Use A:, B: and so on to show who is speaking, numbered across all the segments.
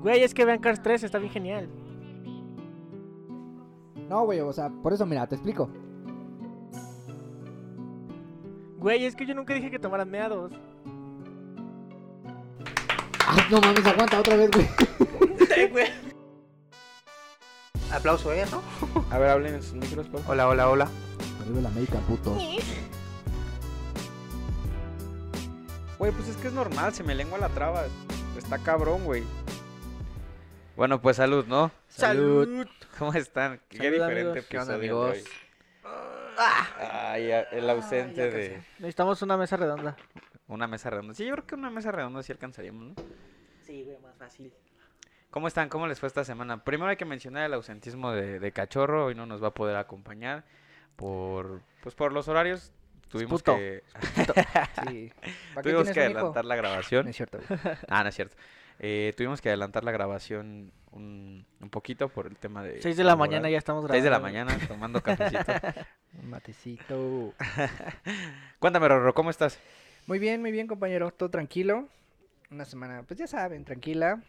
A: Güey, es que vean Cars 3, está bien genial.
B: No, güey, o sea, por eso, mira, te explico.
A: Güey, es que yo nunca dije que tomaran meados.
B: Ay, Ah, no mames, aguanta otra vez, güey.
C: Aplauso, ¿eh? ¿No?
D: A ver, hablen en sus micros, por favor.
C: Hola, hola, hola.
B: Arriba la América, puto.
D: Güey, pues es que es normal, se me lengua la traba. Está cabrón, güey. Bueno, pues salud, ¿no?
C: Salud.
D: ¿Cómo están? Qué
C: Salud,
D: diferente
C: amigos. ¿Qué onda,
D: episodio de
C: amigos? Ah.
D: hoy. Ay, a- el ausente
A: ya
D: de
A: Necesitamos una mesa redonda.
D: una mesa redonda. Sí, yo creo que una mesa redonda sí alcanzaríamos, ¿no?
C: Sí, güey, más fácil.
D: ¿Cómo están? ¿Cómo les fue esta semana? Primero hay que mencionar el ausentismo de, de Cachorro. Hoy no nos va a poder acompañar por, pues por los horarios. Tuvimos
A: puto.
D: que,
B: Sí. ¿Para qué
D: tuvimos
B: tienes
D: que
B: un hijo?
D: adelantar la
B: No
D: grabación.
B: es cierto, güey.
D: Ah, no es cierto. Eh, tuvimos que adelantar la grabación un, un poquito Eh, por el tema de...
A: 6 de la
D: laboral.
A: mañana ya estamos grabando.
D: 6 de la mañana tomando cafecito.
B: Un matecito.
D: Cuéntame, Rorro, ¿cómo estás?
B: Muy bien, muy bien, compañero. Todo tranquilo. Una semana, pues ya saben, tranquila.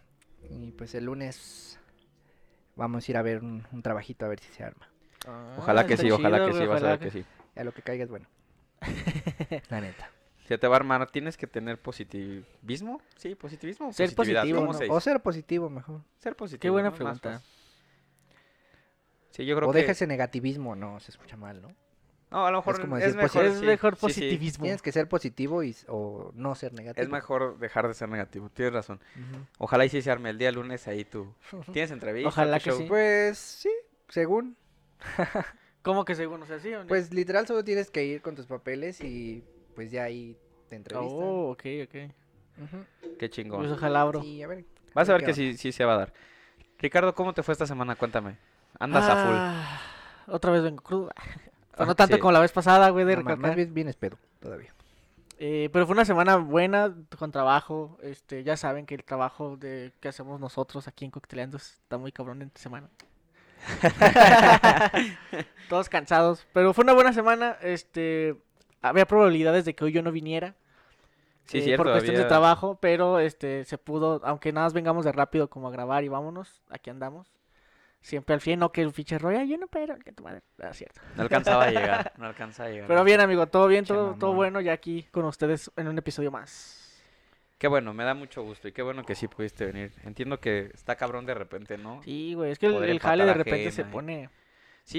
B: Y pues el lunes vamos a ir a ver un, un trabajito a ver si se arma.
D: Ojalá que
A: Ah, está
D: sí, ojalá
A: chido,
D: que sí,
A: güey,
D: vas a
A: ojalá
D: ver
A: que-
D: que sí.
B: A lo que caiga es bueno. La neta.
D: Se te va a armar, tienes que tener positivismo. Sí, positivismo. o
A: Ser
D: positividad,
A: positivo,
D: ¿cómo
A: ¿no?
D: se dice?
B: O ser positivo mejor.
D: Ser positivo.
A: Qué buena
D: ¿no? Es más
A: pregunta.
D: fácil. Sí, yo creo
B: o
D: que.
B: deja ese negativismo, no, se escucha mal, ¿no?
D: No, a lo mejor es,
B: como decir
D: mejor.
A: Pues es
D: sí,
A: mejor
D: sí, sí.
A: positivismo.
B: Tienes que ser positivo y, o no ser negativo.
D: Es mejor dejar de ser negativo, tienes razón.
B: Ujú.
D: Ojalá y sí se arme el día lunes ahí tú. ¿Tienes entrevista?
A: Ojalá
D: tu
A: que
D: show?
A: sí.
B: Pues sí, según.
A: ¿Cómo que según? O sea, sí o no?
B: Pues literal solo tienes que ir con tus papeles y pues ya ahí te entrevistan.
A: Oh, ok, ok.
B: Ujú.
D: Qué
A: Pues
D: chingón.
A: ojalá, bro.
B: Sí, a ver.
D: Vas a ver
B: qué
D: que
B: onda.
D: sí, sí se va a dar. Ricardo, ¿cómo te fue esta semana? Cuéntame. Andas a
B: Ah,
D: full.
A: full. Ah, Otra vez vengo cruda. Pero
D: Ah,
A: no tanto
D: sí.
A: como la vez pasada, güey, de
B: No, ma- más
A: recalcar.
B: bien vienes pedo todavía.
A: Eh, pero fue una semana buena con trabajo. Este, ya saben que el trabajo de, que hacemos nosotros aquí en Cocteleando está muy cabrón en semana. Todos cansados. Pero fue una buena semana. Este, había probabilidades de que hoy yo no viniera.
D: Sí,
A: eh,
D: cierto.
A: por cuestión de
D: había-
A: trabajo, pero este se pudo, aunque nada más vengamos de rápido como a grabar y vámonos, aquí andamos. Siempre al 100, no que el fiche roya, yo no, pero que tu madre, Ah, cierto.
D: No alcanzaba a llegar. No alcanzaba a llegar.
A: Pero bien, amigo, todo bien,
B: Che,
A: todo, todo
B: mamón.
A: bueno, ya aquí con ustedes en un episodio más.
D: Qué bueno, me da mucho gusto y qué bueno que sí pudiste venir. Entiendo que está cabrón de repente, ¿no? Sí,
A: Sí, güey, es que el,
D: Poder
A: el jale de
D: empatar
A: repente se
D: ajena y-
A: pone.
D: el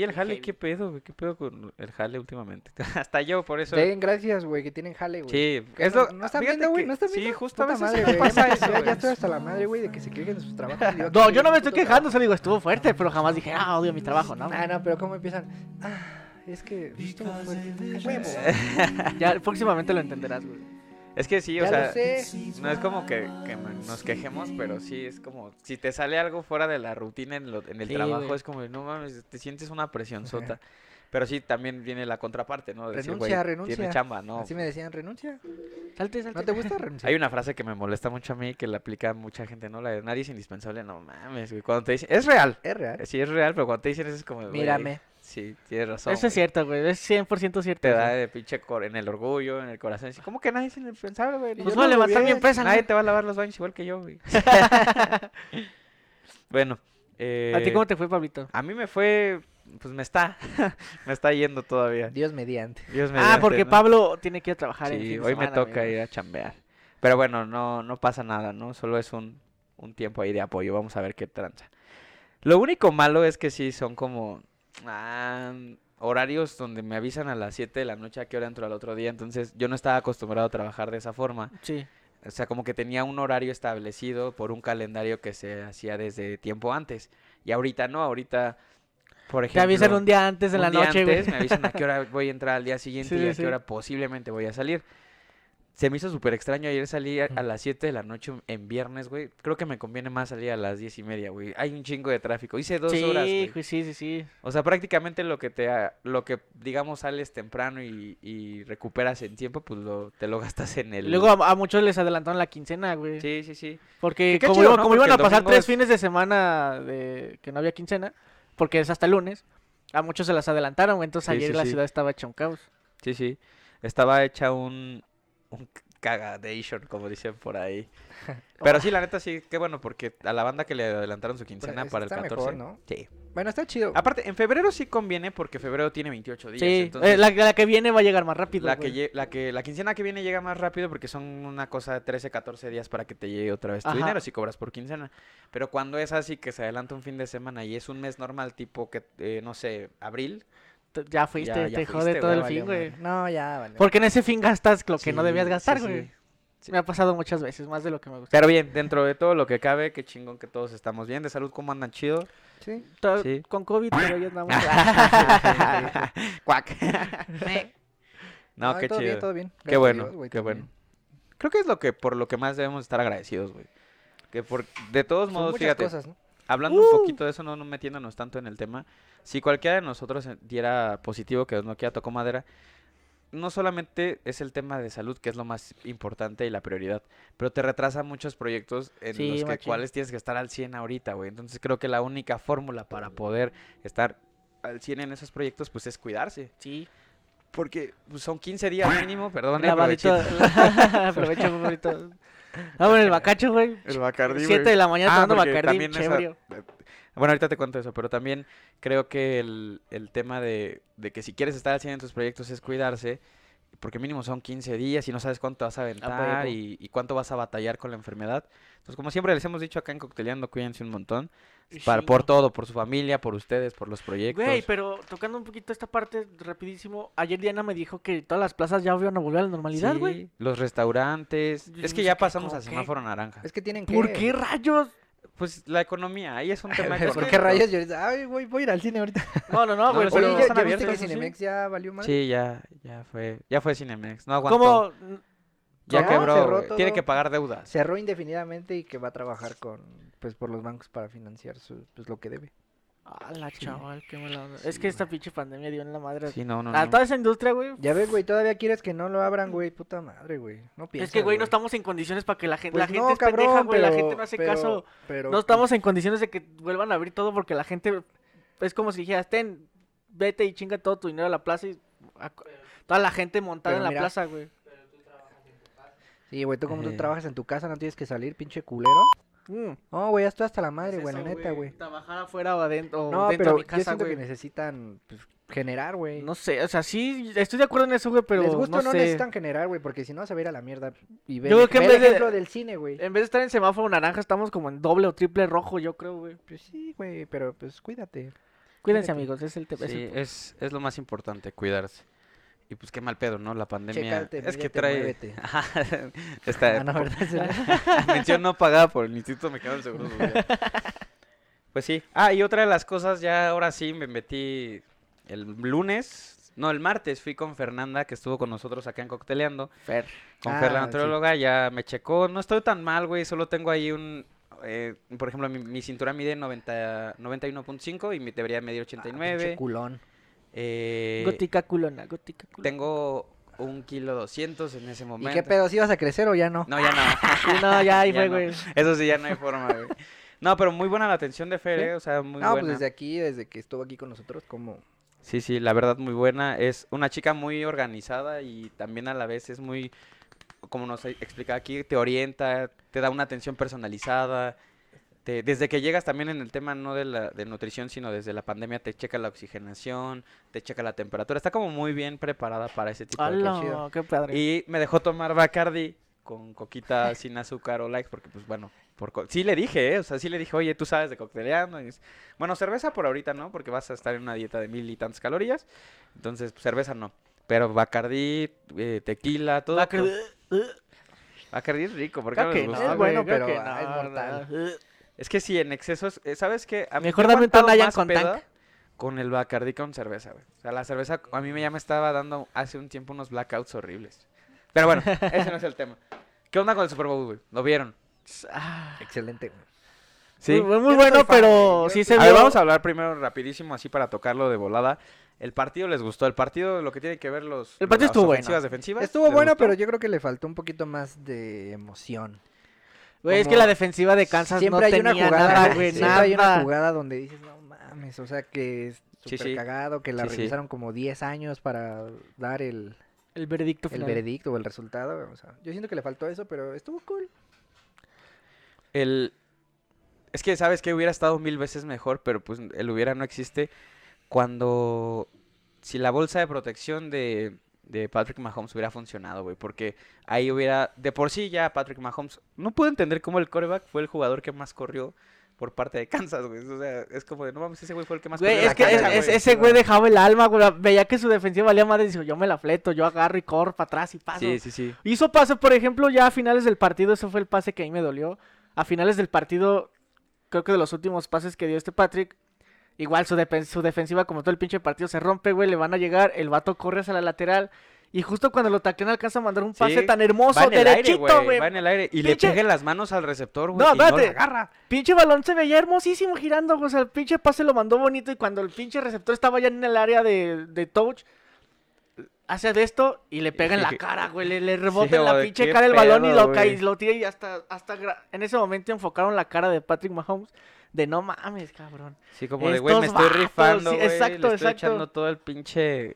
A: Qué
D: jale,
A: heavy.
D: qué pedo, güey, qué pedo con el jale últimamente. Hasta yo, por eso.
B: Den gracias, güey, que tienen jale, güey.
D: Sí,
B: Que
D: es
B: no-
D: lo.
B: no están
D: fíjate
B: viendo, güey,
D: que-
B: no están
D: Sí,
B: viendo,
D: justo a
B: Puta
D: veces
B: madre, güey.
D: sí pasa
B: ya-
D: eso,
B: ya,
D: güey.
B: ya estoy hasta la madre, güey, de que se quejen de sus trabajos. y
A: No,
B: aquí
A: yo no me
B: puto
A: estoy quejando, se digo, estuvo fuerte, pero jamás dije, ah, odio mi trabajo, ¿no?
B: Ah, no, pero ¿cómo empiezan? Ah, es que esto fue a huevo.
A: Ya próximamente lo entenderás, güey.
D: Es que sí, o
B: Ya
D: sea,
B: lo sé.
D: no es como que, que me- nos quejemos, pero sí es como si te sale algo fuera de la rutina en, lo- en el
A: Sí,
D: trabajo,
A: güey.
D: es como, no mames, te sientes una presión sota. Pero sí, también viene la contraparte, ¿no? De decir, güey,
B: Renuncia, renuncia.
D: Tiene chamba, ¿no?
B: Así me decían, renuncia.
A: Salte,
B: ¿No
A: salte.
B: te gusta renunciar?
D: Hay una frase que me molesta mucho a mí que la aplica mucha gente, ¿no? La de nadie es indispensable, no mames, güey. Cuando te dicen, es real.
B: Es real.
D: Sí, es real, pero cuando te dicen eso es como, güey,
B: Mírame.
D: Sí, tienes razón.
A: Eso es
D: güey.
A: cierto, güey, es 100% cierto.
D: Te
A: eso.
D: da de pinche cor en el orgullo, en el corazón. Así, ¿Cómo que nadie es indispensable, güey?
A: Pues
B: yo no
A: vale,
B: lo
A: levantar mi
B: vi.
A: empresa,
D: Nadie
A: güey.
D: te va a lavar los baños igual que yo, güey. bueno, eh,
A: ¿A ti cómo te fue, Pablito?
D: a mí me fue, pues me está, me está yendo todavía.
B: Dios mediante.
D: Dios
A: Ah,
D: mediante,
A: porque
D: ¿no?
A: Pablo tiene que ir a trabajar en
D: Sí,
A: fin de
D: hoy me
A: semana,
D: toca
A: amigo.
D: ir a chambear. Pero bueno, no, no pasa nada, ¿no? Solo es un, un tiempo ahí de apoyo. Vamos a ver qué tranza. Lo único malo es que sí son como ah, horarios donde me avisan a las 7 de la noche a qué hora entro al otro día. Entonces yo no estaba acostumbrado a trabajar de esa forma.
A: Sí.
D: O sea, como que tenía un horario establecido por un calendario que se hacía desde tiempo antes. Y ahorita no, ahorita, por
A: Te
D: ejemplo...
A: avisan un día antes de
D: un
A: la
D: día
A: noche, güey.
D: antes, Me avisan a qué hora voy a entrar al día siguiente
A: Sí,
D: y a
A: sí.
D: qué hora posiblemente voy a salir. Se me hizo súper extraño. Ayer salí a, a las 7 de la noche en viernes, güey. Creo que me conviene más salir a las 10 y media, güey. Hay un chingo de tráfico. Hice dos
A: sí,
D: horas, güey.
A: güey, sí, sí, sí.
D: O sea, prácticamente lo que te... ha- Lo que, digamos, sales temprano y, y recuperas en tiempo, pues lo, te lo gastas en el...
A: Y Luego a, a muchos les adelantaron la quincena, güey.
D: Sí, sí, sí.
A: Porque
D: Que qué
A: como,
D: chido,
A: iba-
D: ¿no?
A: como iban
D: Porque
A: a
D: el
A: pasar
D: domingo
A: tres
D: es-
A: fines de semana de que no había quincena, porque es hasta el lunes, a muchos se las adelantaron, güey. Entonces
D: Sí,
A: ayer
D: sí,
A: la
D: sí.
A: ciudad estaba hecha un caos.
D: Sí, sí. Estaba hecha un, un c- cagadation, como dicen por ahí. Pero sí, la neta, sí, qué bueno, porque a la banda que le adelantaron su quincena
B: es-
D: para el
B: está
D: 14.
B: mejor, ¿no? Oh.
D: Sí.
B: Bueno, está chido.
D: Aparte, en febrero sí conviene porque febrero tiene 28 días.
A: Sí, eh,
D: entonces,
A: la, pues. la que viene va a llegar más rápido.
D: la que,
A: güey.
D: lle- la que la quincena que viene llega más rápido porque son una cosa de 13, 14 días para que te llegue otra vez tu
A: Ajá.
D: dinero si cobras por quincena. Pero cuando es así que se adelanta un fin de semana y es un mes normal tipo que eh, no sé, abril,
A: T- Ya fuiste,
D: Ya- ya
A: te jode
D: fuiste,
A: todo
D: güey,
A: el fin,
D: valió
A: güey.
B: No, ya, vale.
A: Porque en ese fin gastas lo que no
D: Sí,
A: debías
D: sí,
A: gastar,
D: sí.
A: güey.
D: Sí.
A: Me ha pasado muchas veces, más de lo que me gusta.
D: Pero bien, dentro de todo lo que cabe, qué chingón que todos estamos bien. De salud, ¿cómo andan? Chido.
B: Sí.
A: To-
D: Sí.
A: Con COVID, pero ya andamos.
D: Cuac. no, qué
B: todo
D: chido.
B: Bien, todo bien.
D: Qué
B: Gracias a
D: bueno,
B: Dios, güey,
D: qué
B: todo
D: bueno.
B: bien.
D: Creo que es lo que por lo que más debemos estar agradecidos, güey. Que por de todos
B: Son
D: modos,
B: muchas
D: fíjate,
B: cosas, ¿no?
D: hablando
A: Uh.
D: un poquito de eso, no, no metiéndonos tanto en el tema, si cualquiera de nosotros eh, diera positivo que no quiera tocó madera, no solamente es el tema de salud, que es lo más importante y la prioridad, pero te retrasa muchos proyectos en
A: Sí,
D: los que
A: machín.
D: cuales tienes que estar al 100 ahorita, güey. Entonces creo que la única fórmula para poder estar al 100 en esos proyectos, pues es cuidarse.
A: Sí.
D: Porque pues, son 15 días mínimo, perdón, eh,
A: Lavadito.
D: provechito.
A: Aprovecho, favorito. Vamos en el bacacho, güey.
D: El Bacardi, güey.
A: Siete de la mañana
D: Ah,
A: tomando
D: porque
A: Bacardí,
D: también esa-
A: chévere.
D: Bueno, ahorita te cuento eso, pero también creo que el, el tema de, de que si quieres estar al 100 en tus proyectos es cuidarse, porque mínimo son 15 días y no sabes cuánto vas a aventar
A: Ah, huevo.
D: y, y cuánto vas a batallar con la enfermedad. Entonces, como siempre les hemos dicho acá en Cocteleando, cuídense un montón.
A: Y
D: Para, por
A: chingo.
D: todo, por su familia, por ustedes, por los proyectos.
A: Güey, pero tocando un poquito esta parte rapidísimo, ayer Diana me dijo que todas las plazas ya iban a volver a la normalidad,
D: Sí,
A: güey.
D: Los restaurantes.
A: Yo
D: Es
A: no
D: que
A: sé
D: ya
A: qué-
D: pasamos
A: ¿cómo
D: a
A: qué?
D: semáforo naranja.
B: Es que tienen que...
A: ¿Por qué rayos?
D: Pues la economía, ahí es un tema
B: ¿Por
D: económico.
B: qué rayos? Yo ahorita, Ay, voy, voy a ir al cine ahorita.
A: No, no, no,
D: No,
A: güey.
D: los
B: Oye,
A: pero-
D: cines
B: ¿ya,
D: están
B: ya viste
D: abiertos,
B: que
D: eso sí.
B: Cinemex ya valió mal?
D: Sí, ya, ya fue, ya fue Cinemex, no aguantó.
A: ¿Cómo?
D: Ya
B: No,
D: quebró,
B: cerró
D: güey. tiene
B: todo.
D: que pagar deudas.
B: Cerró indefinidamente y que va a trabajar con, pues, por los bancos para financiar su, pues, lo que debe.
A: Ah, la chaval, qué mala onda. es que esta pinche pandemia dio en la madre.
D: Sí, no, no,
A: a
D: no.
A: toda esa industria, güey.
B: Ya ves, güey, todavía quieres que no lo abran, güey. Puta madre, güey. No piensas,
A: Es que, güey, no estamos en condiciones para que la gente. la
B: Pues
A: gente
B: no,
A: es pendeja,
B: cabrón,
A: güey. La
B: pero-
A: gente no hace
B: pero-
A: caso.
B: pero-
A: No estamos en condiciones de que vuelvan a abrir todo porque la gente. Es como si dijeras, ten, vete y chinga todo tu dinero a la plaza y. a- toda la gente montada
B: Pero
A: en la
B: mira,
A: plaza, güey.
B: Sí, güey, tú como tú
D: Eh.
B: trabajas en tu casa, no tienes que salir, pinche culero.
A: Mm.
B: No, güey, ya estoy hasta la madre,
A: Es
B: güey, la
A: eso,
B: neta, güey.
A: Trabajar afuera o adentro, o
B: No,
A: dentro
B: pero
A: de mi
B: yo
A: casa,
B: siento
A: güey.
B: que necesitan pues, generar, güey.
A: No sé, o sea, sí, estoy de acuerdo en eso, güey, pero
B: Les gusta
A: no,
B: o no
A: sé.
B: necesitan generar, güey, porque si no se va a ir a la mierda. Y ve,
A: Yo creo que en
B: ve
A: vez
B: el
A: de-
B: ejemplo del cine, güey.
A: En vez de estar en semáforo naranja, estamos como en doble o triple rojo, yo creo, güey.
B: Pues sí, güey, pero pues cuídate.
A: Cuídense,
B: Fíjate.
A: amigos, es el tema. es el
D: Sí,
A: punto.
D: es, es lo más importante, cuidarse. Y pues qué mal pedo, ¿no? La pandemia.
B: Chécate,
D: es que
B: mídete,
D: trae.
B: muévete.
D: Ajá, Esta
B: Ah, no, ¿verdad?
D: mención no pagada por el Instituto Mexicano del Seguro Social. Pues sí. Ah, y otra de las cosas, ya ahora sí me metí el lunes. No, el martes fui con Fernanda, que estuvo con nosotros acá en Cocteleando.
A: Fer.
D: Con
B: Ah,
D: Fer, la
B: sí.
D: nutrióloga, ya me checó. No estoy tan mal, güey. Solo tengo ahí un. eh, por ejemplo, mi, mi cintura mide 90, 91.5 y mi debería medir
B: Ah, Pinche
D: 89.
B: culón.
D: Eh,
A: Gótica culona, gótica culona.
D: tengo un kilo 200 en ese
B: ¿Y
D: momento.
B: qué pedo? ¿Si ibas a crecer o ya no?
D: No, ya no.
A: Sí, no, ya ahí
D: Ya
A: fue,
D: no.
A: güey.
D: Eso sí, ya no hay forma, güey. No, pero muy buena la atención de Fer,
B: ¿Sí?
D: eh, O sea, muy
B: No,
D: buena.
B: pues desde aquí, desde que estuvo aquí con nosotros, como...
D: Sí, sí, la verdad muy buena. Es una chica muy organizada y también a la vez es muy, como nos e- explica aquí, te orienta, te da una atención personalizada. te- desde que llegas también en el tema no de, la, de nutrición, sino desde la pandemia, te checa la oxigenación, te checa la temperatura. Está como muy bien preparada para ese tipo de cosas.
A: Hola, Ah, qué padre.
D: Y me dejó tomar Bacardi con coquita sin azúcar o likes, porque pues bueno, por co- sí le dije, ¿eh? o sea, sí le dije, oye, tú sabes de cocteleando. y es- Bueno, cerveza por ahorita no, porque vas a estar en una dieta de mil y tantas calorías, entonces pues, cerveza no. Pero Bacardi, eh, tequila, todo.
A: Bacardi-
D: pues, Bacardi es rico, porque
A: Creo que no,
B: gusta,
A: güey,
B: Es bueno,
A: creo
B: pero,
A: que
B: ah, es
A: no,
B: mortal.
A: no.
D: Es que sí, en excesos, eh, ¿sabes qué? A
A: Mejor
D: yo he
A: dame un
D: aguantado
A: Tonayan
D: más
A: con
D: peda
A: Tank.
D: Con el Bacardi con cerveza, güey. O sea, la cerveza a mí me ya me estaba dando hace un tiempo unos blackouts horribles. Pero bueno, ese no es el tema. ¿Qué onda con el Super Bowl, güey? ¿Lo vieron?
A: Ah,
B: Excelente, güey.
A: Muy, muy
B: Yo no
A: bueno,
B: soy fan,
A: pero
B: güey, yo
A: sí
B: no
A: se
D: a
A: vio.
D: ver, vamos a hablar primero rapidísimo, así para tocarlo de volada. El partido les gustó, el partido, lo que tiene que ver los...
A: El partido
D: las
A: estuvo bueno.
D: ofensivas, defensivas.
B: Estuvo
D: ¿les
B: bueno,
D: gustó?
B: pero yo creo que le faltó un poquito más de emoción.
A: Güey, es que
B: como-
A: la defensiva de Kansas
B: Siempre
A: no
B: hay
A: tenía
B: una jugada,
A: nada,
B: ¿no?
A: güey,
B: Siempre hay una
A: nada.
B: jugada donde dices, no mames, o sea que es
D: Sí,
B: súper
D: sí.
B: cagado, que la
D: Sí, sí.
B: revisaron como 10 años para dar el...
A: El veredicto
B: el
A: final.
B: veredicto o el resultado. o sea, yo siento que le faltó eso, pero estuvo cool.
D: El... Es que, ¿sabes que Hubiera estado mil veces mejor, pero pues el hubiera no existe. Cuando... Si la bolsa de protección de, de Patrick Mahomes hubiera funcionado, güey. Porque ahí hubiera... De por sí ya Patrick Mahomes... No puedo entender cómo el coreback fue el jugador que más corrió por parte de Kansas, güey. O sea, es como de... No mames, ese güey fue el que más
A: Güey,
D: corrió en
A: es
D: la
A: que
D: cancha,
A: es-
D: güey".
A: es- ese güey dejaba el alma, güey. Veía que su defensiva valía madre y dijo, yo me la fleto, yo agarro y corro para atrás y paso.
D: Sí, sí, sí.
A: Hizo pase, por ejemplo, ya a finales del partido, ese fue el pase que a mí me dolió. A finales del partido, creo que de los últimos pases que dio este Patrick, igual su, depen- su defensiva, como todo el pinche partido, se rompe, güey, le van a llegar, el vato corre hacia la lateral. Y justo cuando lo taclean alcanza a mandar un pase
D: Sí,
A: tan
D: va
A: hermoso,
D: en el aire,
A: derechito,
D: güey.
A: güey.
D: Va en el aire. Y
A: Pinche-
D: le pega en las manos al receptor, güey.
A: No,
D: y lo
A: espérate.
D: agarra.
A: Pinche balón se veía hermosísimo girando, güey, o sea, el pinche pase lo mandó bonito y cuando el pinche receptor estaba ya en el área de, de touch, hace de esto y le pega en la cara, güey, le, le rebota
D: Sí,
A: en la
D: güey,
A: pinche
D: qué
A: cara el balón y
D: pedo,
A: lo cae, y
D: güey.
A: lo tira y hasta, hasta gra- en ese momento enfocaron la cara de Patrick Mahomes de no mames, cabrón.
D: Sí, como de, güey, me
A: Estos
D: estoy
A: vatos,
D: rifando,
A: sí,
D: güey.
A: exacto,
D: le estoy
A: exacto.
D: echando todo el pinche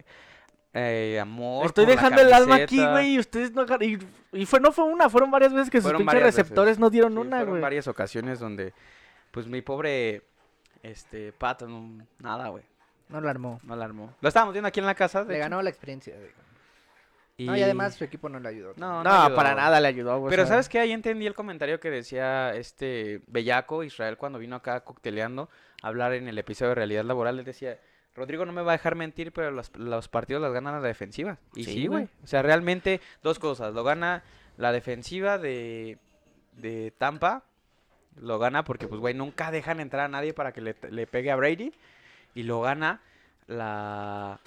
D: eh, amor.
A: Estoy
D: por la
A: dejando el alma aquí,
D: camiseta.
A: güey, y ustedes no... agar- Y, y fue, no fue una, fueron varias veces que sus
D: Fueron
A: pinches
D: varias veces.
A: receptores no
D: Sí,
A: dieron una,
D: fueron
A: güey.
D: varias ocasiones donde, pues, mi pobre, este, Pato, no- nada, güey.
B: No lo armó.
D: No la armó. Lo estábamos viendo aquí en la casa,
B: Le
D: de hecho,
B: ganó la experiencia. digo.
D: Y...
B: No, y además su equipo no le ayudó.
D: No,
A: No,
D: no, ayudó,
A: para
D: güey.
A: nada le ayudó, güey.
D: Pero ¿sabes qué? Ahí entendí el comentario que decía este Bellaco Israel cuando vino acá cocteleando a hablar en el episodio de Realidad Laboral. Él decía, Rodrigo no me va a dejar mentir, pero los, los partidos las ganan la defensiva. Y
A: Sí,
D: sí, güey.
A: güey.
D: O sea, realmente dos cosas. Lo gana la defensiva de, de Tampa. Lo gana porque, pues, güey, nunca dejan entrar a nadie para que le, le pegue a Brady. Y lo gana la...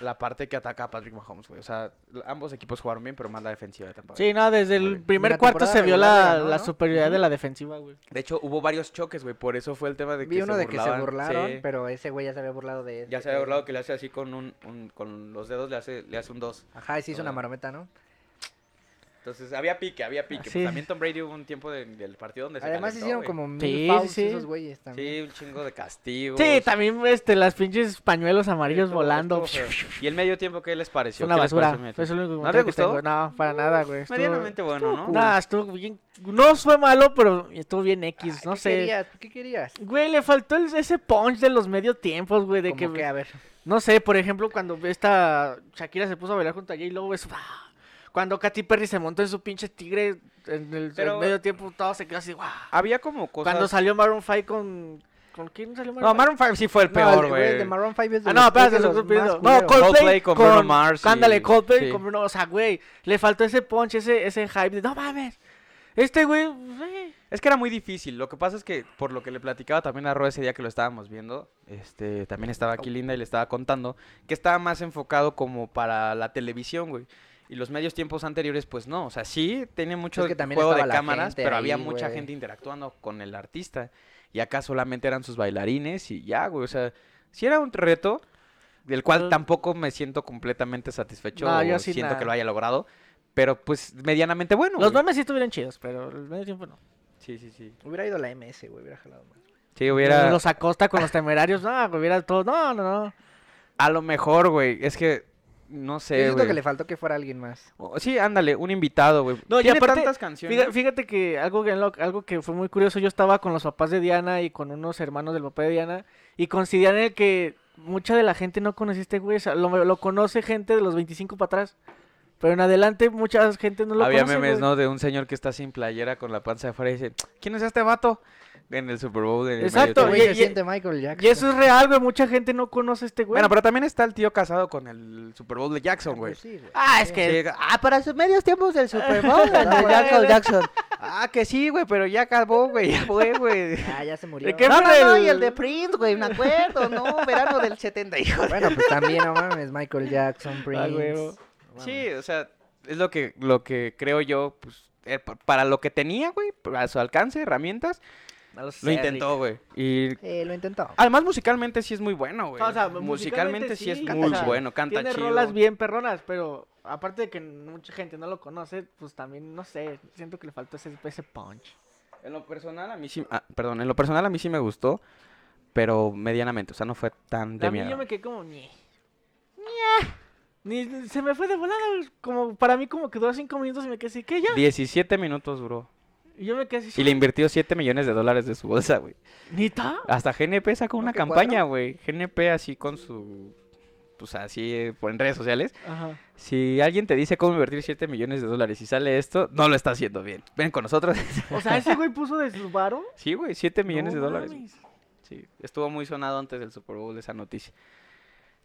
D: La parte que ataca a Patrick Mahomes, güey. O sea, ambos equipos jugaron bien, pero más la defensiva de Tampa. Bay.
A: Sí, no, desde el
D: Vale.
A: primer
B: La
A: cuarto
B: temporada
A: se vio
B: regular
A: la,
B: le ganó,
A: la
B: ¿no?
A: superioridad de la defensiva, güey.
D: De hecho, hubo varios choques, güey. Por eso fue el tema de que
B: Vi uno
D: se
B: de que se
D: burlaban.
B: burlaron,
D: Sí.
B: pero ese güey ya se había burlado de este él.
D: Ya se había burlado que le hace así con un, un- con los dedos le hace, le hace un dos.
B: Ajá, y se hizo una
D: Hola.
B: marometa, ¿no?
D: Entonces, había pique, había pique. Pues
A: Sí.
D: también Tom Brady hubo un tiempo de- del partido donde se
B: Además
D: calentó,
B: hicieron
D: güey.
B: como mil
A: Sí,
B: fouls
A: sí, sí.
B: esos güeyes también.
D: Sí, un chingo de castigos.
A: Sí, también este, las pinches pañuelos amarillos
D: Estuvo-
A: volando.
D: estuvo feo. ¿Y el medio tiempo qué les
A: Es
D: pareció?
A: una
D: ¿Qué les
A: basura.
D: pareció el medio
A: Fue eso
D: tiempo?
A: lo único
D: ¿No
A: comentario
D: te
A: que tengo.
D: gustó?
A: No, para nada, güey. Estuvo-
D: Medianamente bueno, ¿no?
A: Nah, estuvo bien. No fue malo, pero estuvo bien X,
B: Ay,
A: no
B: ¿qué
A: sé.
B: Querías? ¿Qué querías?
A: Güey, le faltó el- ese punch de los medio tiempos, güey. De
B: Como que...
A: que,
B: a ver,
A: No sé, por ejemplo, cuando esta Shakira se puso a bailar junto a J-Lo, eso. ¡ah! Cuando Katy Perry se montó en su pinche tigre en el,
D: Pero-
A: el medio tiempo, todo se quedó así, ¡guau!
D: Había como cosas...
A: Cuando salió Maroon 5 con. ¿Con quién salió Maroon
D: No, Maroon 5 sí fue el peor,
B: No, el
D: güey.
B: de Maroon 5 es de
A: Ah, no,
B: los- es
A: espérate,
B: de
A: lo
B: los
A: estoy pidiendo.
B: más
A: No,
B: culeros.
A: Coldplay
D: Coldplay
A: con
D: con Bruno Mars y-
A: Ándale, Coldplay
D: sí.
A: con Bruno O sea, güey, le faltó ese punch, ese, ese hype de, no mames, este güey, güey".
D: Es que era muy difícil. Lo que pasa es que, por lo que le platicaba también a Ro ese día que lo estábamos viendo, este, también estaba aquí Linda y le estaba contando que estaba más enfocado como para la televisión, güey. Y los medios tiempos anteriores, pues no. O sea, sí tenía mucho
B: que también
D: juego de
B: estaba la
D: cámaras,
B: gente
D: pero había
B: ahí,
D: mucha
B: güey.
D: gente interactuando con el artista. Y acá solamente eran sus bailarines y ya, güey. O sea, sí era un reto del cual
B: Pues
A: Pero-
D: tampoco me siento completamente satisfecho.
A: No, yo
D: o
A: sí,
D: siento
A: nah.
D: que lo haya logrado. Pero pues medianamente bueno.
A: Los
D: güey.
A: memes sí estuvieron chidos, pero el medio tiempo no.
D: Sí, sí, sí.
B: Hubiera ido la MS, güey, hubiera jalado más.
D: Sí, hubiera...
A: Los acosta con los temerarios, no, güey, hubiera todo, no, no, no.
D: A lo mejor, güey. Es que. No
B: Yo
D: sé,
B: siento
D: güey.
B: que le faltó que fuera alguien más.
D: O- Sí, ándale, un invitado, güey.
A: No, y
D: Tiene
A: aparte,
D: tantas
A: Fíga-
D: canciones.
A: Fíjate, que algo que, en lo- algo que fue muy curioso, yo estaba con los papás de Diana y con unos hermanos del papá de Diana y consideran el que mucha de la gente no conocía a este güey, o sea, lo, lo conoce gente de los 25 para atrás, pero en adelante mucha gente no lo
D: Había
A: conoce. güey.
D: memes, ¿no? De un señor que está sin playera con la panza de fuera y dice: ¿Quién es este vato? En el Super Bowl. de medio
A: Exacto,
D: tiempo.
B: Güey,
A: y-
B: se
A: y-
B: siente Michael Jackson. Ah,
A: Y eso es real, güey, mucha gente no conoce a este güey.
D: Bueno, pero también está el tío casado con el Super Bowl de
B: Ah,
D: Jackson, güey.
B: pues sí, güey.
A: Ah, es
D: Sí,
A: que...
D: ah, para sus medios tiempos del Super Bowl, el de Jackson Jackson. Ah, que sí, güey, pero ya acabó, güey. Ya fue, güey.
B: Ah, ya se murió.
A: ¿De qué? No, no, no, y el de
C: Prince, güey, me acuerdo, ¿no? Verano del 70, hijo.
B: Bueno, pues también, no mames, Michael Jackson, Prince.
A: huevo.
B: no
D: Sí, o sea, es lo que, lo que creo yo, pues, eh, pa- para lo que tenía, güey, a su alcance, herramientas, lo intentó, Ah, güey. Y
B: mames. Eh, lo intentó.
D: además musicalmente sí es muy bueno, güey.
A: O sea, musicalmente
D: musicalmente sí es
A: sí,
D: muy
A: o sea,
D: bueno, canta
A: Tiene
D: chido.
A: rolas bien perronas, pero aparte de que mucha gente no lo conoce, pues también, no sé, siento que le faltó ese, ese punch.
D: En lo personal a mí sí, ah, perdón, en lo personal a mí sí me gustó, pero medianamente, o sea, no fue tan de
A: a mí
D: mierda.
A: yo me quedé como... "Ñe". Ni, se me fue de volada, güey. como para mí como que duró cinco minutos y me quedé así, ¿qué ya?
D: 17 minutos duró.
A: Y yo me quedé así,
D: Y le invirtió 7 millones de dólares de su bolsa, güey.
A: ¿nita?
D: Hasta GNP sacó una
B: qué
D: campaña, güey. GNP así con su... Pues así, eh, por- en redes sociales.
A: Ajá.
D: Si alguien te dice cómo invertir 7 millones de dólares y sale esto, no lo está haciendo bien. Ven con nosotros.
A: O sea, ese güey puso de su varo.
D: sí, güey, 7 millones
A: No
D: de dólares. güey.
A: mames.
D: Sí, estuvo muy sonado antes del Super Bowl esa noticia.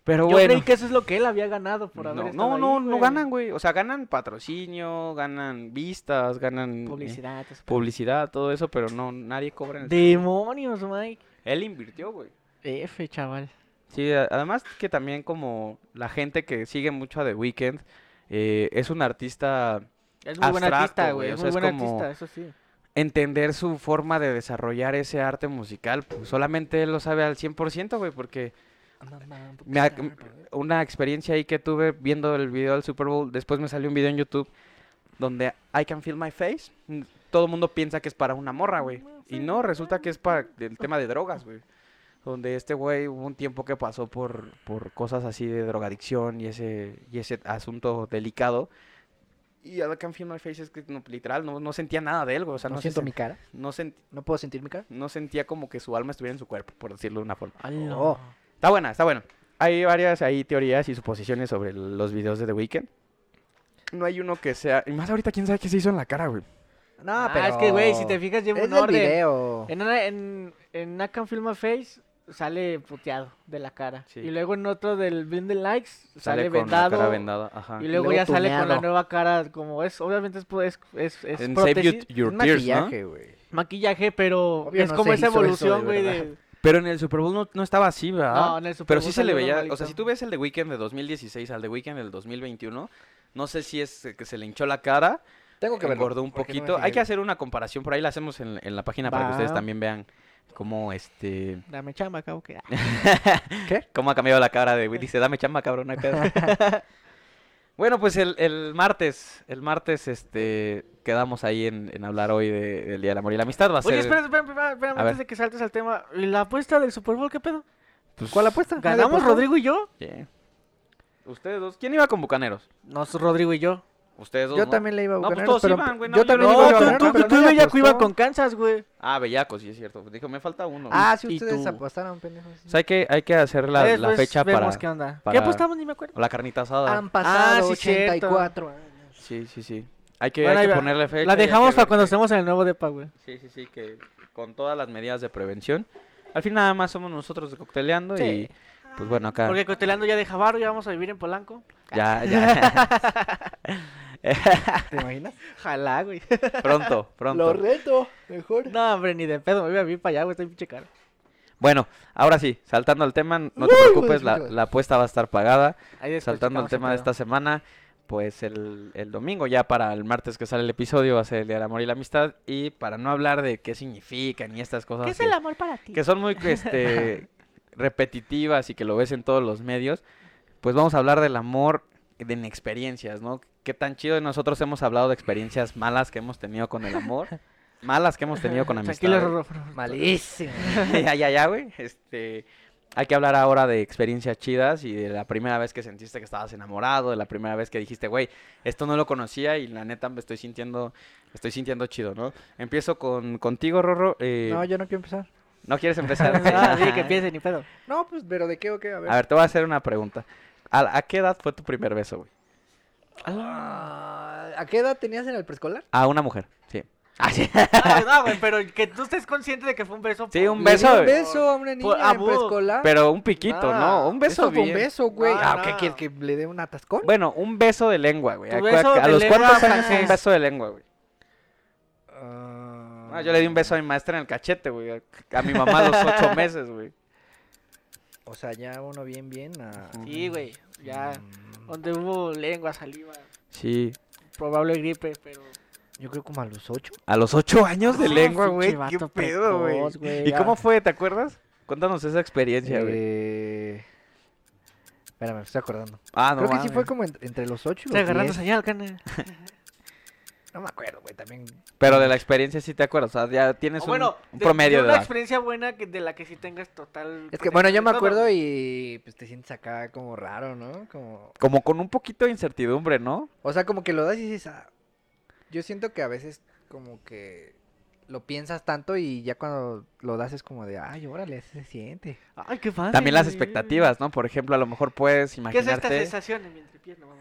D: Pero
A: Yo
D: bueno.
A: creí que eso es lo que él había ganado por haber
D: no,
A: estado
D: no,
A: ahí,
D: no, no
A: güey.
D: ganan, güey. O sea, ganan patrocinio, ganan vistas, ganan eh,
A: Publicidad. esas
D: publicidad, todo eso, pero no, nadie cobra. en el-
A: Demonios, Mike.
D: Él invirtió, güey.
A: F, chaval.
D: Sí, a- además que también como la gente que sigue mucho a The Weeknd, eh, es un artista,
A: Es muy buen
D: Abstracto,
A: artista,
D: güey,
A: güey.
D: o
A: Es
D: sea,
A: muy
D: es
A: buen
D: como-
A: artista, eso sí.
D: entender su forma de desarrollar ese arte musical, pues solamente él lo sabe al 100%, güey, porque me ac- m- una experiencia ahí que tuve viendo el video del Super Bowl, después me salió un video en YouTube donde I can feel my face, mm, todo el mundo piensa que es para una morra, güey, y no, resulta que es para el tema de drogas, güey. Donde este güey hubo un tiempo que pasó por, por cosas así de drogadicción y ese, y ese asunto delicado. Y I can feel my face es que no, literal, no, no sentía nada de él, güey. O sea, no,
B: no
D: se
B: siento
D: sen-
B: mi cara.
D: no sent-
B: No puedo sentir mi cara.
D: no sentía como que su alma estuviera en su cuerpo, por decirlo de una forma.
A: Ala.
B: Oh.
D: Está buena, está buena. Hay varias ahí teorías y suposiciones sobre los videos de The Weeknd. No hay uno que sea... Y más ahorita, ¿quién sabe qué se hizo en la cara, güey?
B: No,
A: Ah,
B: pero.
A: es que, güey, si te fijas, lleva
B: es
A: un
B: del
A: orden.
B: video.
A: En, una- en, en I Can Feel My Face sale puteado de la cara.
D: Sí.
A: Y luego en otro del Blind the Likes sale,
D: con
A: vendado.
D: la cara vendada, ajá.
A: Y luego,
B: luego
A: ya sale con la
B: tuneado.
A: nueva cara, como es, obviamente es, es, es, es
D: En Save
A: prótesis,
D: You- Your
B: es
D: Tears, ¿no?
B: maquillaje, güey.
A: maquillaje, pero
B: Obvio
A: es
B: no
A: como
B: se
A: esa
B: hizo eso de
A: evolución, güey, de,
B: verdad.
D: Pero en el Super Bowl no, no estaba así, ¿verdad?
A: No, en el Super
D: Pero
A: Bowl
D: sí se le
A: salió
D: veía... O
A: normalito.
D: sea, si tú ves el The Weeknd de 2016 al The Weeknd del 2021, no sé si es que se le hinchó la cara...
B: Tengo que verlo.
D: engordó un
B: porque no me
D: poquito. Hay
B: fijé.
D: que hacer una comparación, por ahí la hacemos en, en la página para que ustedes
A: Va.
D: también vean cómo este
A: Dame chamba, acabo que.
D: cómo ha cambiado la cara de Dice, dame chamba, cabrón, no hay pedo". bueno, pues el, el martes, el martes este quedamos ahí en, en hablar hoy de- del Día del Amor y la Amistad. Va a
A: Oye,
D: ser,
A: espera, espera, espera, espera,
D: A
A: antes
D: ver.
A: de que saltes al tema, ¿y la apuesta del Super Bowl qué pedo?
D: pues,
B: ¿Cuál apuesta? ¿Nadie
A: ¿Ganamos
B: apostó?
A: Rodrigo y yo?
D: yeah. Ustedes dos, ¿quién iba con Bucaneros?
A: Nos Rodrigo y yo.
D: Ustedes dos.
B: Yo
D: ¿no?
B: también le iba a
D: No, pues
B: ganar,
D: todos
B: pero
D: iban, güey, no,
B: yo
D: yo
B: también
D: no.
B: le iba a
D: Tú-
B: ganar,
D: tú-
B: pero pues,
A: tú
B: nadie
A: y Bellaco
B: apostó.
A: iban con Kansas, güey.
D: Ah, Bellaco, sí es cierto. Dijo, me falta uno.
B: Ah, si
A: y
B: ustedes
A: tú.
B: apostaron, pendejos.
D: O sea, hay que, hay que hacer la, la
A: Después
D: fecha
A: vemos
D: para
A: qué onda.
D: para-
A: ¿Qué apostamos? Ni me acuerdo.
D: la carnita asada.
B: Han pasado
A: sí, cierto.
B: 84 años.
D: Sí, sí, sí. Hay que,
A: Bueno,
D: hay
A: ahí
D: que
A: va.
D: ponerle fecha. y
A: La
D: hay que
A: dejamos para
D: ver
A: cuando
D: que-
A: estemos en el nuevo depa, güey.
D: Sí, sí, sí, que con todas las medidas de prevención. Al fin nada más somos nosotros de cocteleando
A: Sí.
D: y pues bueno, acá
A: Porque Cotelando ya deja barro, ya vamos a vivir en Polanco.
D: ya ya
B: ¿Te imaginas?
A: Ojalá, güey.
D: pronto, pronto.
B: reto, mejor.
A: No, hombre, ni de pedo, me voy a vivir para allá, güey, estoy pinche caro.
D: Bueno, ahora sí, saltando al tema, no te
B: Uy,
A: pues,
D: preocupes, la,
B: muchas
D: la apuesta va a estar pagada.
A: Ahí después
D: Saltando al
A: checamos el
D: tema de
A: pedo.
D: esta semana, pues el, el domingo ya para el martes que sale el episodio va a ser el Día del Amor y la Amistad y para no hablar de qué significan y estas cosas
A: ¿Qué es
D: que-
A: el amor para ti?
D: que son muy este, repetitivas y que lo ves en todos los medios, pues vamos a hablar del amor de en experiencias, ¿no? Qué tan chido y nosotros hemos hablado de experiencias malas que hemos tenido con el amor, malas que hemos tenido con
A: Tranquilo,
D: amistad.
A: Rorro, Rorro.
B: Malísimo.
D: ya, ya, ya, güey. Este, hay que hablar ahora de experiencias chidas y de la primera vez que sentiste que estabas enamorado, de la primera vez que dijiste, güey, esto no lo conocía y la neta me estoy sintiendo, estoy sintiendo chido, ¿no? Empiezo con contigo, Rorro. eh,
B: No,
D: no,
B: yo no quiero empezar.
D: quieres empezar.
A: Ah, sí, que
D: Ajá.
A: piense, ni pedo.
B: No, pues, pero ¿de qué o qué? A ver.
D: A ver, te voy a hacer una pregunta. ¿A, la- a qué edad fue tu primer beso, güey?
B: Ah, ¿A qué edad tenías en el preescolar?
D: A una mujer, sí. Ah, sí.
A: No, no, güey, pero que tú estés consciente de que fue un beso.
D: Sí, un
B: Le
D: beso,
B: di Un
D: güey.
B: beso a una niña en
A: abudo.
B: preescolar. Ah,
D: Pero un piquito, ¿no? Un beso
B: Eso fue
D: bien.
B: un beso, güey.
A: No,
B: ah,
A: no.
B: ¿qué quieres que le dé un atascón?
D: Bueno, un beso de lengua, güey.
A: Tu
D: Acu-
A: beso
D: ¿A
A: de
D: los
A: lengua
D: cuántos años fue un
A: francés.
D: beso de lengua, güey?
B: Ah,
D: Ah, yo le di un beso a mi maestra en el cachete, güey. A- A mi mamá a los ocho meses, güey.
B: O sea, ya uno bien, bien. ah,
A: Sí, güey, ya.
B: mm,
A: Donde hubo lengua, saliva,
D: Sí.
A: probable gripe, pero.
B: Yo creo como a los ocho.
D: A los ocho años de
A: Ah,
D: lengua,
A: pinche
D: güey. Qué
A: vato
D: pedo, güey.
A: precoz, güey,
D: ¿Y
A: ya.
D: cómo fue? ¿Te acuerdas? Cuéntanos esa experiencia, güey.
B: Eh... Espérame, me estoy acordando.
D: Ah, no
B: creo que sí
D: mames.
B: fue como en- entre los ocho y
A: Te
B: los
A: agarrando
B: diez.
A: señal, cana.
B: No me acuerdo, güey, también.
D: Pero de la experiencia sí te acuerdas. O sea, ya tienes
A: O
D: un,
A: bueno,
D: un
A: de- de
D: promedio de
A: una
D: edad.
A: experiencia buena que, de la que sí tengas total.
B: Es que, bueno, yo me
A: todo.
B: acuerdo y pues te sientes acá como raro, ¿no? Como...
D: Como con un poquito de incertidumbre, ¿no?
B: O sea, como que lo das y dices, "Ah". yo siento que a veces como que lo piensas tanto y ya cuando lo das es como de, ay, órale, así se siente.
A: Ay, qué fácil.
D: También las expectativas, ¿no? Por ejemplo, a lo mejor puedes
A: ¿Qué es esta
D: imaginarte.
A: sensación en mi entrepierna, mamá?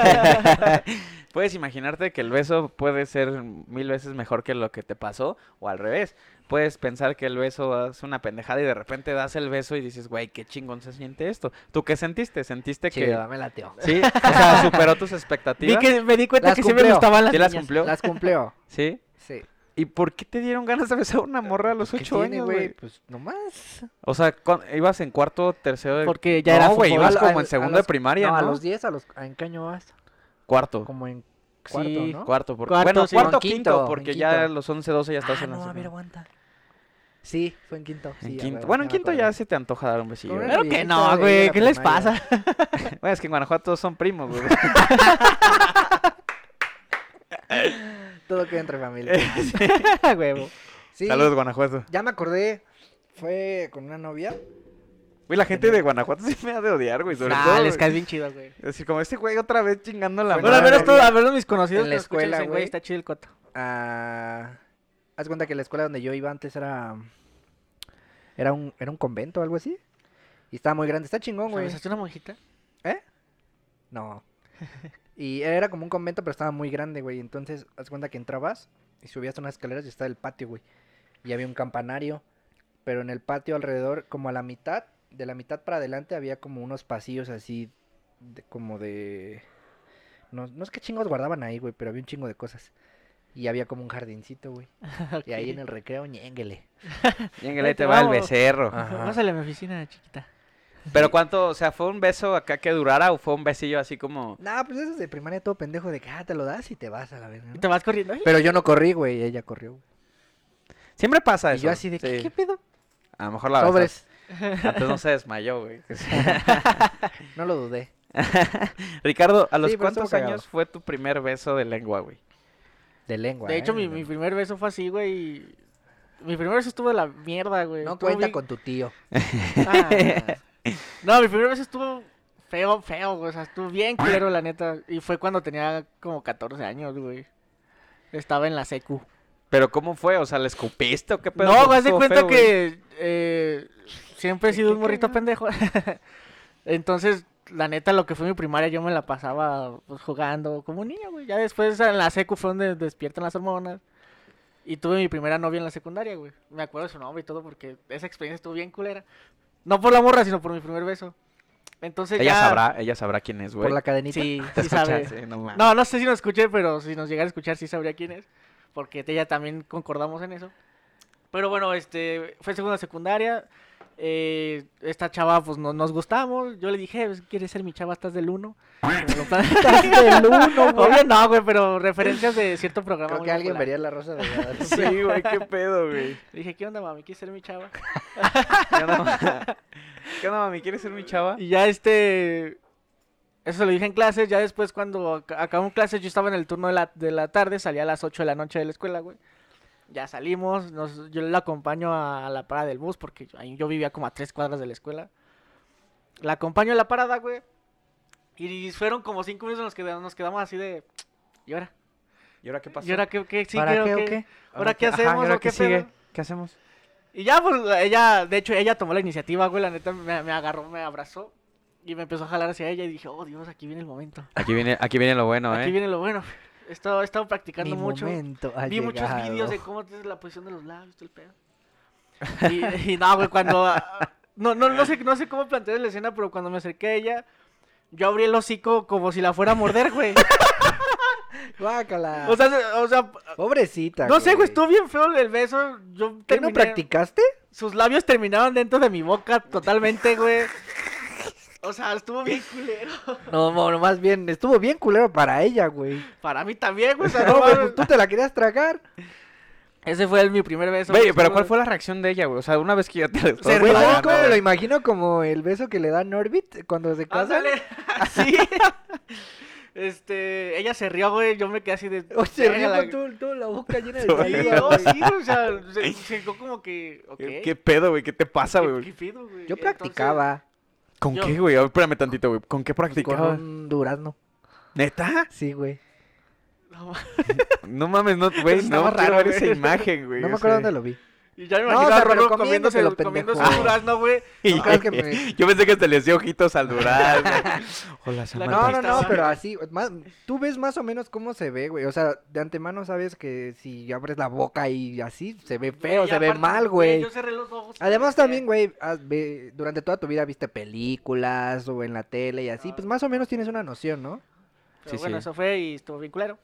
D: puedes imaginarte que el beso puede ser mil veces mejor que lo que te pasó, o al revés. Puedes pensar que el beso es una pendejada y de repente das el beso y dices, güey, qué chingón se siente esto. ¿Tú qué sentiste? ¿Sentiste
B: Chido,
D: que.?
B: dame la tío.
D: Sí, o sea, superó tus
A: Vi
D: expectativas.
A: que me di cuenta
B: Las
A: que sí me
B: cumplió,
A: gustaban las
D: ¿Sí las
A: niñas.
D: cumplió?
B: Las cumplió.
D: Sí.
B: Sí.
D: ¿Y por qué te dieron ganas de besar a una morra a los
B: ¿Qué
D: ocho
B: tiene,
D: años, güey?
B: Pues nomás.
D: O sea, ¿cuán- ibas en cuarto, tercero de...
A: Porque ya era
D: No, güey,
A: fútbol.
D: ibas
B: A-
D: como
B: a-
D: en
B: a
D: segundo
B: los-
D: de primaria,
B: no,
D: ¿no?
B: a los 10, a los... ¿En qué año vas?
D: Cuarto.
B: Como en cuarto,
D: Sí,
B: ¿no?
D: cuarto. porque-
A: Cuarto,
D: bueno,
A: sí.
D: cuarto,
B: En
D: quinto,
B: quinto, en
D: porque
B: quinto.
D: ya a los 11, 12 ya estás
B: Ah,
D: en la
B: no, a ver,
D: secundaria.
B: aguanta. Sí, fue en quinto.
D: En
B: sí, a
D: quinto.
B: huevo,
D: Bueno, en
B: me
D: quinto
B: acuerdo.
D: ya se te antoja dar un besillo.
B: Con
D: ¿verdad?
A: Claro que
B: Ahí
A: no,
B: era
A: güey. ¿Qué les
B: primaria.
A: pasa?
D: Bueno, es que en Guanajuato todos son primos, güey.
B: Todo queda entre familia.
A: Huevo.
B: Sí,
D: Eh, Saludos, Guanajuato.
B: Ya me acordé. Fue con una novia.
D: Güey, la gente de Guanajuato sí me ha de odiar, güey. Sobre todo,
A: Nah, les
D: güey.
A: caes bien chido, güey.
D: Es decir, como este güey otra vez chingando la
A: Bueno, al
D: madre.
A: menos todo, al menos mis conocidos
B: En
A: que
B: la
A: lo escuchan
B: escuela,
A: dicen,
B: güey.
A: güey, está chido el coto.
B: Ah, haz cuenta que la escuela donde yo iba antes era. Era un, era un convento o algo así. Y estaba muy grande. Está chingón, güey.
A: ¿Sabes una monjita?
B: No. Y era como un convento, pero estaba muy grande, güey. Entonces, haz cuenta que entrabas y subías unas escaleras y estaba el patio, güey. Y había un campanario. Pero en el patio alrededor, como a la mitad, de la mitad para adelante, había como unos pasillos así, de- como de... No, no es que chingos guardaban ahí, güey, pero había un chingo de cosas. Y había como un jardincito, güey. Y ahí en el recreo, ñénguele.
D: Y en el ahí te Ah. va el
A: Vamos.
D: becerro.
B: Ajá.
A: Vamos a la mi oficina, chiquita.
D: Pero cuánto, o sea, ¿fue un beso acá que durara o fue un besillo así como...
B: No, pues eso es de primaria todo pendejo de que, ah, te lo das y te vas a la verga,
A: Y
B: ¿no?
A: te vas corriendo. ay,
B: Pero yo no corrí, güey, ella corrió. güey.
D: Siempre pasa
B: Y
D: eso.
B: yo así de, ¿qué,
D: sí.
B: qué pedo?
D: A lo mejor la
B: Sobres.
D: abrazaste. Antes no se desmayó, güey.
B: No lo dudé.
D: Ricardo, ¿a los
B: Sí, pero estuvo
D: cuántos
B: cagado.
D: años fue tu primer beso de lengua, güey?
B: De lengua.
A: De hecho,
B: ¿eh?
A: mi, mi primer beso fue así, güey. y- Mi primer beso estuvo de la mierda, güey.
B: No
A: Estuvo
B: cuenta
A: bien-
B: con tu tío.
A: Ah. No, mi primer beso estuvo feo, feo, güey. O sea, estuvo bien culero, la neta. Y fue cuando tenía como 14 años, güey. Estaba en la secu.
D: Pero ¿cómo fue? O sea, ¿le escupiste o qué pedo?
A: No,
D: Porque
A: haz de
D: estuvo
A: cuenta
D: feo, güey.
A: que eh, siempre he sido un morrito pendejo. Entonces, la neta, lo que fue mi primaria, yo me la pasaba pues, jugando como un niño, güey. Ya después en la secu fue donde despiertan las hormonas. Y tuve mi primera novia en la secundaria, güey. Me acuerdo de su nombre y todo porque esa experiencia estuvo bien culera. No por la morra, sino por mi primer beso. Entonces
D: Ella
A: ya...
D: sabrá, ella sabrá quién es, güey.
B: Por la cadenita.
A: Sí,
D: Te
A: sí
D: escucha,
A: sabe.
D: sí, no, mames.
A: No, no sé si nos escuché, pero si nos llegara a escuchar sí sabría quién es, porque ella también concordamos en eso. Pero bueno, este, fue segunda secundaria, eh, esta chava pues no, nos gustamos, yo le dije, "Pues, ¿quieres ser mi chava? Estás del 1. Estás del 1, Obvio no, güey, pero referencias de cierto programa.
B: Creo
A: muy
B: que alguien
A: popular.
B: vería la rosa de Guadalupe.
D: Sí, güey, qué pedo, güey.
A: Le dije, ¿qué onda, mami? ¿Quieres ser mi chava?
D: ¿Qué onda, ma- ¿Qué onda, mami? ¿Quieres ser mi chava?
A: Y ya este. Eso se lo dije en clases. Ya después, cuando ac- acabó clases, yo estaba en el turno de la, de la tarde. Salía a las 8 de la noche de la escuela, güey. Ya salimos. nos- yo la acompaño a la parada del bus porque yo, ahí yo vivía como a tres cuadras de la escuela. La acompaño a la parada, güey. Y fueron como cinco minutos en los que nos quedamos así de. ¿Y ahora?
D: ¿Y ahora qué pasó?
A: ¿Y ahora qué, qué sigue?
B: ¿Para qué o
A: qué?
B: qué?
A: ¿Ahora qué
D: Ajá, ¿y
A: hacemos?
D: ahora
A: ¿O qué
D: sigue?
A: pedo?
D: ¿Qué hacemos?
A: Y ya, pues, ella, de hecho, ella tomó la iniciativa, güey, la neta, me, me agarró, me abrazó y me empezó a jalar hacia ella y dije, oh, Dios, aquí viene el momento.
D: Aquí viene, aquí viene lo bueno, ¿eh?
A: Aquí viene lo bueno. He estado, he estado practicando
B: Mi
A: mucho.
B: momento ha
A: Vi muchos
B: llegado.
A: vídeos de cómo tienes la posición de los labios, todo el pedo. Y, y no, güey, cuando... ah, No, no, no, sé, no sé cómo plantear la escena, pero cuando me acerqué a ella, yo abrí el hocico como si la fuera a morder, güey.
B: Guácala.
A: O sea, se- o sea,
B: Pobrecita.
A: no sé, güey, estuvo bien feo el beso. Yo
B: ¿Qué no
A: terminé-
B: practicaste?
A: Sus labios terminaban dentro de mi boca totalmente, güey. O sea, estuvo bien culero.
B: No, mo- no, más bien, estuvo bien culero para ella, güey.
A: Para mí también, güey. o sea, no
B: No, güey,
A: mames.
B: pues tú te la querías tragar.
A: Ese fue el- mi primer beso.
D: Güey,
A: güey,
D: pero
A: estuvo-
D: ¿cuál fue la reacción de ella, güey? O sea, una vez que ya te la estabas
B: Güey, ¿sabes
D: tragando,
B: cómo me lo
D: güey.
B: imagino como el beso que le da Norbit cuando se casan?
A: Ándale, así. Ah, Este, ella se rió, güey. Yo me quedé así de.
B: Oye,
A: "Verga, la-
B: riendo todo, toda la boca llena de
D: Sí,
A: Sí,
B: saliva,
A: no,
B: güey.
A: sí, o sea, se, se quedó como que. ok,
D: ¿Qué, qué pedo, güey? ¿Qué te pasa,
A: qué-
D: güey?
A: qué pedo, güey?
B: Yo
A: Entonces,
B: practicaba
D: ¿Con
A: Yo-
D: qué, güey? A ver, espérame tantito, güey. ¿Con qué
B: con
D: practicabas?
B: un durazno.
D: ¿Neta?
B: Sí, güey.
A: no,
D: No mames, no, güey,
A: Eso
D: no
A: estaba
D: quiero
A: raro,
D: ver esa
A: güey.
D: imagen, güey.
B: No me
D: o
B: acuerdo
D: sea.
B: dónde lo vi.
A: y ya me
B: No,
A: imagino
B: o sea,
A: a
B: pero
A: Rorro comiéndose,
B: comiéndoselo,
A: comiéndose
B: pendejo. Ah.
A: un durazno, güey.
B: No creas que me-
D: Yo pensé que te le hacía ojitos al durazno. Hola,
B: No,
A: Samantha.
B: no,
A: Está
B: no,
A: bien.
B: pero así, más- tú ves más o menos cómo se ve, güey. O sea, de antemano sabes que si abres la boca y así, se ve feo,
A: Y
B: se ve
A: aparte,
B: mal, güey.
A: Yo cerré los ojos.
B: Además también, güey, has- ve- durante toda tu vida viste películas o en la tele y así, pues más o menos tienes una noción, ¿no?
A: Pero
D: Sí,
A: bueno,
D: sí.
A: eso fue y estuvo bien culero.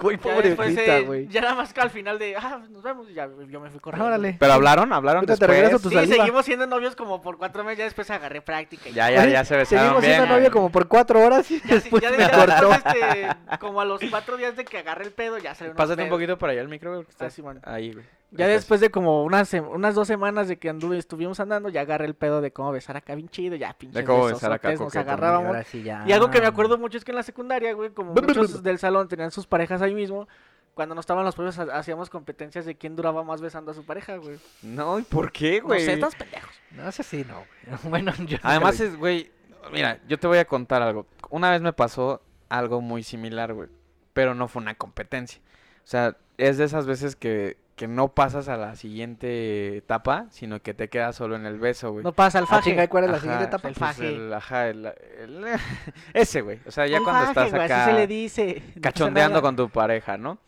D: Güey,
A: Ya después,
D: pobrecita,
A: eh,
D: güey.
A: ya nada más que al final de, ah, nos vemos, y ya yo me fui corriendo.
B: Ah, Órale. Pues,
D: Pero hablaron, hablaron
B: Ahorita te regreso
D: después.
B: tu
A: Sí,
B: saliva.
A: seguimos siendo novios como por cuatro meses, ya después agarré práctica. y
D: Ya, ya, ya se besaron
B: Seguimos siendo
D: bien. eh.
A: novio
B: novio como por cuatro horas y
A: Ya, sí,
B: después
A: ya de-
B: me
A: ya después,
B: cortó.
A: este, como a los cuatro días de que agarré el pedo, ya salió
D: Pásate un poquito para allá el micro, güey. que está
A: Ah, sí, bueno.
D: Ahí, güey.
A: Ya después de como unas, sem- unas dos semanas de que anduve, estuvimos andando, ya agarré el pedo de cómo besar acá bien chido, ya pinches
D: De cómo besar acá
A: besosotes, nos
D: coqueto, ¿no?
A: agarrábamos.
B: ahora sí ya.
A: Y algo que me acuerdo mucho es que en la secundaria, güey, como
B: Bum, bum,
A: muchos
B: bum.
A: del salón tenían sus parejas ahí mismo, cuando no estaban los premios ha- hacíamos competencias de quién duraba más besando a su pareja, güey.
D: No, ¿y por qué,
A: No
D: güey?
A: sé, estás pendejos.
B: No sé si no, güey. Bueno, yo nunca
D: Además
B: lo hice.
D: es, güey, mira, yo te voy a contar algo. Una vez me pasó algo muy similar, güey, pero no fue una competencia. O sea, es de esas veces que, que no pasas a la siguiente etapa, sino que te quedas solo en el beso, güey.
A: No pasa al
B: Ah, chinga, ¿y
A: faje.
B: ¿cuál es la
D: Ajá,
B: siguiente etapa?
A: el
D: pues,
A: faje.
D: el- ajá, el- el- ese, güey. O sea, ya
A: Un
D: cuando
A: faje,
D: estás
A: güey,
D: acá
A: Así se le dice. No pasa
D: cachondeando
A: nada.
D: con tu pareja, ¿no?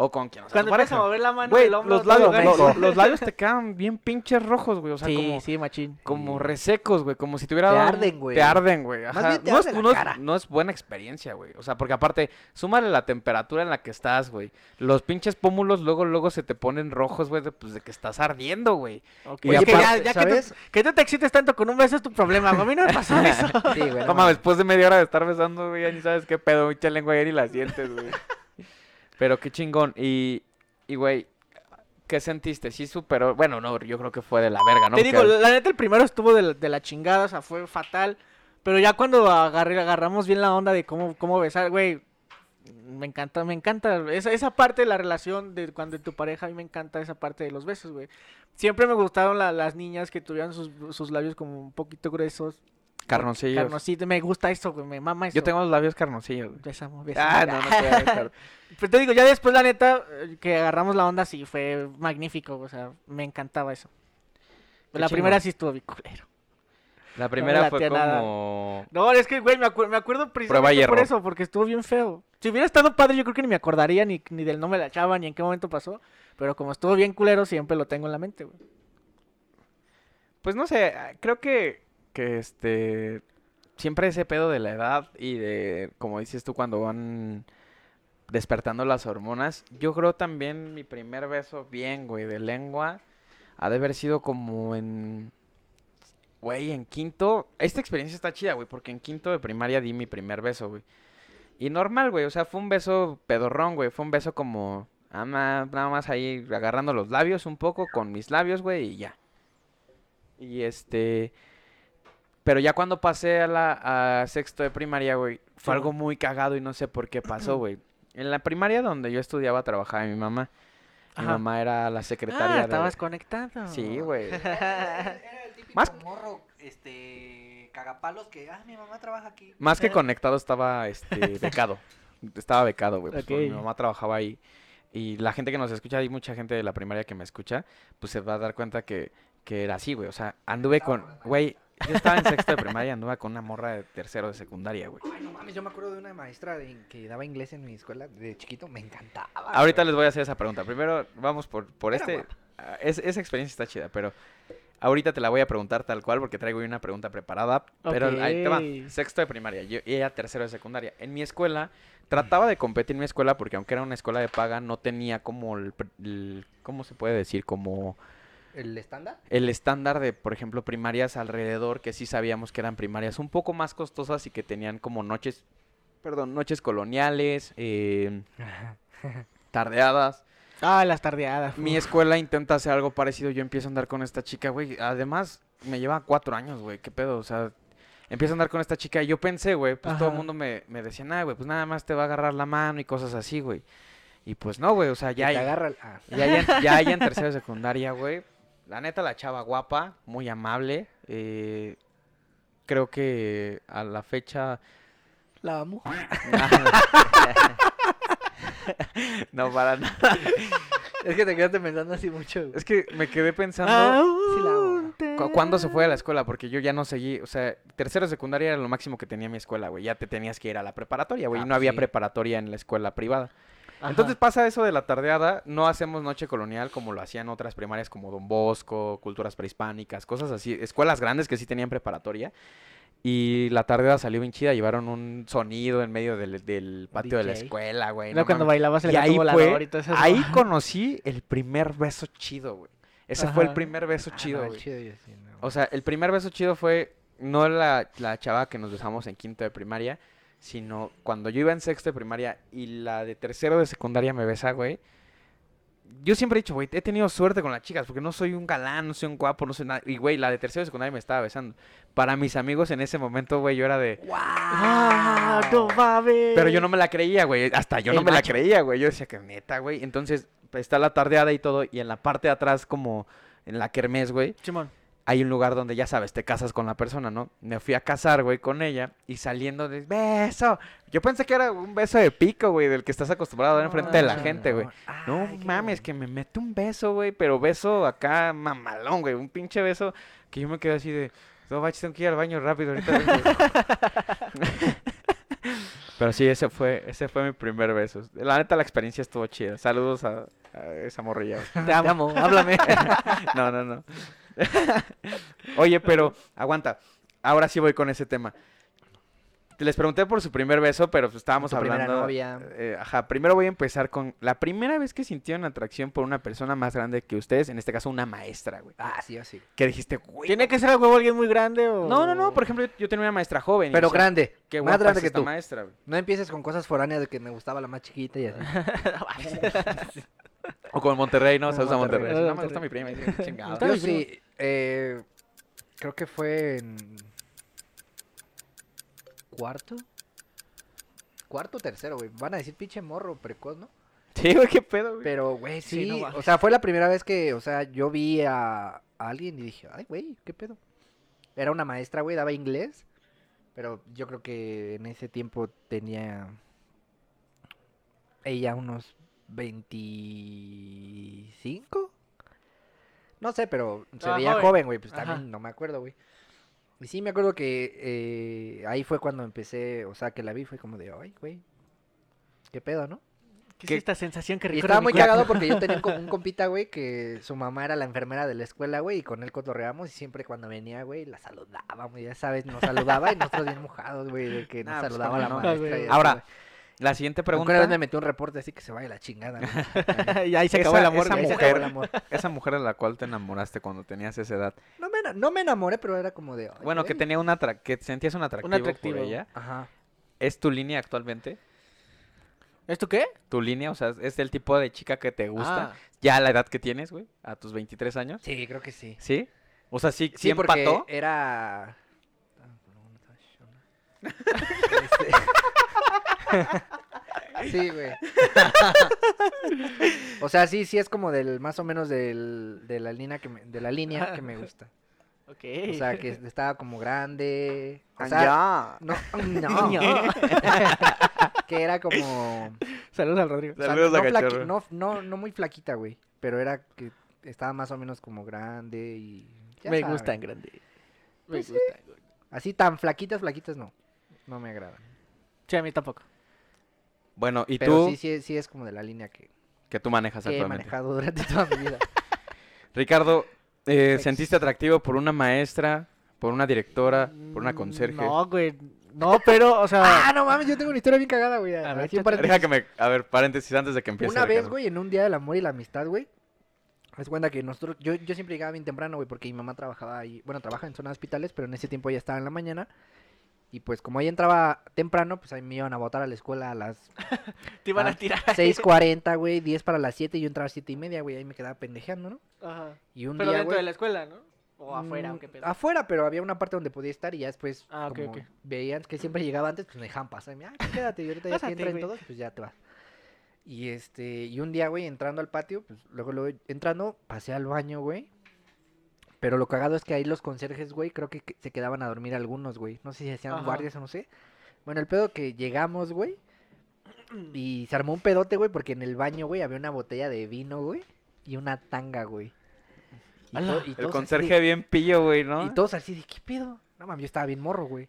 D: O con quien no sea tu
A: Cuando empiezas a
D: pareja.
A: mover la mano,
D: Güey,
A: el hombro,
D: los
A: todo
D: labios,
A: el organismo.
D: lo- los labios te quedan bien pinches rojos, güey. O sea,
A: sí,
D: como,
A: sí, machín.
D: como resecos, güey, como si tuviera
B: Te
D: dado un-
B: arden, güey.
D: Te arden, güey. ajá.
B: bien te
D: no, es,
B: arde la
D: no es-
B: cara.
D: no es buena experiencia, güey. O sea, porque aparte, súmale la temperatura en la que estás, güey. Los pinches pómulos luego, luego se te ponen rojos, güey, de, pues de que estás ardiendo, güey.
A: Ok,
D: Y
A: es que ya,
B: aparte,
A: ya que,
B: ¿sabes?
A: tú, que tú te excites tanto con un beso es tu problema, güey. A mí no me pasó eso.
B: Sí, güey, no
D: Toma,
B: mames.
D: después de media hora de estar besando, güey, ya ni sabes qué pedo, pinche lengua ya ni la sientes, güey. Pero qué chingón. Y, y, güey, ¿qué sentiste? Sí superó. Bueno, no, yo creo que fue de la verga, ¿no?
A: Te
D: Porque
A: digo, la neta, el primero estuvo de la, de la chingada, o sea, fue fatal. Pero ya cuando agarré, agarramos bien la onda de cómo, cómo besar, güey, me encanta, me encanta. Esa, esa parte de la relación de cuando tu pareja, a mí me encanta esa parte de los besos, güey. Siempre me gustaron la- las niñas que tuvieran sus, sus labios como un poquito gruesos.
D: Carnosillos.
A: Carnosito, me gusta eso, güey, me mama eso.
D: Yo tengo los labios carnosillos, güey.
A: Besamos, besamos.
D: Ah, no, no te voy a dejar.
A: Pero te digo, ya después, la neta, eh, que agarramos la onda, sí, fue magnífico, o sea, me encantaba eso.
D: Qué
A: La
D: chingón.
A: primera sí estuvo bien culero.
D: La
A: me
D: primera
A: latía
D: fue
A: nada.
D: como...
A: No, es que, güey, me, acuer- me acuerdo
D: Prueba y
A: precisamente por
D: error.
A: eso, porque estuvo bien feo. Si hubiera estado padre, yo creo que ni me acordaría ni, ni del nombre de la chava, ni en qué momento pasó. Pero como estuvo bien culero, siempre lo tengo en la mente, güey.
D: Pues no sé, ah, creo que, que este... Siempre ese pedo de la edad y de, como dices tú, cuando van despertando las hormonas. Yo creo también mi primer beso bien, güey, de lengua. Ha de haber sido como en... Güey, en quinto... Esta experiencia está chida, güey, porque en quinto de primaria di mi primer beso, güey. Y normal, güey, o sea, fue un beso pedorrón, güey. Fue un beso como... Nada más, nada más ahí agarrando los labios un poco con mis labios, güey, y ya. Y este. Pero ya cuando pasé a la a sexto de primaria, güey, fue algo muy cagado y no sé por qué pasó, güey. En la primaria donde yo estudiaba trabajaba mi mamá. Mi
A: Ajá.
D: mamá era la secretaria
A: ah,
D: de-
A: estabas conectado.
D: Sí, güey.
A: Ah,
B: Era el típico
D: Más-
B: morro, este, cagapalos que, ah, mi mamá trabaja aquí.
D: Más que conectado estaba este becado. Estaba becado, güey. pues, porque
A: Ok.
D: Mi mamá trabajaba ahí. Y la gente que nos escucha, hay mucha gente de la primaria que me escucha, pues se va a dar cuenta que, que era así, güey. O sea, anduve con. Güey, yo estaba en sexto de primaria y anduve con una morra de tercero de secundaria, güey.
B: Ay, no mames, yo me acuerdo de una maestra de- que daba inglés en mi escuela de chiquito, me encantaba.
D: Ahorita les voy a hacer esa pregunta. Primero, vamos por, por
B: Era
D: este.
B: guapa.
D: ah, es- esa experiencia está chida, pero ahorita te la voy a preguntar tal cual porque traigo ahí una pregunta preparada. Pero ahí te va.
A: Ok.
D: Sexto de primaria yo, y ella tercero de secundaria. En mi escuela, trataba de competir en mi escuela porque aunque era una escuela de paga, no tenía como el, pr- el- ¿Cómo se puede decir? Como
B: ¿El estándar?
D: el estándar de, por ejemplo, primarias alrededor, que sí sabíamos que eran primarias un poco más costosas y que tenían como noches, perdón, noches coloniales, eh, tardeadas.
A: Ah, las tardeadas.
D: Mi escuela intenta hacer algo parecido. Yo empiezo a andar con esta chica, güey. Además, me lleva cuatro años, güey. ¿Qué pedo? O sea, Empiezo a andar con esta chica y yo pensé, güey, pues todo el
A: Ajá.
D: mundo me, me decía, nah, güey, pues nada más te va a agarrar la mano y cosas así, güey. Y pues no, güey, o sea,
B: Y
D: ya...
B: te agarra. el- ah,
D: Ya, ya, ya allá en tercero de secundaria, güey. La neta, la chava guapa, muy amable. eh, creo que a la fecha.
B: la amo.
D: no, para nada.
B: Es que te quedaste pensando así mucho. güey.
D: Es que me quedé
A: Ah,
D: pensando.
A: Aún te
D: cu- ¿Cuándo se fue a la escuela? Porque yo ya no seguí. O sea, tercero de secundaria era lo máximo que tenía mi escuela, güey. Ya te tenías que ir a la preparatoria, güey.
B: Ah,
D: y no había
B: sí.
D: preparatoria en la escuela privada.
A: Ajá.
D: Entonces pasa eso de la tardeada, no hacemos noche colonial como lo hacían otras primarias como Don Bosco, culturas prehispánicas, cosas así, escuelas grandes que sí tenían preparatoria. Y la tardeada salió bien chida, llevaron un sonido en medio del, del patio de la
B: DJ.
D: escuela, güey.
A: Era
D: no
A: cuando
D: mames.
A: bailabas el
D: Y
A: gato
D: ahí
A: volador
D: fue-
A: y todas esas
D: Ahí
A: mamadas.
D: conocí el primer beso chido, güey. Ese fue el
A: Ajá.
D: primer beso
B: Ah,
D: chido,
B: no, el
D: güey.
B: chido yo sí, no.
D: O sea, el primer beso chido fue no la, la chava que nos besamos en quinto de primaria, sino cuando yo iba en sexto de primaria y la de tercero de secundaria me besa, güey. Yo siempre he dicho, güey, he tenido suerte con las chicas porque no soy un galán, no soy un guapo, no soy nada. Y, güey, la de tercero de secundaria me estaba besando. Para mis amigos en ese momento, güey, yo era de...
A: Ah, no mames.
D: Pero yo no me la creía, güey. Hasta yo no
A: El
D: me la
A: macho.
D: creía, güey. Yo decía que neta, güey. Entonces, pues, está la tardeada y todo. Y en la parte de atrás, como en la kermés, güey
A: Simón.
D: hay un lugar donde ya sabes, te casas con la persona, ¿no? Me fui a casar, güey, con ella y saliendo de beso. Yo pensé que era un beso de pico, güey, del que estás acostumbrado a dar enfrente de la
B: Ah,
D: gente, güey. No
B: Ay, qué
D: mames,
B: bonito.
D: que me mete un beso, güey, pero beso acá mamalón, güey, un pinche beso que yo me quedé así de, no, baches, tengo que ir al baño rápido ahorita. vengo". pero sí, ese fue, ese fue mi primer beso. La neta, la experiencia estuvo chida. Saludos a, a esa morrilla, güey.
A: Te amo. háblame.
D: No, no, no. Oye, pero aguanta. Ahora sí voy con ese tema. Te les pregunté por su primer beso, pero pues estábamos
B: Tu primera
D: hablando.
B: novia.
D: eh, ajá, primero voy a empezar con la primera vez que sintieron atracción por una persona más grande que ustedes, en este caso una maestra, güey.
B: Ah, sí, yo sí.
D: Que dijiste, güey.
A: ¿Tiene que ser a huevo alguien muy grande o.?
D: No, no, no. Por ejemplo, yo, yo tenía una maestra joven. y
B: Pero
D: decía,
B: grande.
D: Qué
B: más
D: guapa
B: grande
D: es
B: que
D: esta
B: tú.
D: maestra, güey.
B: No empieces con cosas foráneas de que me gustaba la más chiquita y así.
D: O con Monterrey, ¿no?
B: Como
D: Saludos a Monterrey.
B: Monterrey.
D: No, me
A: Monterrey.
D: gusta mi prima. y dice, "Chingado".
A: Está
B: Yo
A: bien, primo.
B: sí, eh, creo que fue en cuarto, cuarto o tercero, güey. Van a decir pinche morro precoz, ¿no?
D: Sí, güey, qué pedo, güey.
B: Pero, güey, sí,
A: Sí, no mames.
B: o sea, fue la primera vez que, o sea, yo vi a, a alguien y dije, ay, güey, qué pedo. Era una maestra, güey, daba inglés, pero yo creo que en ese tiempo tenía ella unos 25. No sé, pero se
A: Estaba
B: veía
A: Ah, joven.
B: joven, güey, pues
A: Ajá.
B: también no me acuerdo, güey. Y sí, me acuerdo que eh, ahí fue cuando empecé, o sea, que la vi, fue como de, ay, güey, qué pedo, ¿no?
A: ¿Qué
D: ¿Qué?
A: es esta sensación que
B: Y
A: recuerda
B: estaba
A: mi
B: muy
A: cuerpo?
B: cagado porque yo tenía como un compita, güey, que su mamá era la enfermera de la escuela, güey, y con él cotorreamos y siempre cuando venía, güey, la saludábamos, ya sabes, nos saludaba y nosotros bien mojados, güey, de que nos
D: Nah, pues,
B: saludaba
D: cómo
B: la
D: no.
B: maestra.
A: Ah, güey.
B: y así,
D: Ahora,
B: güey.
D: la siguiente
B: Aunque Una vez
D: pregunta.
B: me metió un reporte así que se vaya la chingada. güey.
A: y ahí se acabó
D: Esa-
A: el amor.
D: esa
A: güey.
B: Ahí se
D: mujer.
B: acabó el amor.
D: Esa mujer de la cual te enamoraste cuando tenías esa edad.
B: No me, ena- no me enamoré, pero era como de... ay,
D: Bueno, que
B: güey.
D: tenía una atra- que sentías un atractivo,
A: atractivo.
D: por ella.
B: Ajá.
D: ¿Es tu línea actualmente?
A: ¿Esto qué?
D: ¿Tu línea? O sea, ¿es el tipo de chica que te gusta?
A: Ah.
D: Ya a la edad que tienes, güey, a tus 23 años.
B: Sí, creo que sí.
D: ¿Sí? O sea, ¿sí, sí
B: Sí, porque
D: empató?
B: era... Este- sí, güey. o sea, sí, sí es como del más o menos del, de la línea que me, de la línea que me gusta.
A: Ok.
B: O sea, que estaba como grande. O
D: Ah,
B: sea,
D: ya.
B: no, no.
A: Ño.
B: que era como
A: Saludos al Rodrigo.
B: o sea,
D: Saludos
B: no,
D: a
B: flaqui-
D: Cachorro.
B: no, no, no muy flaquita, güey, pero era que estaba más o menos como grande y ya
A: me
B: saben.
A: gusta en grande. Me
B: Pues sí.
A: gusta en grande.
B: Así tan flaquitas, flaquitas no. No me agradan.
A: Sí, a mí tampoco.
D: Bueno, ¿y
B: Pero
D: tú?
B: sí, sí, sí es como de la línea que,
D: Que tú manejas
B: que he
D: actualmente.
B: manejado durante toda mi vida.
D: Ricardo, eh,
B: Ex.
D: ¿sentiste atractivo por una maestra, por una directora, por una
A: Mm,
D: conserje?
A: No, güey. No, pero, o sea.
B: ah, no mames, yo tengo una historia bien cagada, güey.
A: A ver,
B: Así un
A: échate.
B: paréntesis.
D: Deja que me... A ver, paréntesis antes de que empiece.
B: Una vez,
D: Ricardo.
B: güey, en un día del amor y la amistad, güey. Haz cuenta que nosotros, yo, yo siempre llegaba bien temprano, güey, porque mi mamá trabajaba ahí, bueno, trabaja en zonas hospitales, pero en ese tiempo ella estaba en la mañana. Y pues como ella entraba temprano, pues ahí me iban a botar a la escuela a las
A: te iban
B: ah,
A: a tirar.
B: 6.40, güey, 10 para las 7 y yo entraba a las 7 y media, güey, ahí me quedaba pendejeando, ¿no?
A: Ajá.
B: Y un
A: Pero
B: día,
A: dentro
B: güey,
A: de la escuela, ¿no? O afuera,
B: Mm,
A: o qué pedo.
B: Afuera, pero había una parte donde podía estar y ya después
A: Ah, ok,
B: como
A: ok.
B: veían que siempre llegaba antes, pues me dejaban pasar. Y me, ah, pues, quédate, y ahorita ya que
A: Pásate,
B: entran
A: güey.
B: todos, pues ya te vas. Y este, y un día, güey, entrando al patio, pues luego, luego entrando, pasé al baño, güey. Pero lo cagado es que ahí los conserjes, güey, creo que que se quedaban a dormir algunos, güey. No sé si hacían
A: Ajá.
B: guardias o no sé. Bueno, el pedo que llegamos, güey. Y se armó un pedote, güey, porque en el baño, güey, había una botella de vino, güey. Y una tanga, güey. Y
A: Ala.
B: to- y todos
D: El
B: así
D: conserje
B: de-
D: bien pillo, güey, ¿no?
B: y todos así de, ¿qué pedo? No mames, yo estaba bien morro, güey.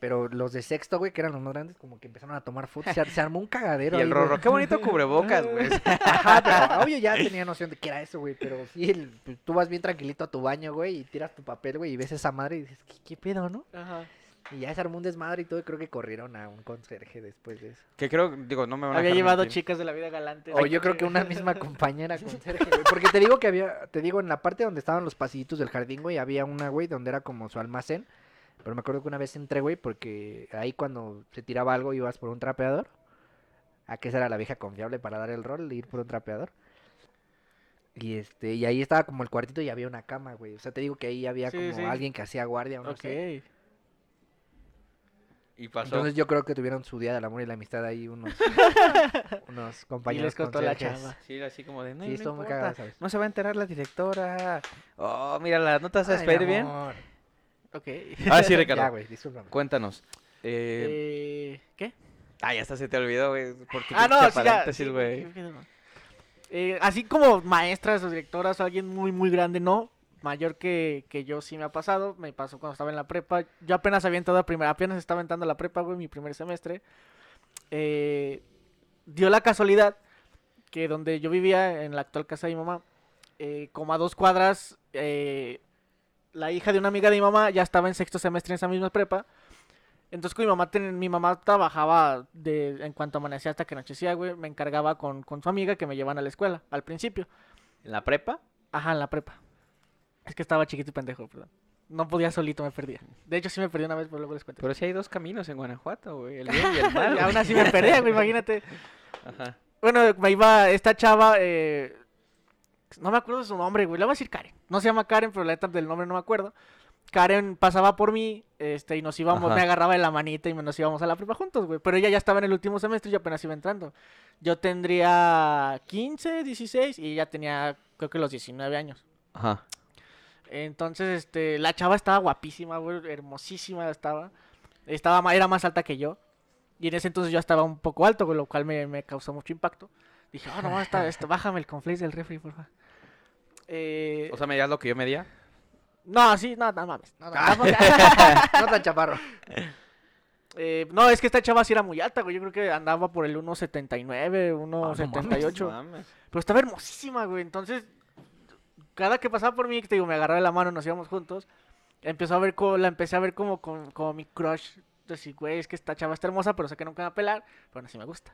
B: Pero los de sexto, güey, que eran los más grandes, como que empezaron a tomar fotos. Se, ar- se armó un cagadero.
D: Y el
B: ahí, güey.
D: rorro, qué bonito cubrebocas, güey.
B: Ajá, pero obvio ya tenía noción de qué era eso, güey. Pero sí, el- pues, tú vas bien tranquilito a tu baño, güey, y tiras tu papel, güey, y ves esa madre y dices, ¿qué, qué pedo, no?
A: Ajá.
B: Y ya se armó un desmadre y todo, y creo que corrieron a un conserje después de eso.
D: Que creo, digo, no me van a
A: Había
D: dejar
A: llevado
D: mentir.
A: chicas de la vida galante.
B: O yo creo que una misma compañera conserje, güey. Porque te digo que había, te digo, en la parte donde estaban los pasillitos del jardín, güey, había una, güey, donde era como su almacén. Pero me acuerdo que una vez entré, güey, porque ahí cuando se tiraba algo ibas por un trapeador. ¿A qué será la vieja confiable para dar el rol? Ir por un trapeador. Y este, y ahí estaba como el cuartito y había una cama, güey. O sea, te digo que ahí había
A: Sí,
B: como
A: sí.
B: alguien que hacía guardia o no
A: Ok.
B: sé.
D: Y pasó.
B: Entonces yo creo que tuvieron su día del amor y la amistad ahí unos, unos
A: Y
B: compañeros
A: les contó la
B: conserjes.
A: chava.
D: Sí, así como de, no,
B: Sí,
D: no
B: estuvo muy
D: importa,
B: cagado, ¿sabes?
D: No se va a enterar la directora. Oh, mira, la no te vas a
B: Ay, mi
D: despedir bien.
B: amor.
A: Ok.
D: Ah, sí,
B: Ya,
D: Ricardo.
B: güey, discúlpame.
D: Cuéntanos. Eh,
A: Eh, ¿Qué?
D: Ay, hasta se te olvidó, güey. ¿Por qué
A: Ah, no,
D: hiciste
A: sí, ya.
D: paréntesis,
A: sí,
D: güey?
A: qué pedo. Eh, así como maestras o directoras o alguien muy, muy grande, no. Mayor que, que yo sí me ha pasado. Me pasó cuando estaba en la prepa. Yo apenas había entrado a primera, apenas estaba entrando a la prepa, güey, mi primer semestre. Eh, dio la casualidad que donde yo vivía, en la actual casa de mi mamá, eh, como a dos cuadras, eh, la hija de una amiga de mi mamá ya estaba en sexto semestre en esa misma prepa. Entonces con mi mamá, ten- mi mamá trabajaba de, en cuanto amanecía hasta que anochecía, güey. Me encargaba con, con su amiga que me llevan a la escuela, al principio.
D: ¿En la prepa?
A: Ajá, en la prepa. Es que estaba chiquito y pendejo, perdón. No podía solito, me perdía. De hecho, sí me perdí una vez, pero luego les cuento.
D: Pero sí hay dos caminos en Guanajuato, güey. El bien y el mal.
A: Y
D: güey.
A: aún así me perdía, güey, imagínate.
D: Ajá.
A: Bueno, me iba esta chava, eh, no me acuerdo de su nombre, güey, le voy a decir Karen. No se llama Karen, pero la neta del nombre no me acuerdo. Karen pasaba por mí, este, y nos íbamos,
D: Ajá.
A: me agarraba de la manita y nos íbamos a la prepa juntos, güey. Pero ella ya estaba en el último semestre y yo apenas iba entrando. Yo tendría 15, 16 y ella tenía, creo que los 19 años.
D: Ajá.
A: Entonces, este, la chava estaba guapísima, güey, hermosísima estaba. Estaba, ma- era más alta que yo. Y en ese entonces yo estaba un poco alto, con lo cual me, me causó mucho impacto. Dije, oh, no, está, esto, bájame el conflict del refri, por favor. Eh,
D: O sea, me digas lo que yo me diga.
A: no, sí, no, no mames. No, no,
B: Ah.
A: tampoco-
B: No tan chaparro.
A: Eh, no, es que esta chava sí era muy alta, güey. Yo creo que andaba por el 1.79,
D: Ah, No
A: 1.78.
D: mames.
A: pero estaba hermosísima, güey. Entonces, cada que pasaba por mí, que te digo, me agarraba de la mano, nos íbamos juntos. Empezó a ver co- la empecé a ver como, como, como mi crush. Decir, güey, es que esta chava está hermosa, pero sé que nunca me va a pelar. Pero aún así me gusta.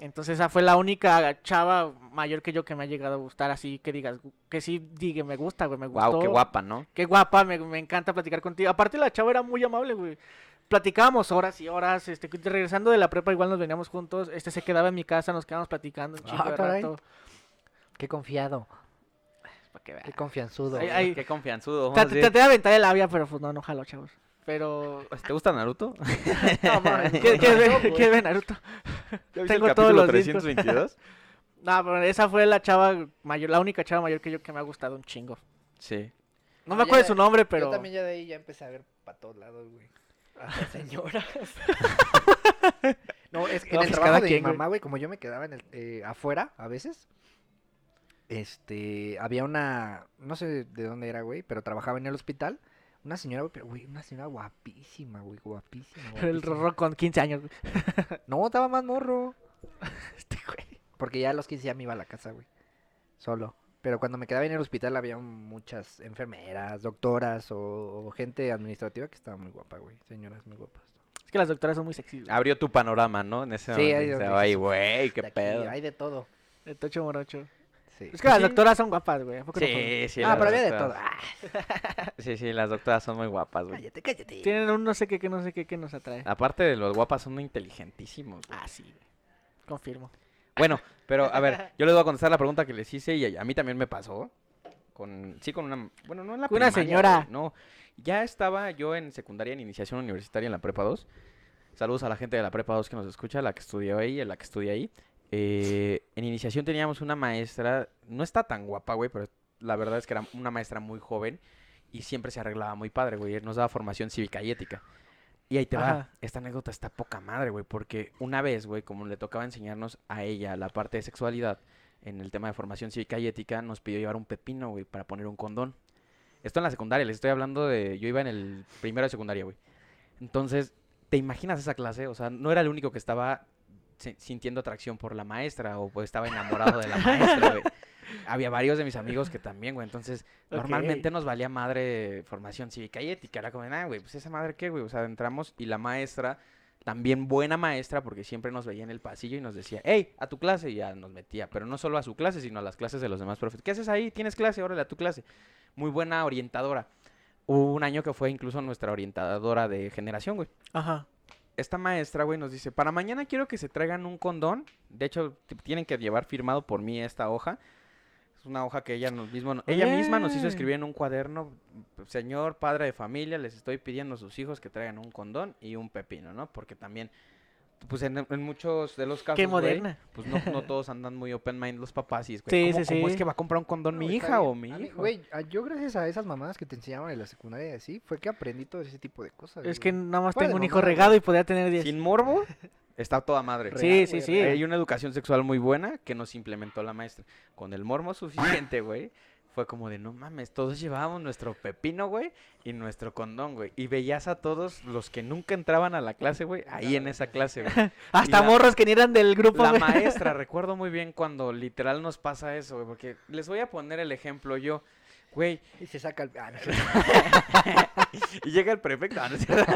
A: Entonces, esa fue la única chava mayor que yo que me ha llegado a gustar. Así que digas, que sí, diga, me gusta, güey, me gustó.
D: Guau, qué guapa, ¿no?
A: Qué guapa, me, me encanta platicar contigo. Aparte la chava era muy amable, güey. Platicábamos horas y horas, este, que- regresando de la prepa igual nos veníamos juntos, este se quedaba en mi casa, nos quedábamos platicando un chingo
B: Ah,
A: de
B: caray.
A: rato.
B: Qué confiado,
A: Para que
B: qué
A: vean.
B: confianzudo.
A: Ay,
B: güey.
A: ay.
D: Qué confianzudo. vamos a
A: Traté
D: decir.
A: traté de aventar el labia, pero pues no, no jalo, chavos. Pero...
D: ¿Te gusta Naruto?
A: No, mames, ¿qué- qué ve- ¿Qué ve Naruto?
D: ¿Ya
A: viste el Tengo todos capítulo los discos.
D: 322?
A: No, pero esa fue la chava mayor, la única chava mayor que yo que me ha gustado un chingo.
D: Sí.
A: No
B: No,
A: me
B: ya
A: acuerdo de
B: de-
A: su nombre, pero...
B: Ah,
A: Ah.
B: Yo también ya de ahí ya empecé a ver para todos lados, güey. Hasta señoras. no, es que
A: No,
B: en el
A: pues,
B: trabajo
A: cada
B: de
A: quien,
B: mi
A: güey.
B: mamá, güey, como yo me quedaba en el, eh, afuera a veces, este, había una, no sé de dónde era, güey, pero trabajaba en el hospital. Una señora, güey, pero, güey, una señora guapísima, güey, guapísima.
A: El
B: guapísima.
A: Rorro con 15 años. güey.
B: No, estaba más morro.
A: Este güey.
B: Porque ya a los 15 ya me iba a la casa, güey. Solo. Pero cuando me quedaba en el hospital había muchas enfermeras, doctoras o, o gente administrativa que estaba muy guapa, güey. Señoras muy guapas.
A: Es que las doctoras son muy sexy. güey.
D: Abrió tu panorama, ¿no? En ese
B: Sí,
D: momento.
B: ahí
D: dices,
B: donde
D: Ay,
B: dices,
D: güey, qué
B: De aquí
D: pedo.
B: Hay de todo.
A: De Tocho Morocho.
B: Sí.
A: Es que las
D: Sí.
A: doctoras son guapas, güey. ¿a poco no son?
D: Sí, sí.
B: ah,
D: las
B: pero había de todo.
D: doctoras.
B: Ah,
D: Sí, sí, las doctoras son muy guapas, güey.
B: cállate, cállate.
A: Tienen un no sé qué, que no sé qué, que nos atrae.
D: Aparte de los guapas, son inteligentísimos. güey.
A: Ah, sí, güey. Confirmo.
D: Bueno, pero a ver, yo les voy a contestar la pregunta que les hice y a- a mí también me pasó. con sí con una bueno, no en la
A: Con una
D: primaria,
A: señora.
D: güey, no, ya estaba yo en secundaria en iniciación universitaria en la prepa 2. Saludos a la gente de la prepa 2 que nos escucha, la que estudió ahí, la que estudia ahí. Eh, en iniciación teníamos una maestra, no está tan guapa, güey, pero la verdad es que era una maestra muy joven y siempre se arreglaba muy padre, güey. Nos daba formación cívica y ética. Y ahí te va,
A: Ajá.
D: esta anécdota está poca madre, güey, porque una vez, güey, como le tocaba enseñarnos a ella la parte de sexualidad en el tema de formación cívica y ética, nos pidió llevar un pepino, güey, para poner un condón. Esto en la secundaria, les estoy hablando de. Yo iba en el primero de secundaria, güey. Entonces, ¿te imaginas esa clase? O sea, no era el único que estaba si- sintiendo atracción por la maestra o pues, estaba enamorado de la maestra, güey. Había varios de mis amigos que también, güey. Entonces, normalmente
A: Ok.
D: nos valía madre formación cívica y ética. Era como, ah, güey, pues esa madre qué, güey. O sea, entramos y la maestra, también buena maestra, porque siempre nos veía en el pasillo y nos decía, hey, a tu clase. Y ya nos metía, pero no solo a su clase, sino a las clases de los demás profes. ¿Qué haces ahí? ¿Tienes clase? Órale, a tu clase. Muy buena orientadora. Hubo un año que fue incluso nuestra orientadora de generación, güey
A: Ajá.
D: esta maestra, güey, nos dice, para mañana quiero que se traigan un condón. De hecho, t- tienen que llevar firmado por mí esta hoja. Es una hoja que ella, nos mismo, ella misma nos hizo
A: Ey.
D: escribir en un cuaderno. Señor, padre de familia, les estoy pidiendo a sus hijos que traigan un condón y un pepino, ¿no? Porque también, pues en, en muchos de los casos,
A: Qué
D: güey,
A: moderna.
D: pues no, no todos andan muy open mind los papás y es, güey,
A: Sí,
D: ¿cómo,
A: sí,
D: cómo es
A: sí.
D: que va a comprar un condón
B: No,
D: mi
B: está
D: hija
B: bien.
D: o mi
B: A mí,
D: hijo?
B: Güey, a- yo gracias a esas mamadas que te enseñaban en la secundaria y así, fue que aprendí todo ese tipo de cosas.
A: Es que
B: güey.
A: nada más
B: Fuera
A: tengo
B: de
A: un hijo
B: mamada,
A: regado y podría tener 10.
D: Sin morbo, está toda madre.
A: Sí,
B: Real,
A: sí,
B: güey,
A: sí.
B: real.
D: Hay una educación sexual muy buena que nos implementó la maestra. Con el mormo suficiente, güey. Fue como de, no mames, todos llevábamos nuestro pepino, güey, y nuestro condón, güey. Y veías a todos los que nunca entraban a la clase, güey, ahí en esa clase, güey.
A: Hasta
D: la-
A: morros que ni eran del grupo,
D: La
A: güey.
D: maestra, recuerdo muy bien cuando literal nos pasa eso, güey, porque les voy a poner el ejemplo yo. Güey,
B: Y se saca el... Ah, no,
D: y llega el prefecto. ah, No, es cierto.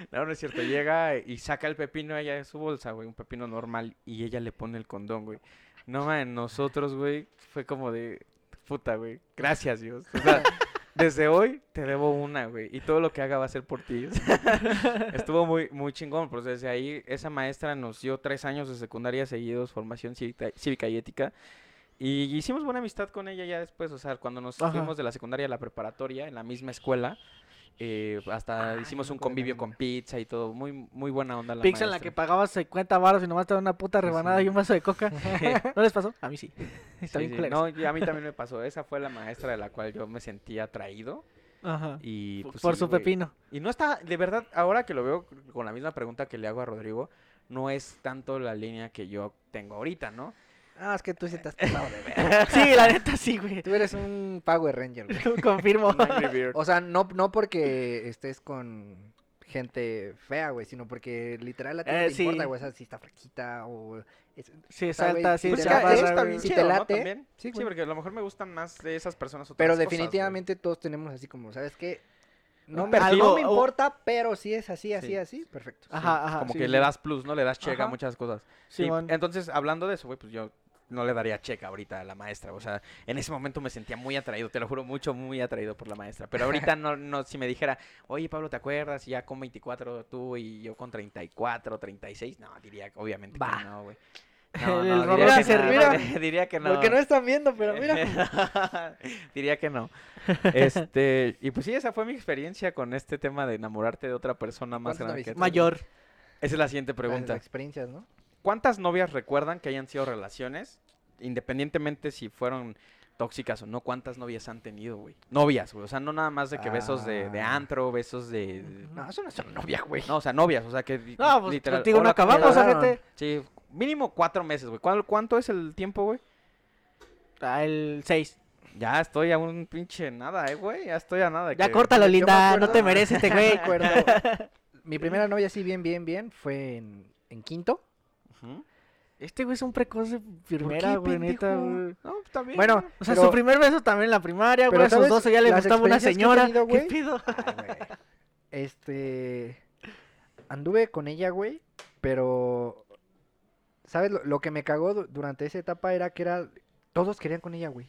D: no, no es cierto. Llega y saca el pepino ella de su bolsa, güey. Un pepino normal. Y ella le pone el condón, güey. No, man, nosotros, güey, fue como de puta, güey. Gracias, Dios. O sea, desde hoy te debo una, güey. Y todo lo que haga va a ser por ti. O sea, Estuvo muy, muy chingón. Pues desde ahí, esa maestra nos dio tres años de secundaria seguidos, formación cívica, cívica y ética. Y hicimos buena amistad con ella ya después. O sea, cuando nos
A: Ajá.
D: fuimos de la secundaria a la preparatoria, en la misma escuela. eh, hasta
B: Ay,
D: hicimos
B: no me acuerdo
D: un
B: de la
D: convivio con
B: nombre.
D: pizza y todo. Muy, muy buena onda la
A: Pizza en la
D: maestra.
A: que pagabas 50 baros y nomás te daban una puta
D: Sí,
A: rebanada
D: sí.
A: y un vaso de coca. ¿No les pasó? A mí sí. Está
D: Sí,
A: bien
D: sí.
A: culero.
D: No, y a mí también me pasó. Esa fue la maestra de la cual yo me sentía atraído.
A: Ajá.
D: Y,
A: Por-
D: pues,
A: Por
D: sí,
A: su
D: güey.
A: pepino.
D: Y no está, de verdad, ahora que lo veo con la misma pregunta que le hago a Rodrigo, no es tanto la línea que yo tengo ahorita, ¿no?
B: Ah, es que tú sí te has pasado de ver.
A: Sí, la neta sí, güey.
B: Tú eres un Power Ranger, güey.
A: Confirmo.
D: Un Angry Bird.
B: O sea, no, no porque estés con gente fea, güey, sino porque literal a ti no
A: Eh,
B: te importa,
A: sí.
B: güey, o sea, si está fraquita o... es-
A: Sí, es
B: sea, güey,
A: alta, sí,
B: pues
A: es
D: Pues
B: te
D: que
B: la
A: chaparra,
D: eso
B: pasas,
D: está
A: güey.
D: bien
B: Si
D: chido,
B: te
D: ¿no?
B: late, sí,
D: También. Sí,
B: güey.
D: porque a lo mejor me gustan más de esas personas otras
B: Pero
D: cosas, güey.
B: definitivamente todos tenemos así como, ¿sabes qué? No,
D: Un
B: me-
A: perfil.
B: no
A: O-
B: me
A: Ah, o-
B: importa, pero si es así, así,
D: Sí.
B: así, perfecto.
D: Sí,
A: Ajá, ajá,
D: Como
A: sí,
D: que
A: sí,
D: le
A: sí.
D: das plus, ¿no? Le das check a
A: Ajá.
D: muchas cosas. Y
A: Simón.
D: entonces, hablando de eso, güey, pues yo no le daría check ahorita a la maestra. O sea, en ese momento me sentía muy atraído, te lo juro, mucho, muy atraído por la maestra. Pero ahorita no, no, si me dijera, oye, Pablo, ¿te acuerdas? Ya con 24 tú y yo con 34, 36, no, diría, obviamente
A: Bah.
D: que no, güey.
A: El
D: No, no,
A: Roberto
D: diría que
A: se
D: no,
A: ríe.
D: diría- diría que no.
B: Porque no están viendo, pero mira.
D: mira. Diría que no. Este, y pues sí, esa fue mi experiencia con este tema de enamorarte de otra persona más
B: ¿Cuántas
D: grande que
B: novias?
D: tú.
A: Mayor.
D: Esa es la siguiente
B: Las
D: pregunta.
B: experiencias, ¿no?
D: ¿Cuántas novias recuerdan que hayan sido relaciones? Independientemente si fueron tóxicas o no, ¿cuántas novias han tenido, güey? Novias, güey. O sea, no nada más de que besos de, de
B: Ah.
D: antro, besos de...
B: No, eso no es una novia, güey.
D: No, o sea, novias, o sea que... di-
A: No, pues
D: literal,
A: contigo no
D: hola, ¿cómo
A: acabamos,
D: estás?
B: hablaron.
A: ojete.
D: Sí, mínimo cuatro meses, güey. ¿Cuál- ¿Cuánto es el tiempo, güey?
A: Ah, el 6.
D: Ya estoy a un pinche nada, eh, güey. Ya estoy a nada. de
A: Ya
D: que-
A: córtalo,
B: yo me
A: linda. No
B: acuerdo-
A: te mereces este
B: Me
A: güey.
B: acuerdo. Mi primera novia, así bien, bien, bien, fue en, en quinto.
D: Ujú.
A: Este güey es un precoz de primera,
D: qué,
A: güey, neta,
D: pendejo?
A: güey.
D: No, pues, también.
B: Bueno,
A: O sea,
B: pero-
A: su primer beso también en la primaria,
B: Pero
A: güey. A sus
B: ¿sabes
A: 12 ya le
B: las
A: gustaba una
B: experiencias que
A: señora.
B: he tenido,
A: ¿Qué
B: güey?
A: pido?
B: Ay, güey. Este. Anduve con ella, güey. Pero. ¿Sabes? Lo, lo que me cagó du- durante esa etapa era que era. Todos querían con ella, güey.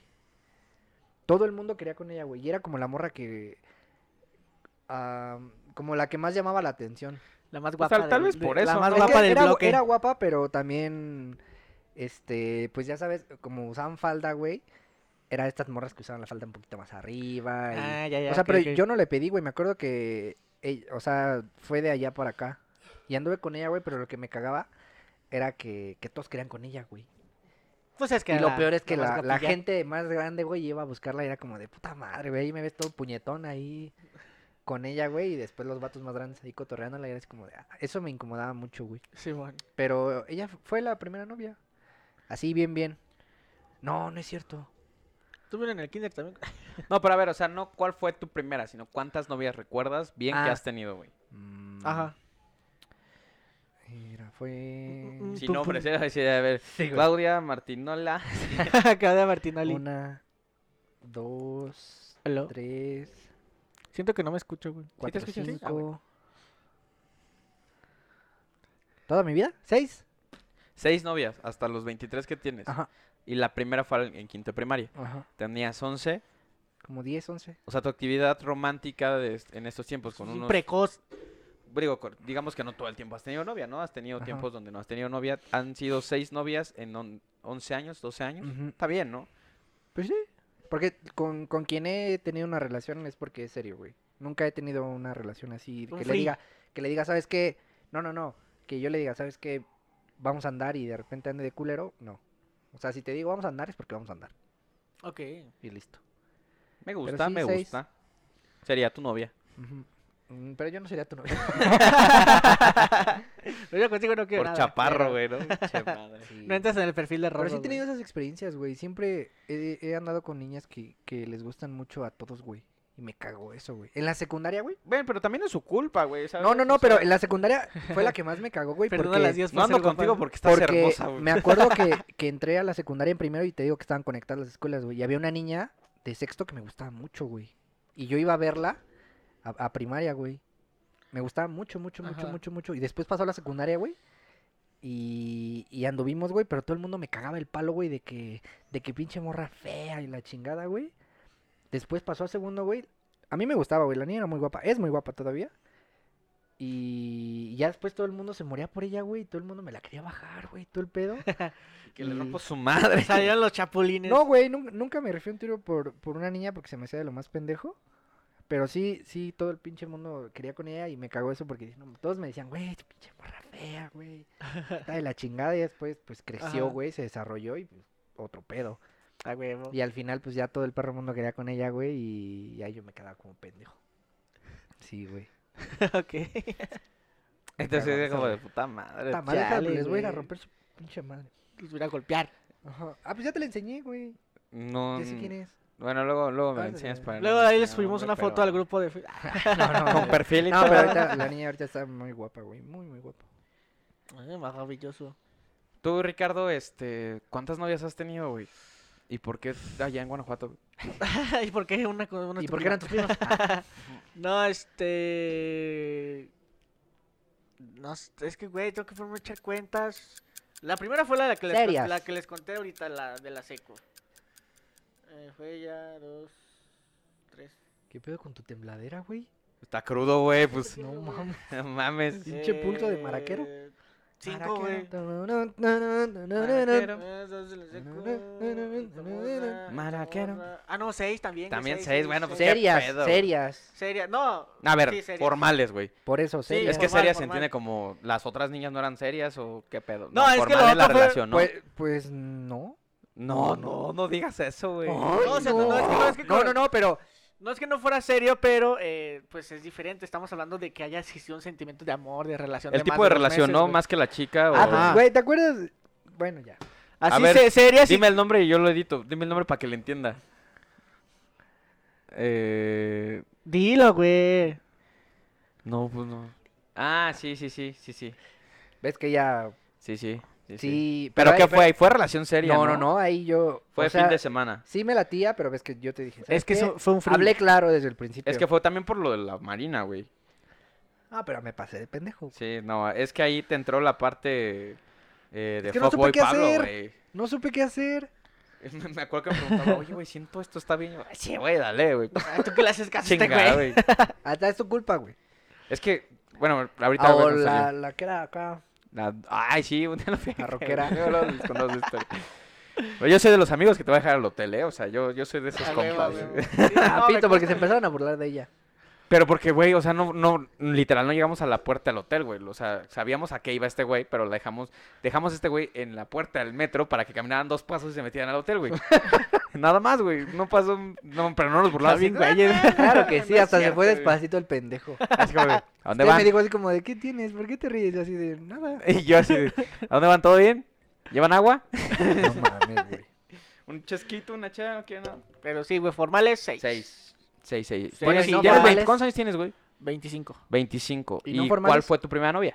B: Todo el mundo quería con ella, güey. Y era como la morra que. ah, como la que más llamaba la atención.
A: La más
D: Pues,
A: guapa.
D: tal- tal
A: del-
D: vez por
A: de- La
D: eso,
A: más
D: ¿no?
B: Es que
A: guapa del
B: era, gu-
A: bloque.
B: era guapa, pero también. Este. Pues ya sabes, como usaban falda, güey. era estas morras que usaban la falda un poquito más arriba. y-
A: Ah, ya, ya.
B: o sea,
A: ok,
B: pero
A: ok.
B: yo no le pedí, güey. Me acuerdo que, ey- o sea, fue de allá para acá. Y anduve con ella, güey, pero lo que me cagaba era que, que todos querían con ella, güey.
A: Pues es que
B: Y lo
A: la-
B: peor es que
A: más
B: la, la
A: guapilla.
B: gente más grande, güey, iba a buscarla y era como de puta madre, güey. Ahí me ves todo puñetón ahí con ella, güey. Y después los vatos más grandes ahí cotorreándola y era así como de... "Ah", Eso me incomodaba mucho, güey.
A: Simón.
B: Pero ella f- fue la primera novia. Así, bien, bien. No, no es cierto.
A: ¿Tú vienes en el kinder también?
D: No, pero a ver, o sea, no cuál fue tu primera, sino cuántas novias recuerdas bien que
B: Ah.
D: has tenido, güey.
B: Mm,
A: Ajá.
B: Mira, fue...
A: Mm,
D: Si
A: Tú,
D: no,
A: pum.
D: ofrecer, decir, eh, a ver,
B: Sí, güey.
D: Claudia Martinola.
A: Acá de Martinoli.
B: Una, dos,
A: Aló.
B: tres,
A: Siento que no me escucho, güey.
B: cuatro,
A: escuchas? Sí. Ah,
B: cinco. ¿Toda mi vida? ¿Seis?
D: Seis novias, hasta los 23 que tienes.
B: Ajá.
D: Y la primera fue en en quinto de primaria.
B: Ajá.
D: Tenías 11.
B: Como diez, once.
D: O sea, tu actividad romántica de est- en estos tiempos con
A: Es un
D: unos...
A: Precoz.
D: digo, con- digamos que no todo el tiempo has tenido novia, ¿no? Has tenido
B: Ajá.
D: tiempos donde no has tenido novia. Han sido seis novias en on- 11 años, 12 años.
B: Ujú.
D: Está bien, ¿no?
B: Pues sí. Porque con, con quien he tenido una relación es porque es serio, güey. Nunca he tenido una relación así
A: Un
B: que le
A: free.
B: diga, que le diga, ¿sabes qué? No, no, no. Que yo le diga, ¿sabes qué? Vamos a andar y de repente ande de culero, no. O sea, si te digo vamos a andar es porque vamos a andar.
A: Ok.
B: Y listo.
D: Me gusta,
B: sí,
D: me
B: seis.
D: gusta. Sería tu novia.
B: Ujú. Mm, Pero yo no sería tu novio.
A: No, yo contigo no quiero
D: Por
A: nada.
D: chaparro, güey, ¿no? Che madre.
B: Sí.
A: No entras en el perfil de Rorro,
B: Pero sí he
A: güey.
B: tenido esas experiencias, güey. Siempre he, he andado con niñas que, que les gustan mucho a todos, güey. Y me cago eso, güey. En la secundaria, güey.
D: Bueno, pero también es su culpa, güey. ¿sabes?
B: No, no, no,
D: O sea,
B: pero en la secundaria fue la que más me cagó, güey.
A: Perdona
B: Porque
A: las 10 por
D: No ando
A: ser guapa,
D: contigo
A: ¿no?
D: porque estás
B: Porque
D: hermosa, güey.
B: me acuerdo que, que entré a la secundaria en primero y te digo que estaban conectadas las escuelas, güey. Y había una niña de sexto que me gustaba mucho, güey. Y yo iba a verla a, a primaria, güey. Me gustaba mucho, mucho, mucho,
A: Ajá.
B: mucho, mucho. Y después pasó a la secundaria, güey. Y, y anduvimos, güey, pero todo el mundo me cagaba el palo, güey, de que, de que pinche morra fea y la chingada, güey. Después pasó a segundo, güey. A mí me gustaba, güey. La niña era muy guapa. Es muy guapa todavía. Y ya después todo el mundo se moría por ella, güey. y Todo el mundo me la quería bajar, güey. Todo el pedo.
D: Que le
B: y-
D: rompo su madre.
A: Salieron los chapulines.
B: no, güey. nun- Nunca, me refiero un tiro por, por una niña porque se me hacía de lo más pendejo. Pero sí, sí, todo el pinche mundo quería con ella y me cagó eso porque no, todos me decían, güey, tu pinche morra fea, güey. Está de la chingada y después, pues creció,
A: Ajá.
B: güey, se desarrolló y pues, otro pedo.
A: Ah, güey, no.
B: Y al final, pues ya todo el perro mundo quería con ella, güey, y ya yo me quedaba como pendejo. Sí, güey.
A: ok.
D: Entonces
B: cagó
D: es como
B: eso,
D: de puta madre.
B: Puta madre,
A: chale,
B: les voy a ir a
A: güey.
B: romper su pinche madre.
A: Los voy a ir a golpear.
B: Ajá. Ah, pues ya te la enseñé, güey.
D: No.
A: Mm.
D: mm,
B: Ya sé quién es.
D: Bueno, luego, luego me
B: Ah,
D: la enseñas
B: sí.
D: para.
A: Luego de ahí les subimos una foto al
D: grupo.
A: grupo de... fe- Ah,
B: No, no,
D: Con perfil y
B: No,
D: todo.
B: pero ahorita, la niña ahorita está muy guapa, güey. Muy, muy guapa.
A: maravilloso.
D: Tú, Ricardo, este, ¿cuántas novias has tenido, güey? ¿Y por qué allá en Guanajuato?
A: ¿Y por qué una, co- una
B: ¿Y por qué
A: prima?
B: eran tus primas?
A: No, este... No, s- es que, güey, tengo que formar echar cuentas. La primera fue la que les,
B: Serias.
A: con- la que les conté ahorita, la de la seco. Eh, fue ya dos, tres.
B: ¿Qué pedo con tu tembladera, güey?
D: Está crudo, güey, pues.
B: No mames.
D: No mames.
B: Pinche pulso de maraquero.
A: Eh, Cinco, güey.
D: Maraquero.
A: Eh, dos de la seco,
B: Maraquero.
A: Zamorra, Zamorra. Ah, no, seis también. güey,
D: También
A: seis,
D: seis, bueno, pues,
A: seis.
B: Serias,
D: pedo, güey?
B: serias.
A: Seria, no.
D: A ver,
A: sí, serias.
D: formales, güey.
B: Por eso,
A: Sí,
B: serias.
D: es que
A: formal,
D: serias se
A: formal.
D: entiende como las otras niñas no eran serias o qué pedo.
A: No, es que
D: formal
A: lo
D: es la
A: otro fue-
D: relación, ¿no?
B: Pues, pues no.
D: No, no, ¿Ah? no digas eso, güey.
A: No, o sea, no, es que no, es que
B: No,
A: con-
B: no, no, pero
A: No es que no fuera serio, pero eh, pues es diferente. Estamos hablando de que haya existido un sentimiento de amor, de relación.
D: El
A: más
D: tipo de
A: dos
D: relación,
A: meses,
D: ¿no?
A: güey.
D: Más que la chica o...
B: Ah,
A: Ajá.
B: güey, ¿te acuerdas? Bueno, ya.
A: Así
D: ver,
A: se, seria, sí.
D: Dime el nombre y yo lo edito. Dime el nombre para que le entienda. Eh...
A: Dilo, güey.
D: No, pues no. Ah, sí, sí, sí, sí, sí.
B: Ves que ya.
D: Sí, sí. Sí. sí.
B: Sí.
D: ¿Pero, qué
B: ahí-
D: fue? ¿Fue relación seria?
B: No, no, no, ahí yo.
D: Fue
B: o sea,
D: fin de semana.
B: Sí me latía, pero ves que yo te dije.
A: Es
B: "¿Sabes
A: que
B: qué?
A: eso fue un free.
B: Hablé claro desde el principio.
D: Es que fue también por lo de la marina, güey.
B: Ah, pero me pasé de pendejo. güey.
D: Sí, no, es que ahí te entró la parte eh, de
B: que no supe
D: Fuckboy
B: qué
D: Pablo,
B: hacer.
D: güey.
B: No supe qué hacer.
D: Me- Me acuerdo que me preguntaba, oye, güey, siento esto está bien. Yo, "Ay, Sí, güey, dale, güey.
A: Ah, ¿Tú qué le haces caso a este
D: Chingada,
A: güey?
D: güey.
B: Hasta es tu culpa, güey.
D: Es que, bueno, ahorita
B: Ah,
D: vemos
B: O
D: en serio.
B: la, la que era acá.
D: La- Ay, sí, una la
B: rockera.
D: Luego, luego les conozco la historia. Pero yo soy de los amigos que te va a dejar al hotel, ¿eh? O sea, yo, yo soy de esos
A: A huevo, a
D: compas.
A: huevo. Sí, no, me
B: Pito, porque se
A: consta.
B: empezaron a burlar de ella.
D: Pero porque, güey, o sea, no, no, literal, no llegamos a la puerta del hotel, güey. O sea, sabíamos a qué iba este güey, pero la dejamos, dejamos a este güey en la puerta del metro para que caminaran dos pasos y se metieran al hotel, güey. Nada más, güey. No pasó, no, pero no nos
A: Está
D: burlamos.
A: bien,
D: así,
A: güey.
B: Claro que sí,
D: No es
B: hasta se
D: cierto,
B: fue
D: güey.
B: despacito el pendejo.
D: así como de, ¿a dónde
B: Él me
D: van?
B: dijo así como de, ¿qué tienes? ¿Por qué te ríes? Yo así de, nada.
D: Y yo así de, ¿a dónde van? ¿Todo bien? ¿Llevan agua?
B: No mames, güey.
D: Un chesquito, una chela, no quiero nada.
A: Pero sí, güey, formales 6.
D: Seis. Seis, seis.
A: Seis,
D: Bueno, sí,
A: no
D: ya eres
B: mames.
D: 20. ¿Cuántos años tienes, güey?
A: 25.
D: 25.
B: ¿Y
D: ¿Y,
B: no
D: cuál
B: formales?
D: fue tu primera novia?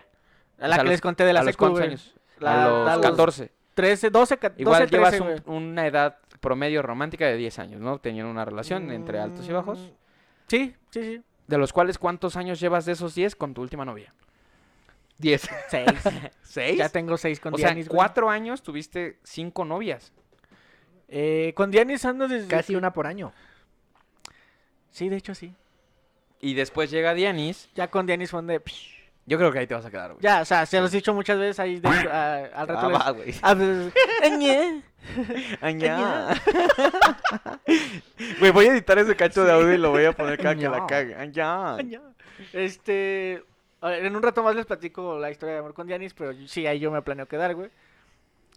A: A
D: O
A: la
D: sea,
A: que
D: los-
A: les conté de la
D: Pues ¿A los
A: secu,
D: cuántos
A: güey.
D: años?
A: La-
D: a
A: a
D: los
A: los
D: 14.
A: 13, 12, ca- 12
D: Igual
A: 13,
D: llevas un-
A: güey.
D: una edad promedio romántica de 10 años, ¿no? Tenían una relación entre altos y bajos.
A: Mm, Sí, sí, sí.
D: De los cuales, ¿cuántos años llevas de esos 10 con tu última novia?
B: 10.
A: 6.
D: ¿Seis?
A: ya tengo 6 con
D: o sea, en
A: Dianis. güey.
D: cuatro años tuviste cinco novias.
A: Eh, con Dianis ando desde.
B: Casi una por año.
A: Sí, de hecho sí.
D: Y después llega Dianis.
A: Ya con Dianis fue donde. psh,
D: Yo creo que ahí te vas a quedar, güey.
A: Ya, o sea, se los he dicho muchas veces ahí. de- a- al rato
D: Ah,
A: les-
D: va, güey.
A: Ah, pues, ñe.
D: Añá. Güey, voy a editar ese cacho de audio y lo voy a poner cada que la
B: Añá.
D: cague. Añá.
A: Este. a ver, En un rato más les platico la historia de amor con Dianis, pero yo- sí, ahí yo me planeo quedar, güey.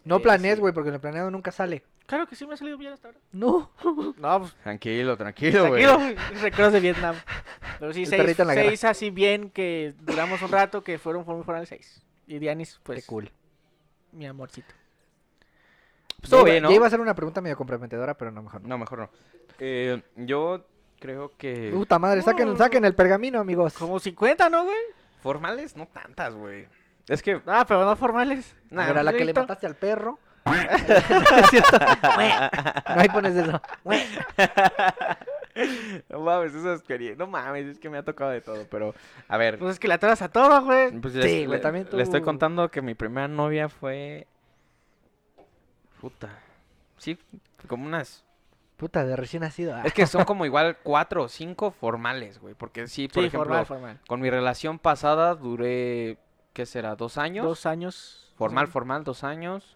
B: No
A: Sí,
B: planees,
A: sí.
B: güey, porque lo planeado nunca sale.
A: Claro que sí me ha salido bien hasta ahora.
B: No.
A: No, pues
D: Tranquilo, tranquilo, güey.
A: tranquilo, güey, recuerdos de Vietnam. Pero sí,
B: El
A: seis,
B: perrito en la guerra.
A: seis así bien que duramos un rato, que fueron fueron fueron seis. Y Dianis,
B: Qué
A: pues,
B: cool.
A: mi amorcito.
D: Pues todo
B: Ya iba-
D: bien, ¿no?
B: Ya iba a ser una pregunta medio comprometedora, pero no, mejor no.
D: No, mejor no. Eh, yo creo que.
B: Puta madre, saquen,
A: No.
B: saquen el pergamino, amigos.
A: Como 50, ¿no, güey?
D: Formales, no tantas, güey. Es que.
A: Ah, pero no formales.
B: A ver, a la que le
A: Listo.
B: mataste al perro. no, es cierto. No, ahí pones eso.
D: No mames, esas quería- No mames, es que me ha tocado de todo, pero. A ver.
A: Pues es que la atrás a todo, güey.
D: Pues
B: Sí, güey,
D: le-
B: también
D: le estoy
B: tú-
D: contando que mi primera novia fue. Puta. Sí, como unas.
B: Puta, de recién nacido. ah.
D: Es que son como igual cuatro o cinco formales, güey. Porque sí, por
A: sí,
D: ejemplo,
A: formal, formal.
D: con mi relación pasada duré. ¿Qué será? ¿Dos años?
A: Dos años. Dos
D: Formal,
A: años.
D: formal, dos años.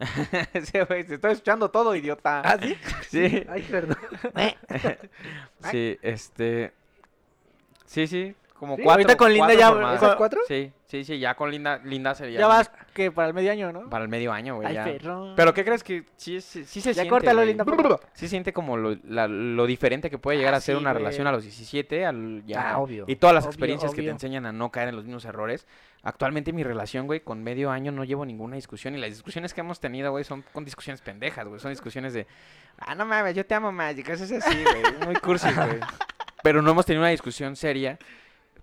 D: Ese güey, se está escuchando todo, idiota.
B: ¿Ah, sí?
D: Sí,
B: Ay, perdón.
D: sí, este. Sí, sí, como
A: Sí,
D: cuatro.
A: ahorita con Linda
D: cuatro
A: ya-
D: formadas.
B: ¿Esas cuatro?
D: Sí, sí, sí, ya con Linda, Linda sería.
A: Ya vas que para el medio año, ¿no?
D: Para el medio año, güey.
A: Ay,
D: ya.
A: perro.
D: Pero ¿qué crees que sí, sí, sí se
A: Ya
D: siente?
A: córtalo,
D: güey.
A: Linda, por favor.
D: Sí siente como lo, la- lo diferente que puede llegar
A: Ah,
D: a ser
A: sí,
D: una
A: güey.
D: relación a los 17, al, ya.
B: Ah, obvio,
D: Y todas las
A: obvio,
D: experiencias que te
A: obvio.
D: enseñan a no caer en los mismos errores. Actualmente mi relación, güey, con medio año no llevo ninguna discusión. Y las discusiones que hemos tenido, güey, son con discusiones pendejas, güey. Son discusiones de, ah, no mames, yo te amo más y cosas así, güey. Muy cursi, güey. Pero no hemos tenido una discusión seria.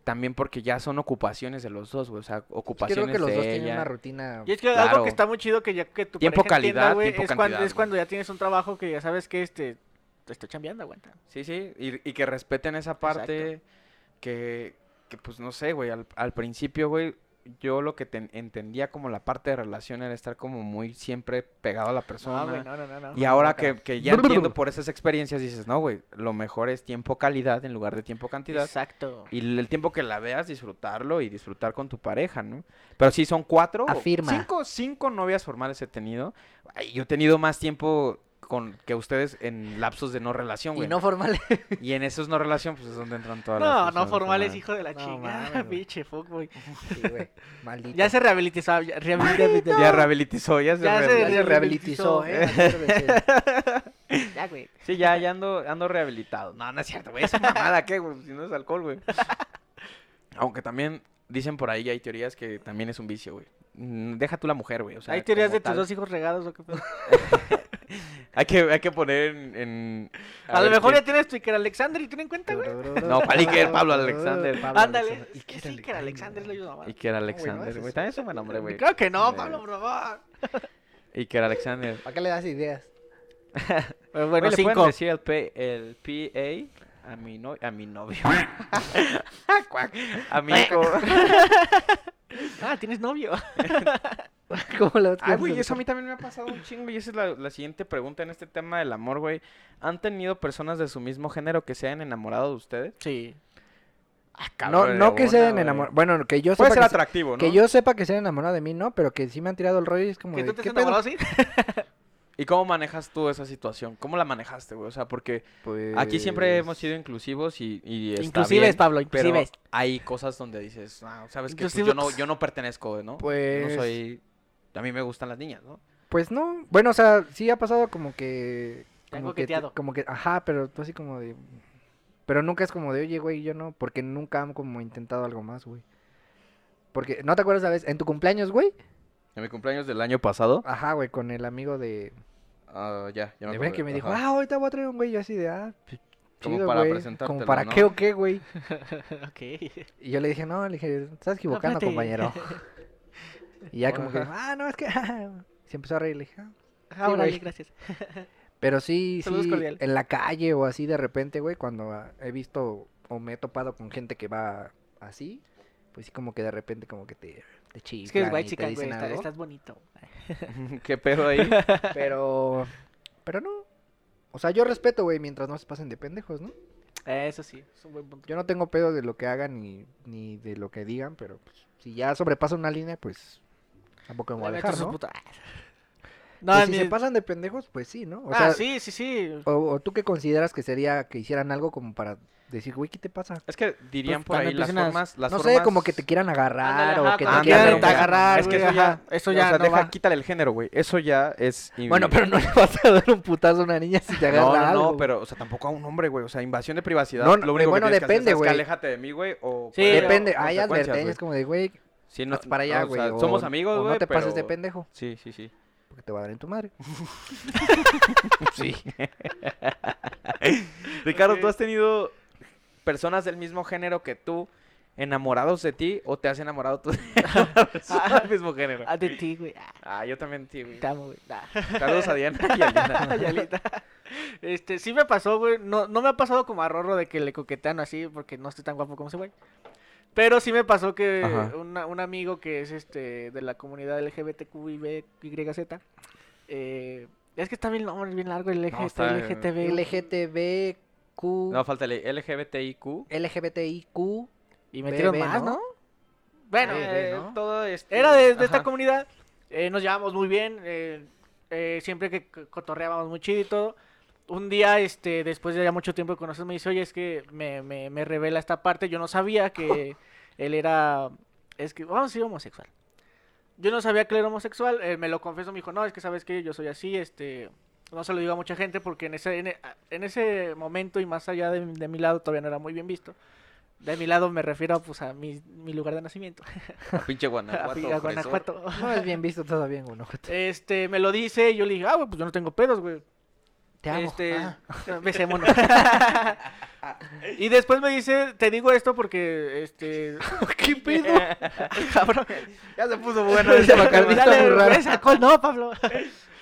D: También porque ya son ocupaciones de los dos, güey. O sea,
B: Yo
D: ocupaciones
B: creo que los
D: de
B: dos tienen
D: ella.
B: una rutina.
A: Y es que
D: Claro.
A: algo que está muy chido que ya que tu
D: Tiempo,
A: pareja entienda,
D: calidad,
A: güey,
D: tiempo,
A: es, cuando,
D: cantidad,
A: es cuando ya tienes un trabajo que ya sabes que este te está chambeando, aguanta.
D: Sí, sí, y, y que respeten esa parte que, que, pues no sé, güey, al, al principio, güey, yo lo que ten- entendía como la parte de relación era estar como muy siempre pegado a la persona.
A: No, Ah, güey, no, no, no, no.
D: Y ahora que, que ya entiendo por esas experiencias, dices, no, güey, lo mejor es tiempo-calidad en lugar de tiempo-cantidad.
A: Exacto.
D: Y el- el tiempo que la veas, disfrutarlo y disfrutar con tu pareja, ¿no? Pero sí, son cuatro. o
B: Afirma.
D: Cinco, cinco novias formales he tenido. Ay, yo he tenido más tiempo con que ustedes en lapsos de no relación, güey.
B: Y no formales.
D: Y en esos no relación, pues es donde entran todas las
A: No, no
D: personas
A: formales,
D: formales.
A: hijo de la
B: No mames,
A: chingada,
B: güey.
A: pinche fuckboy.
B: Sí, güey. Maldito.
A: Ya se rehabilitizó, ya, rehabilitizó.
D: Ya rehabilitizó, ya se
A: Ya se
B: Ya
D: rehabilitó.
B: se rehabilitizó, ¿eh? Acuérdese.
A: ya, güey.
D: Sí, ya, ya ando, ando rehabilitado. No, no es cierto, güey. Esa mamada, ¿qué, güey? Si no es alcohol, güey. Aunque también dicen por ahí, hay teorías que también es un vicio, güey. Mm, Deja tú la mujer, güey. O sea,
A: Hay teorías
D: como
A: de tus
D: tal.
A: dos hijos regados, ¿o qué pedo?
D: Hay que, hay que poner en. en-
A: A, lo
D: ver
A: mejor
D: quién-
A: ya tienes tu Iker Alexander y ten en cuenta, güey.
D: No, ¿cuál Iker? Pablo Alexander.
B: Pablo
A: Ándale.
B: Alexander.
A: Es que
B: Iker
A: sí, Iker Alexander es lo ayuda mamá.
D: Y que era
B: güey, no
D: Alexander,
B: haces
D: güey.
B: eso.
D: También es un buen nombre, güey.
A: Creo que no,
D: Eh,
A: Pablo, por favor.
D: Y que era Alexander.
B: ¿Para qué le das ideas?
A: Pero
D: Bueno,
A: bueno,
D: le pueden
A: cinco.
D: decir el, P- el PA a mi, no- a mi novio. Cuac. a mi hijo.
A: Ah, tienes novio.
B: ¿Cómo lo
D: Ay, güey, eso a mí también me ha pasado un chingo. Y esa es la, la siguiente pregunta en este tema del amor, güey. ¿Han tenido personas de su mismo género que se hayan enamorado de ustedes? Ah,
A: Sí.
B: No,
D: Cabrón,
B: no que se
D: buena,
B: den
D: güey.
B: enamorados. Bueno, que yo
D: Puede
B: sepa
D: ser
B: que, se-
D: atractivo, ¿no?
B: que yo sepa que se han enamorado de mí, no, pero que sí me han tirado el rollo y es como
A: ¿Que
B: de,
A: tú te
B: ¿qué
A: has
B: pedo?
A: enamorado así?
D: ¿Y cómo manejas tú esa situación? ¿Cómo la manejaste, güey? O sea, porque
B: Pues
D: aquí siempre hemos sido inclusivos y, y está
A: Inclusive es
D: bien,
A: Pablo,
D: pero
A: inclusive es.
D: hay cosas donde dices, "Ah, sabes que
A: Inclusive-
D: yo no yo no pertenezco, ¿no?
B: Pues-
D: Yo no soy a mí me gustan las niñas, ¿no?
B: Pues no, bueno, o sea, sí ha pasado como que...
A: Te han
B: Como que, te-
A: coqueteado.
B: como que, ajá, pero tú así como de... Pero nunca es como de, oye, güey, yo no, porque nunca han como intentado algo más, güey. Porque, ¿no te acuerdas la vez? En tu cumpleaños, güey.
D: En mi cumpleaños del año pasado,
B: Ajá, güey, con el amigo de...
D: ah, ya, ya me
B: de Ben que
D: acordé,
B: me dijo,
D: ajá.
B: ah, ahorita voy a traer un güey, yo así de, ah, pues,
D: Como
B: chido,
D: para
B: güey,
D: presentártelo,
B: Como para
D: ¿no?
B: qué o qué, güey.
A: Ok.
B: Y yo le dije, no, le dije, estás equivocando,
A: Aparte.
B: compañero. Y ya como que,
D: Ajá.
B: ah, no, es que... Se empezó a reír, le dije, "Ah".
A: Ah, órale,
B: güey.
A: gracias.
B: Pero sí,
A: Saludos
B: sí,
A: cordial.
B: en la calle o así de repente, güey, cuando ah, he visto o me he topado con gente que va así, pues sí como que de repente como que te, te chiflan
A: Es que es guay,
B: y te
A: chica, güey.
B: dicen
A: está-
B: algo,
A: estás bonito.
D: ¿Qué pedo ahí?
B: Pero, pero no. O sea, yo respeto, güey, mientras no se pasen de pendejos, ¿no?
A: Eh, Eso sí, es un buen punto.
B: Yo no tengo pedo de lo que hagan ni, ni de lo que digan, pero pues, si ya sobrepasa una línea, pues tampoco me voy a
A: Le meto
B: dejar,
A: su
B: ¿no?
A: puta- Ah. No,
B: Pues
A: en
B: si
A: mi-
B: se pasan de pendejos, pues sí, ¿no? O
A: ah,
B: sea,
A: sí, sí, sí.
B: o, o tú qué consideras que sería que hicieran algo como para decir, güey, ¿qué te pasa?
D: Es que dirían
A: Pues,
D: por
A: cuando
D: ahí las
A: empiecen a-
D: formas, las
B: no sé,
D: formas-
B: como que te quieran agarrar
A: Ándale,
B: o
A: ajá,
B: que te
A: cuando
D: Ándale,
B: quieran
A: quieran
D: romper.
A: te agarrar,
D: Es que
A: güey,
D: eso ya-
A: ajá. Eso
D: O
A: ya
D: sea,
A: no
D: deja,
A: va.
D: quítale el género, güey. Eso ya es in-
B: Bueno, pero no le vas a dar un putazo a una niña si te agarra
D: No, no,
B: algo.
D: no,
B: güey.
D: pero, o sea, tampoco a un hombre, güey. O sea, invasión de privacidad.
B: No, no,
D: lo único
B: bueno,
D: que tienes
B: depende,
D: que hacer, ¿sabes qué?
B: güey.
D: aléjate de mí, güey. O
A: Sí,
D: cuáles son
B: Depende,
D: las
B: hay
D: consecuencias,
B: advertencias
D: güey?
B: como de, güey,
D: Sí, no,
B: no, para allá,
D: o
B: güey.
D: sea,
B: o-
D: somos amigos,
B: o
D: güey.
B: No te pases de
D: pero-
B: pendejo,
D: Sí, sí, sí.
B: porque te va a dar en tu madre.
D: Sí. Ricardo,
A: Ok.
D: ¿tú has tenido personas del mismo género que tú enamorados de ti o te has enamorado tú de una persona del mismo género?
A: Ah, de ti, güey. Ah,
D: Ah, yo también, tío. güey.
A: te amo, güey. Ah.
D: Saludos a Diana y a Diana.
A: Yalita. Este, sí me pasó, güey. No, no me ha pasado como a Rorro de que le coquetean así, porque no estoy tan guapo como ese güey. Pero sí me pasó que
D: Ajá.
A: una- un amigo que es este de la comunidad LGBTQIBYZ. Eh, es que está bien, nombre, es bien largo el LGT,
D: está-
A: LGTB.
B: LGTBQ,
D: No, falta el LGBTIQ.
B: LGBTIQ,
A: y metieron
B: BB,
A: más, ¿no?
B: ¿no?
A: Bueno,
B: Eh, ¿no?
D: todo este-
A: era de, de
D: ajá.
A: esta comunidad. eh, nos llevábamos muy bien. eh, eh, siempre que c- cotorreábamos muy chido y todo. Un día, este, después de ya mucho tiempo de conocerme, dice, oye, es que me, me, me revela esta parte. Yo no sabía que él era, es que, vamos a decir, homosexual. Yo no sabía que él era homosexual. eh, me lo confesó, me dijo, no, es que sabes que yo soy así, este, no se lo digo a mucha gente porque en ese, en, e- en ese momento y más allá de, de mi lado todavía no era muy bien visto. De mi lado me refiero, pues, a mi, mi lugar de nacimiento.
D: A pinche
A: A
D: Guanajuato.
A: Pi- a
D: opresor.
A: Guanajuato.
B: no es bien visto todavía, güey. no.
A: Este, me lo dice y yo le dije, ah, güey, pues yo no tengo pedos, güey.
B: Te amo.
A: Este,
B: Ah,
A: besémonos. y después me dice, te digo esto porque, este... ¿Qué pedo? Cabrón. Pues
D: Ya se puso bueno este
B: Bacardí está
A: Dale,
B: muy raro.
A: güey, sacó, no, Pablo.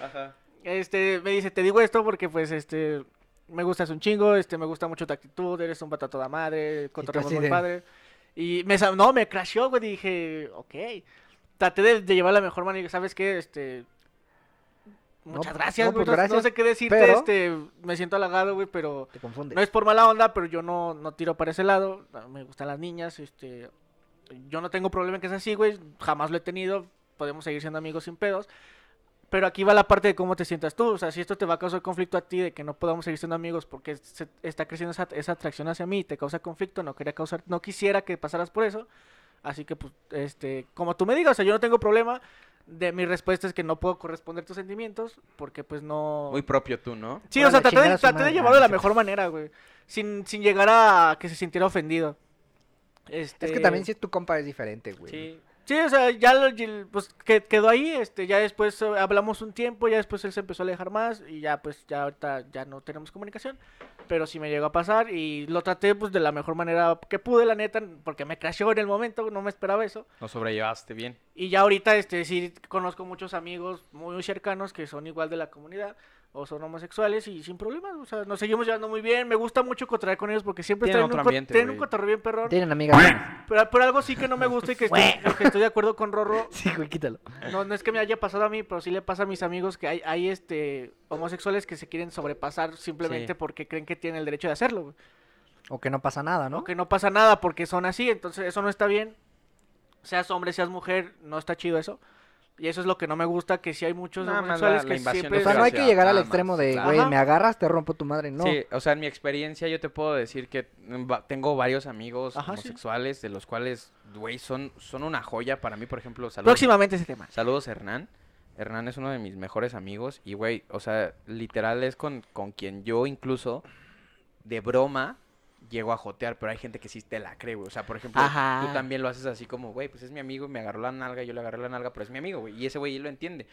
D: Ajá.
A: Este, me dice, te digo esto porque, pues, este... Me gustas un chingo, este, me gusta mucho tu actitud, eres un pata toda madre, cotorreamos
B: así
A: muy
B: de-
A: padre. Y me, sa- no, me crasheó, güey, dije, ok. Traté de, de llevar la mejor manera, y dije, ¿sabes qué? Este...
B: No,
A: Muchas
B: no,
A: gracias, güey,
B: pues,
A: no, no
B: gracias,
A: sé qué decirte,
B: pero-
A: este, me siento halagado, güey, pero...
B: te confundes.
A: No es por mala onda, pero yo no, no tiro para ese lado. a- Me gustan las niñas, este... Yo no tengo problema en que sea así, güey. Jamás lo he tenido. Podemos seguir siendo amigos sin pedos. Pero aquí va la parte de cómo te sientas tú. O sea, si esto te va a causar conflicto a ti, de que no podamos seguir siendo amigos porque se- está creciendo esa, esa atracción hacia mí, te causa conflicto, no quería causar, no quisiera que pasaras por eso. Así que, pues, este, como tú me digas, o sea, yo no tengo problema. De mi respuesta es que no puedo corresponder tus sentimientos porque, pues, no...
D: Muy propio tú, ¿no?
A: Sí, o sea,
B: Órale,
A: traté
B: chingar
A: de,
B: a su
A: traté de
B: madre.
A: llevarlo de la
B: Ah, sí.
A: mejor manera, güey. Sin, sin llegar a que se sintiera ofendido. Este...
B: Es que también si es tu compa es diferente, güey.
A: Sí, o sea, ya lo, y- pues, que, quedó ahí, este, ya después eh, hablamos un tiempo, ya después él se empezó a alejar más y ya pues ya ahorita ya no tenemos comunicación, pero sí me llegó a pasar y lo traté pues de la mejor manera que pude, la neta, porque me crashó en el momento, no me esperaba eso.
D: Lo sobrellevaste bien.
A: Y ya ahorita, este, sí conozco muchos amigos muy cercanos que son igual de la comunidad o son homosexuales y sin problemas, o sea, nos seguimos llevando muy bien, me gusta mucho cotorrear con ellos porque siempre
D: Tienen
A: traen un,
D: otro
A: co-
D: ambiente,
A: tienen un
D: güey.
A: cotorreo bien perrón,
B: Tienen amigas. buenas.
A: pero, pero algo sí que no me gusta y que estoy, que estoy de acuerdo con Rorro,
B: sí, güey, quítalo.
A: no, no es que me haya pasado a mí, pero sí le pasa a mis amigos que hay, hay este homosexuales que se quieren sobrepasar simplemente
D: Sí.
A: porque creen que tienen el derecho de hacerlo, güey.
B: O que no pasa nada, ¿no?
A: O que no pasa nada porque son así, entonces eso no está bien. Seas hombre, seas mujer, no está chido eso. Y eso es lo que no me gusta, que si hay muchos
D: Nada más la-
A: homosexuales
D: la
A: que
D: invasión de
A: siempre...
B: O sea, no hay
D: Gracias, Ah,
B: que llegar al
D: nada
B: extremo
D: más,
B: de,
A: claro.
B: güey,
A: Ajá.
B: me agarras, te rompo tu madre. No.
D: Sí, o sea, en mi experiencia yo te puedo decir que mm, va- tengo varios amigos
A: Ajá, sí.
D: homosexuales de los cuales, güey, son, son una joya para mí, por ejemplo, saludos,
A: Próximamente ese tema.
D: saludos Hernán. Hernán es uno de mis mejores amigos y, güey, o sea, literal es con, con quien yo incluso, de broma, llego a jotear, pero hay gente que sí te la cree, güey. O sea, por ejemplo,
A: Ajá.
D: tú también lo haces así como, güey, pues es mi amigo, me agarró la nalga, yo le agarré la nalga, pero es mi amigo, güey. Y ese güey lo entiende.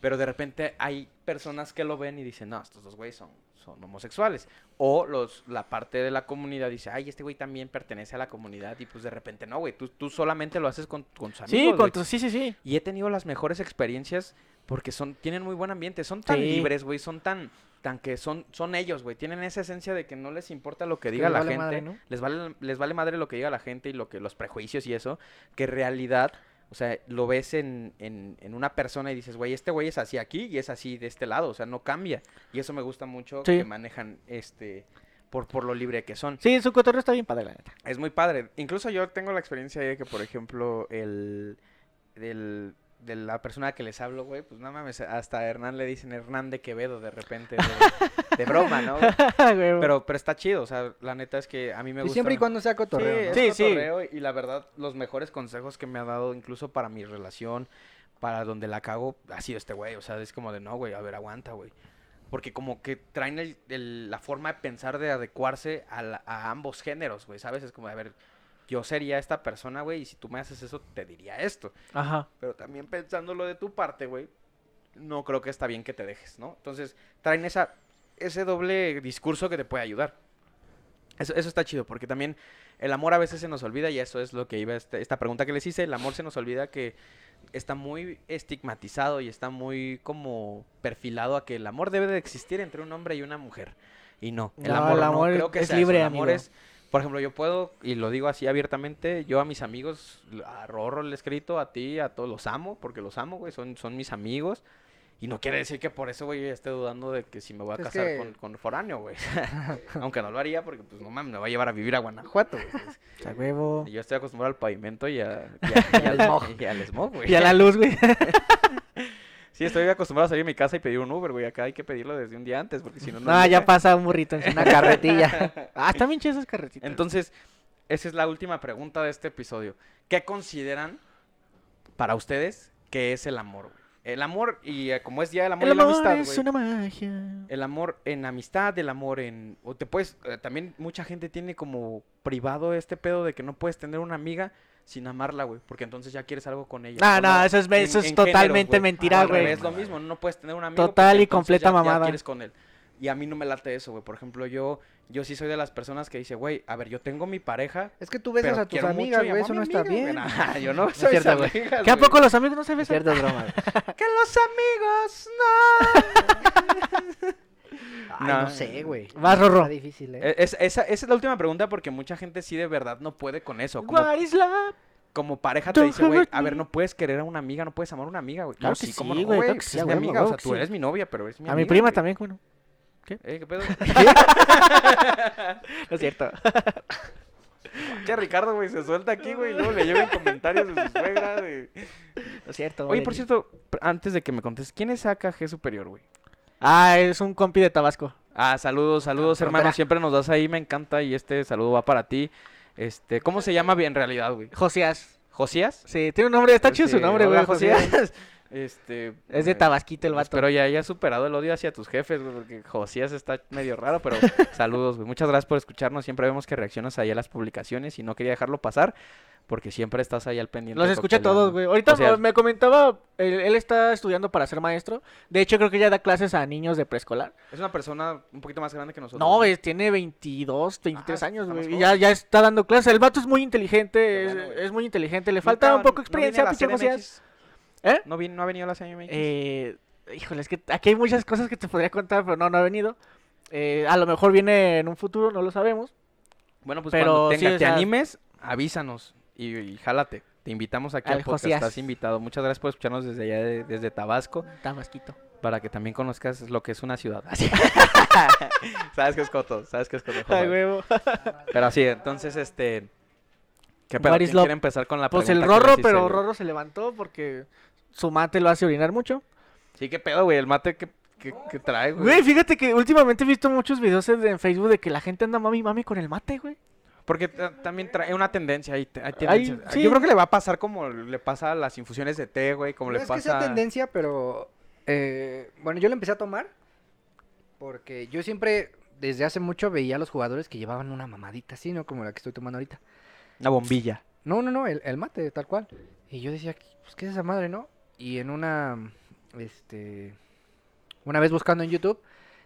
D: Pero de repente hay personas que lo ven y dicen, no, estos dos güeyes son, son homosexuales. O los, la parte de la comunidad dice, ay, este güey también pertenece a la comunidad. Y pues de repente no, güey, tú, tú solamente lo haces con, con tus amigos.
A: Sí,
D: güey.
A: con tu- sí, sí, sí.
D: Y he tenido las mejores experiencias porque son, tienen muy buen ambiente, son tan
A: Sí.
D: libres, güey, son tan, tan que son, son ellos, güey, tienen esa esencia de que no les importa lo que diga
B: les
D: la
B: vale
D: gente,
B: madre, ¿no?
D: les vale, les vale madre lo que diga la gente y lo que, los prejuicios y eso, que en realidad, o sea, lo ves en, en, en una persona y dices, güey, este güey es así aquí y es así de este lado, o sea, no cambia. Y eso me gusta mucho
A: Sí.
D: que manejan este por, por lo libre que son.
A: Sí, su cotorreo está bien padre, la neta.
D: Es muy padre. Incluso yo tengo la experiencia de que, por ejemplo, el, del- de la persona que les hablo, güey, pues no mames, hasta a Hernán le dicen Hernán de Quevedo de repente, de, de broma, ¿no? güey?
A: Güey,
D: Pero, pero está chido, o sea, la neta es que a mí me
B: Y
D: gusta.
B: siempre y cuando sea cotorreo. ¿no?
A: Sí,
D: Sí,
A: sí.
D: sí, Y la verdad, los mejores consejos que me ha dado, incluso para mi relación, para donde la cago, ha sido este güey. O sea, es como de no, güey, a ver, aguanta, güey. Porque como que traen el- el- la forma de pensar de adecuarse a, la- a ambos géneros, güey, ¿sabes? Es como, de, a ver, yo sería esta persona, güey, y si tú me haces eso, te diría esto.
A: Ajá.
D: Pero también pensándolo de tu parte, güey, no creo que está bien que te dejes, ¿no? Entonces, traen esa, ese doble discurso que te puede ayudar. Eso, eso está chido, porque también el amor a veces se nos olvida, y eso es lo que iba este- esta pregunta que les hice, el amor se nos olvida que está muy estigmatizado y está muy como perfilado a que el amor debe de existir entre un hombre y una mujer. Y no, el
A: No,
D: amor,
A: el
D: no,
A: amor
D: creo que
A: es
D: sea eso,
A: libre,
D: el amor
A: amigo.
D: es por ejemplo, yo puedo, y lo digo así abiertamente, yo a mis amigos, l- a Rorro le he escrito, a ti, a todos, los amo, porque los amo, güey, son, son mis amigos. Y no quiere decir que por eso, güey, yo ya esté dudando de que si me voy a
B: Es
D: casar
B: que-
D: con, con foráneo, güey. Aunque no lo haría, porque pues no mames, me va a llevar a vivir a Guanajuato, güey. Pues,
A: O sea, huevo.
D: Yo estoy acostumbrado al pavimento y, a- y a- y al smog. Y al smog, güey.
A: Y a la luz, güey.
D: Sí, estoy acostumbrado a salir de mi casa y pedir un Uber, güey. Acá hay que pedirlo desde un día antes, porque si no, no.
A: No,
D: llega.
A: Ah, ya pasa un burrito encima.
B: Una carretilla.
A: Ah, están bien chidas esas carretitas.
D: Entonces, esa es la última pregunta de este episodio. ¿Qué consideran para ustedes que es el amor? güey? El amor, y eh, como es ya el amor,
A: el
D: y la
A: amor
D: amistad,
A: es
D: güey.
A: una magia.
D: El amor en amistad, el amor en... O te puedes... eh, también mucha gente tiene como privado este pedo de que no puedes tener una amiga sin amarla, güey. Porque entonces ya quieres algo con ella.
A: No,
D: o
A: Ah, no, eso es,
D: en-
A: eso es
D: en géneros,
A: totalmente
D: güey.
A: mentira,
D: O al
A: güey.
D: revés, lo mismo, no puedes tener un amigo.
A: Total
D: porque
A: y
D: entonces
A: completa
D: ya- ya
A: mamada.
D: quieres con él. Y a mí no me late eso, güey. Por ejemplo, yo, yo sí soy de las personas que dice, güey, a ver, yo tengo mi pareja.
B: Es que tú besas
D: pero
B: a tus
D: quiero mucho
B: amigas,
D: y
B: güey.
D: amo a
B: Eso
D: mi
B: no está
D: amiga, güey".
B: bien.
D: Nah, yo no
B: es
D: soy
B: cierto, güey.
A: ¿Qué a poco los amigos no se besan?
B: Ciertas bromas.
D: Que los amigos no.
B: Ay,
D: No.
B: no sé, güey.
A: Vas, Rorro.
B: Está difícil, ¿eh?
D: E- es- esa, esa es la última pregunta porque mucha gente sí de verdad no puede con eso. Como,
A: What is love?
D: como pareja te
A: Don't
D: dice, güey,
A: hurt
D: a ver,
A: me".
D: no puedes querer a una amiga, no puedes amar a una amiga, güey.
A: Claro
D: No,
A: que
D: cómo
A: sí,
D: no,
A: güey, claro que
D: pues
A: sí, a
D: es mi
A: huevo,
D: amiga,
A: a
D: o
A: huevo
D: sea,
A: que
D: tú
A: sí.
D: eres mi novia, pero es mi
A: A mi
D: amiga,
A: prima
D: güey.
A: también, ¿cómo no?
D: Eh, ¿qué pedo?
A: No es cierto.
D: Che, Ricardo, güey, se suelta aquí, güey. y Luego le llegan comentarios de su suegra. de-
A: No es cierto.
D: Oye, por
A: Moreni.
D: cierto, pr- antes de que me contes, ¿quién es AKG Superior, güey?
A: Ah, es un compi de Tabasco.
D: Ah, saludos, saludos, hermano. Siempre nos das ahí, me encanta. Y este saludo va para ti. Este, ¿cómo se llama bien en realidad, güey?
A: Josías.
D: ¿Josías?
A: Pues Sí, tiene un nombre, está chido su
D: Este,
A: nombre,
D: hola,
A: güey. Josías.
D: Este.
A: Es de
D: eh,
A: Tabasquito el vato.
D: Espero ya hayas superado el odio hacia tus jefes, güey, porque Josías está medio raro, pero saludos, güey. Muchas gracias por escucharnos. Siempre vemos que reaccionas ahí a las publicaciones y no quería dejarlo pasar porque siempre estás ahí al pendiente.
A: Los
D: de
A: escuché
D: Cocteleando.
A: todos, güey. Ahorita
D: O sea-
A: me comentaba, él, él está estudiando para ser maestro. De hecho, creo que ya da clases a niños de preescolar.
D: Es una persona un poquito más grande que nosotros.
A: No, güey, tiene 22, 23
D: Ah,
A: años,
D: está más
A: güey. Y ya, ya está dando clases. El vato es muy inteligente,
D: Qué
A: es,
D: bueno, güey.
A: es muy inteligente. Le falta un poco de experiencia, pinche Josías. ¿Eh?
D: No, vi- no ha venido la CMX.
A: Eh, híjole, es que aquí hay muchas cosas que te podría contar, pero no, no ha venido. Eh, a lo mejor viene en un futuro, no lo sabemos.
D: bueno, pues
A: pero
D: cuando
A: sí,
D: tenga-
A: o
D: te
A: sea-
D: animes, avísanos y, y jálate. Te invitamos aquí
A: Al
D: al, podcast.
A: Josías.
D: Estás invitado. Muchas gracias por escucharnos desde allá, de- desde Tabasco,
A: Tabasquito.
D: para que también conozcas lo que es una ciudad. Así. sabes que es coto, sabes que es coto.
A: Ay,
D: joder.
A: huevo.
D: Pero así, entonces, este... ¿Qué pedo?
A: What is
D: ¿Quién
A: love?
D: quiere empezar con la
A: Pues
D: pregunta
A: el
D: que les
A: Rorro,
D: hice,
A: pero
D: güey?
A: Rorro se levantó porque su mate lo hace orinar mucho.
D: Sí, qué pedo, güey. El mate que, que, que trae,
A: Güey,
D: güey.
A: fíjate que últimamente he visto muchos videos en en Facebook de que la gente anda mami mami con el mate, güey.
E: Porque ta- también trae una tendencia. Hay, te- hay
A: Hay-
E: tendencias.
A: sí.
E: Yo creo que le va a pasar como le pasa a las infusiones de té, güey. Como
B: No
E: le
B: es que sea
E: pasa.
B: tendencia, pero eh, bueno, yo la empecé a tomar porque yo siempre, desde hace mucho, veía a los jugadores que llevaban una mamadita así, ¿no? Como la que estoy tomando ahorita.
E: La bombilla.
B: No, no, no, el, el mate, tal cual. Y yo decía, "¿Qué- pues, ¿qué es esa madre, no? Y en una, este, una vez buscando en YouTube,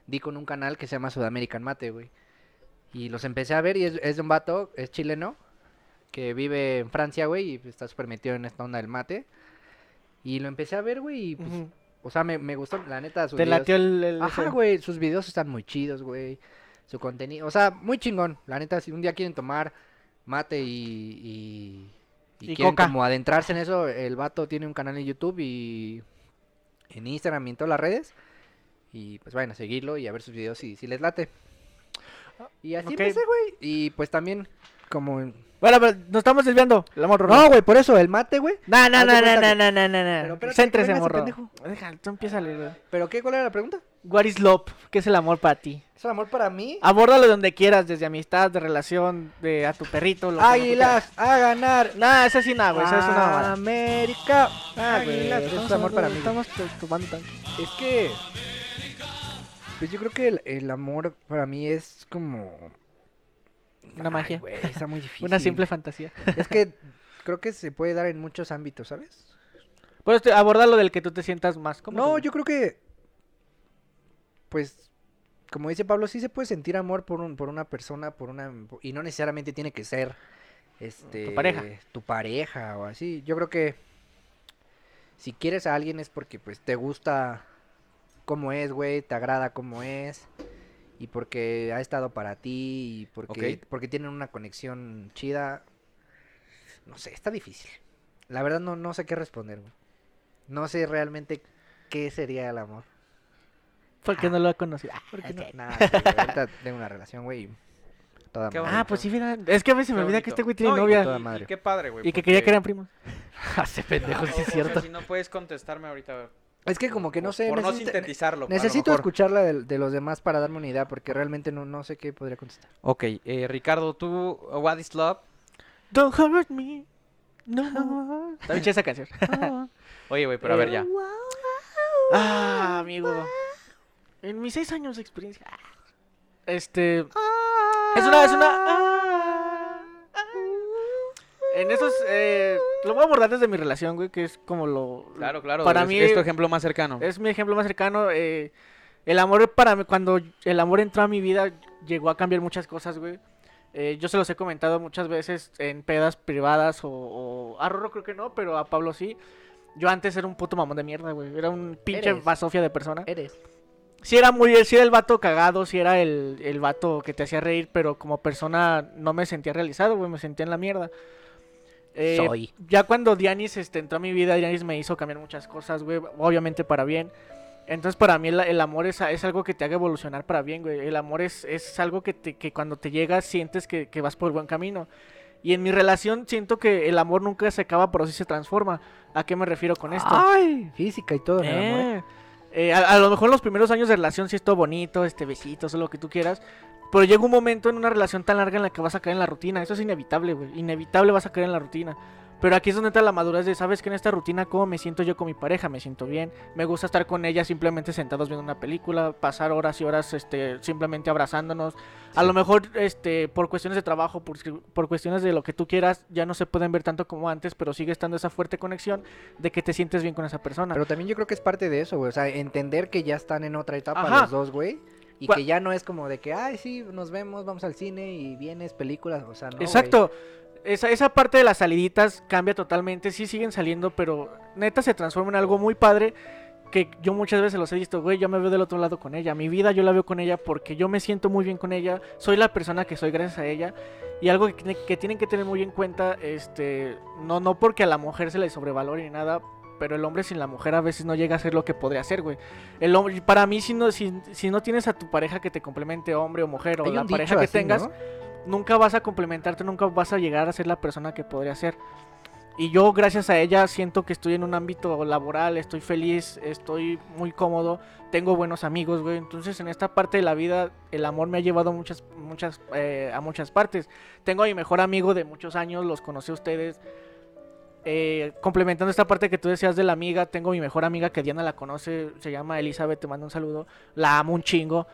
B: di con un canal que se llama Sudamerican Mate, güey. Y los empecé a ver y es, es de un vato, es chileno, que vive en Francia, güey, y está súper metido en esta onda del mate. Y lo empecé a ver, güey, y pues,
A: Ujú.
B: o sea, me, me gustó, la neta, sus
A: Te
B: videos.
A: latió el... el-
B: Ajá,
A: ese-
B: güey, sus videos están muy chidos, güey. Su contenido, o sea, muy chingón. La neta, si un día quieren tomar mate y. Y, y
A: Y
B: quieren
A: coca.
B: como adentrarse en eso, el vato tiene un canal en YouTube y. En Instagram y en todas las redes. Y pues vayan a seguirlo y a ver sus videos si, si les late. Y así
A: ok.
B: empecé, güey. Y pues también, como.
A: Bueno, pero nos estamos desviando. La morro.
B: No, güey, por eso, el mate, güey.
A: No, no,
B: Haz de
A: no, no,
B: cuenta
A: no, no,
B: que-
A: no,
B: Pero
A: no, no.
B: espérate,
A: Céntrese,
B: que no
A: morro.
B: vengas,
A: Deja, tú empieza güey.
B: ¿Pero qué? ¿Cuál era la pregunta?
A: What is love? ¿Qué es el amor para ti?
B: ¿Es el amor para mí?
A: Abórdalo donde quieras, desde amistad, de relación, de a tu perrito, lo que
B: Águilas, Ah, a ganar.
A: No, nah, esa sí
B: Ah,
A: nada, güey, esa es una mamada.
B: América.
A: Ah, güey,
B: Águilas,
A: estamos
B: es amor para mí.
A: hablando- Estamos tomando tan...
B: Es que. Pues yo creo que el, el amor para mí es como.
A: Una
B: Ay,
A: magia.
B: güey, está muy difícil.
A: Una simple fantasía.
B: Es que creo que se puede dar en muchos ámbitos, ¿sabes?
A: Por eso, abórdalo este, del que tú te sientas más cómodo.
B: No,
A: güey.
B: yo creo que. Pues. Como dice Pablo, sí se puede sentir amor por, un, por una persona, por una. Y no necesariamente tiene que ser. Este,
A: pareja.
B: Tu pareja o así. Yo creo que. Si quieres a alguien es porque pues te gusta cómo es, güey, te agrada cómo es. Y porque ha estado para ti y porque,
E: Ok.
B: porque tienen una conexión chida. No sé, está difícil. La verdad no, no sé qué responder, güey. No sé realmente qué sería el amor.
A: Porque no lo ha conocido. Ah, ¿por qué
B: Ay,
A: no?
B: que- nada, sí, güey, ahorita tengo una relación, güey. y Toda
E: Qué
B: madre.
A: Ah, pues sí, mira. Es que a veces se me
E: Qué
A: olvida
E: bonito.
A: que este güey tiene
E: No, y-
A: novia.
B: toda
E: y- y
B: madre.
E: qué padre, güey.
A: Y que quería
E: porque-
A: que eran primos. Hace pendejo, sí
E: O- o
A: es
E: sea,
A: cierto.
E: si no puedes contestarme ahorita.
B: Es que como que no
E: por-
B: sé.
E: Por no
B: necesito-
E: sintetizarlo. a lo
B: necesito
E: mejor.
B: escucharla de, de los demás para darme una idea porque realmente no, no sé qué podría contestar.
E: Ok, eh, Ricardo, tú, What is Love.
A: Don't hurt me. No Ah. more. Escuché esa canción.
E: Oye, güey, pero a ver ya.
A: Eh, Ah, amigo. En mis seis años de experiencia. Este. Es una. Es una. En esos. Eh, lo voy a abordar desde mi relación, güey, que es como lo.
E: Claro, claro.
A: Para
E: es,
A: mí.
E: es tu ejemplo más cercano.
A: Es mi ejemplo más cercano. eh, el amor para mí, cuando el amor entró a mi vida, llegó a cambiar muchas cosas, güey. Eh, yo se los he comentado muchas veces en pedas privadas o, o- A Rorro creo que no, pero a Pablo sí. Yo antes era un puto mamón de mierda, güey. Era un pinche
B: Eres.
A: basofia de persona.
B: Eres.
A: Si era muy, sí era el vato cagado, si era el, el vato que te hacía reír, pero como persona no me sentía realizado, güey, me sentía en la mierda. Eh,
B: Soy.
A: Ya cuando Dianis este, entró a mi vida, Dianis me hizo cambiar muchas cosas, güey, obviamente para bien. Entonces para mí el, el amor es, es algo que te haga evolucionar para bien, güey. El amor es, es algo que, te- que cuando te llega sientes que, que vas por el buen camino. Y en mi relación siento que el amor nunca se acaba, pero sí se transforma. ¿A qué me refiero con esto?
B: Ay, física y todo. en el amor, ¿eh?
A: Eh, eh, a, a lo mejor en los primeros años de relación sí es todo bonito, este besitos, lo que tú quieras. Pero llega un momento en una relación tan larga en la que vas a caer en la rutina. Eso es inevitable, güey. Inevitable vas a caer en la rutina. Pero aquí es donde entra la madurez de, sabes que en esta rutina, ¿cómo me siento yo con mi pareja? Me siento bien. Me gusta estar con ella simplemente sentados viendo una película, pasar horas y horas este, simplemente abrazándonos. A lo mejor este, por cuestiones de trabajo, por, por cuestiones de lo que tú quieras, ya no se pueden ver tanto como antes, pero sigue estando esa fuerte conexión de que te sientes bien con esa persona.
B: Pero también yo creo que es parte de eso, güey. O sea, entender que ya están en otra etapa
A: Ajá.
B: los dos, güey. Y
A: Gua-
B: que ya no es como de que, ay, sí, nos vemos, vamos al cine y vienes, películas. O sea, no. güey.
A: Exacto. Esa, esa parte de las saliditas cambia totalmente. Sí siguen saliendo, pero neta se transforma en algo muy padre. Que yo muchas veces los he visto, güey, yo me veo del otro lado con ella. Mi vida yo la veo con ella porque yo me siento muy bien con ella. Soy la persona que soy gracias a ella. Y algo que, tiene- que tienen que tener muy en cuenta, este, no, no porque a la mujer se le sobrevalore ni nada, pero el hombre sin la mujer a veces no llega a ser lo que podría ser, güey. El hombre, para mí, si no, si, si no tienes a tu pareja que te complemente, hombre o mujer, o
B: Hay un
A: la
B: dicho
A: pareja que
B: así,
A: tengas,
B: ¿no?
A: nunca vas a complementarte, nunca vas a llegar a ser la persona que podría ser. Y yo, gracias a ella, siento que estoy en un ámbito laboral, estoy feliz, estoy muy cómodo, tengo buenos amigos, güey. Entonces, en esta parte de la vida, el amor me ha llevado a muchas, muchas, eh, a muchas partes. Tengo a mi mejor amigo de muchos años, los conocí a ustedes. Eh, complementando esta parte que tú decías de la amiga, tengo a mi mejor amiga que Diana la conoce, se llama Elizabeth, te mando un saludo, la amo un chingo.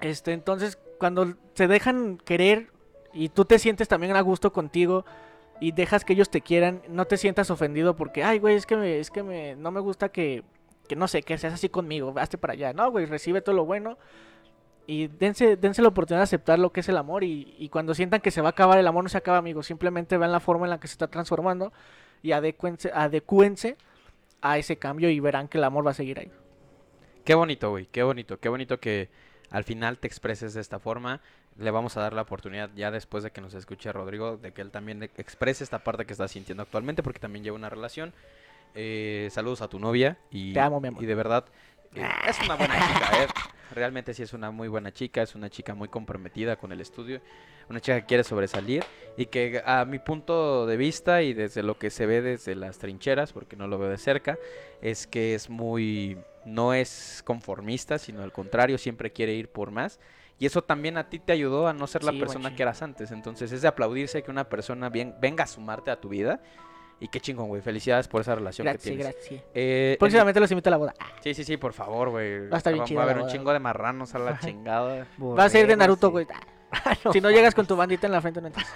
A: Este, entonces, cuando se dejan querer y tú te sientes también a gusto contigo y dejas que ellos te quieran, no te sientas ofendido porque, ay, güey, es que me, es que me, no me gusta que, que no sé, que seas así conmigo, hazte para allá. No, güey, recibe todo lo bueno y dense, dense la oportunidad de aceptar lo que es el amor y, y cuando sientan que se va a acabar, el amor no se acaba, amigos, simplemente vean la forma en la que se está transformando y adecúense, adecúense a ese cambio y verán que el amor va a seguir ahí.
D: Qué bonito, güey, qué bonito, qué bonito que al final te expreses de esta forma. Le vamos a dar la oportunidad ya después de que nos escuche Rodrigo, de que él también e- exprese esta parte que está sintiendo actualmente, porque también lleva una relación. Eh, saludos a tu novia y,
A: Te amo, mi amor.
D: y de verdad eh, es una buena chica, eh. realmente sí es una muy buena chica, es una chica muy comprometida con el estudio, una chica que quiere sobresalir y que a mi punto de vista y desde lo que se ve desde las trincheras, porque no lo veo de cerca, es que es muy no es conformista, sino al contrario, siempre quiere ir por más. Y eso también a ti te ayudó a no ser la
A: Sí,
D: persona
A: guachi.
D: que eras antes. Entonces es de aplaudirse que una persona bien, venga a sumarte a tu vida. Y qué chingón, güey. Felicidades por esa relación que
A: Gracias,
D: tienes.
A: gracias.
D: Eh, en-
A: Próximamente los invito a la boda.
D: Sí, sí, sí, por favor, güey.
A: Va a estar bien chida
D: Va a
A: la
D: haber un
A: boda,
D: chingo de marranos a la chingada.
A: Va a ser de
B: Borregos,
A: Naruto,
B: sí.
A: güey. si no llegas con tu bandita en la frente, no entras.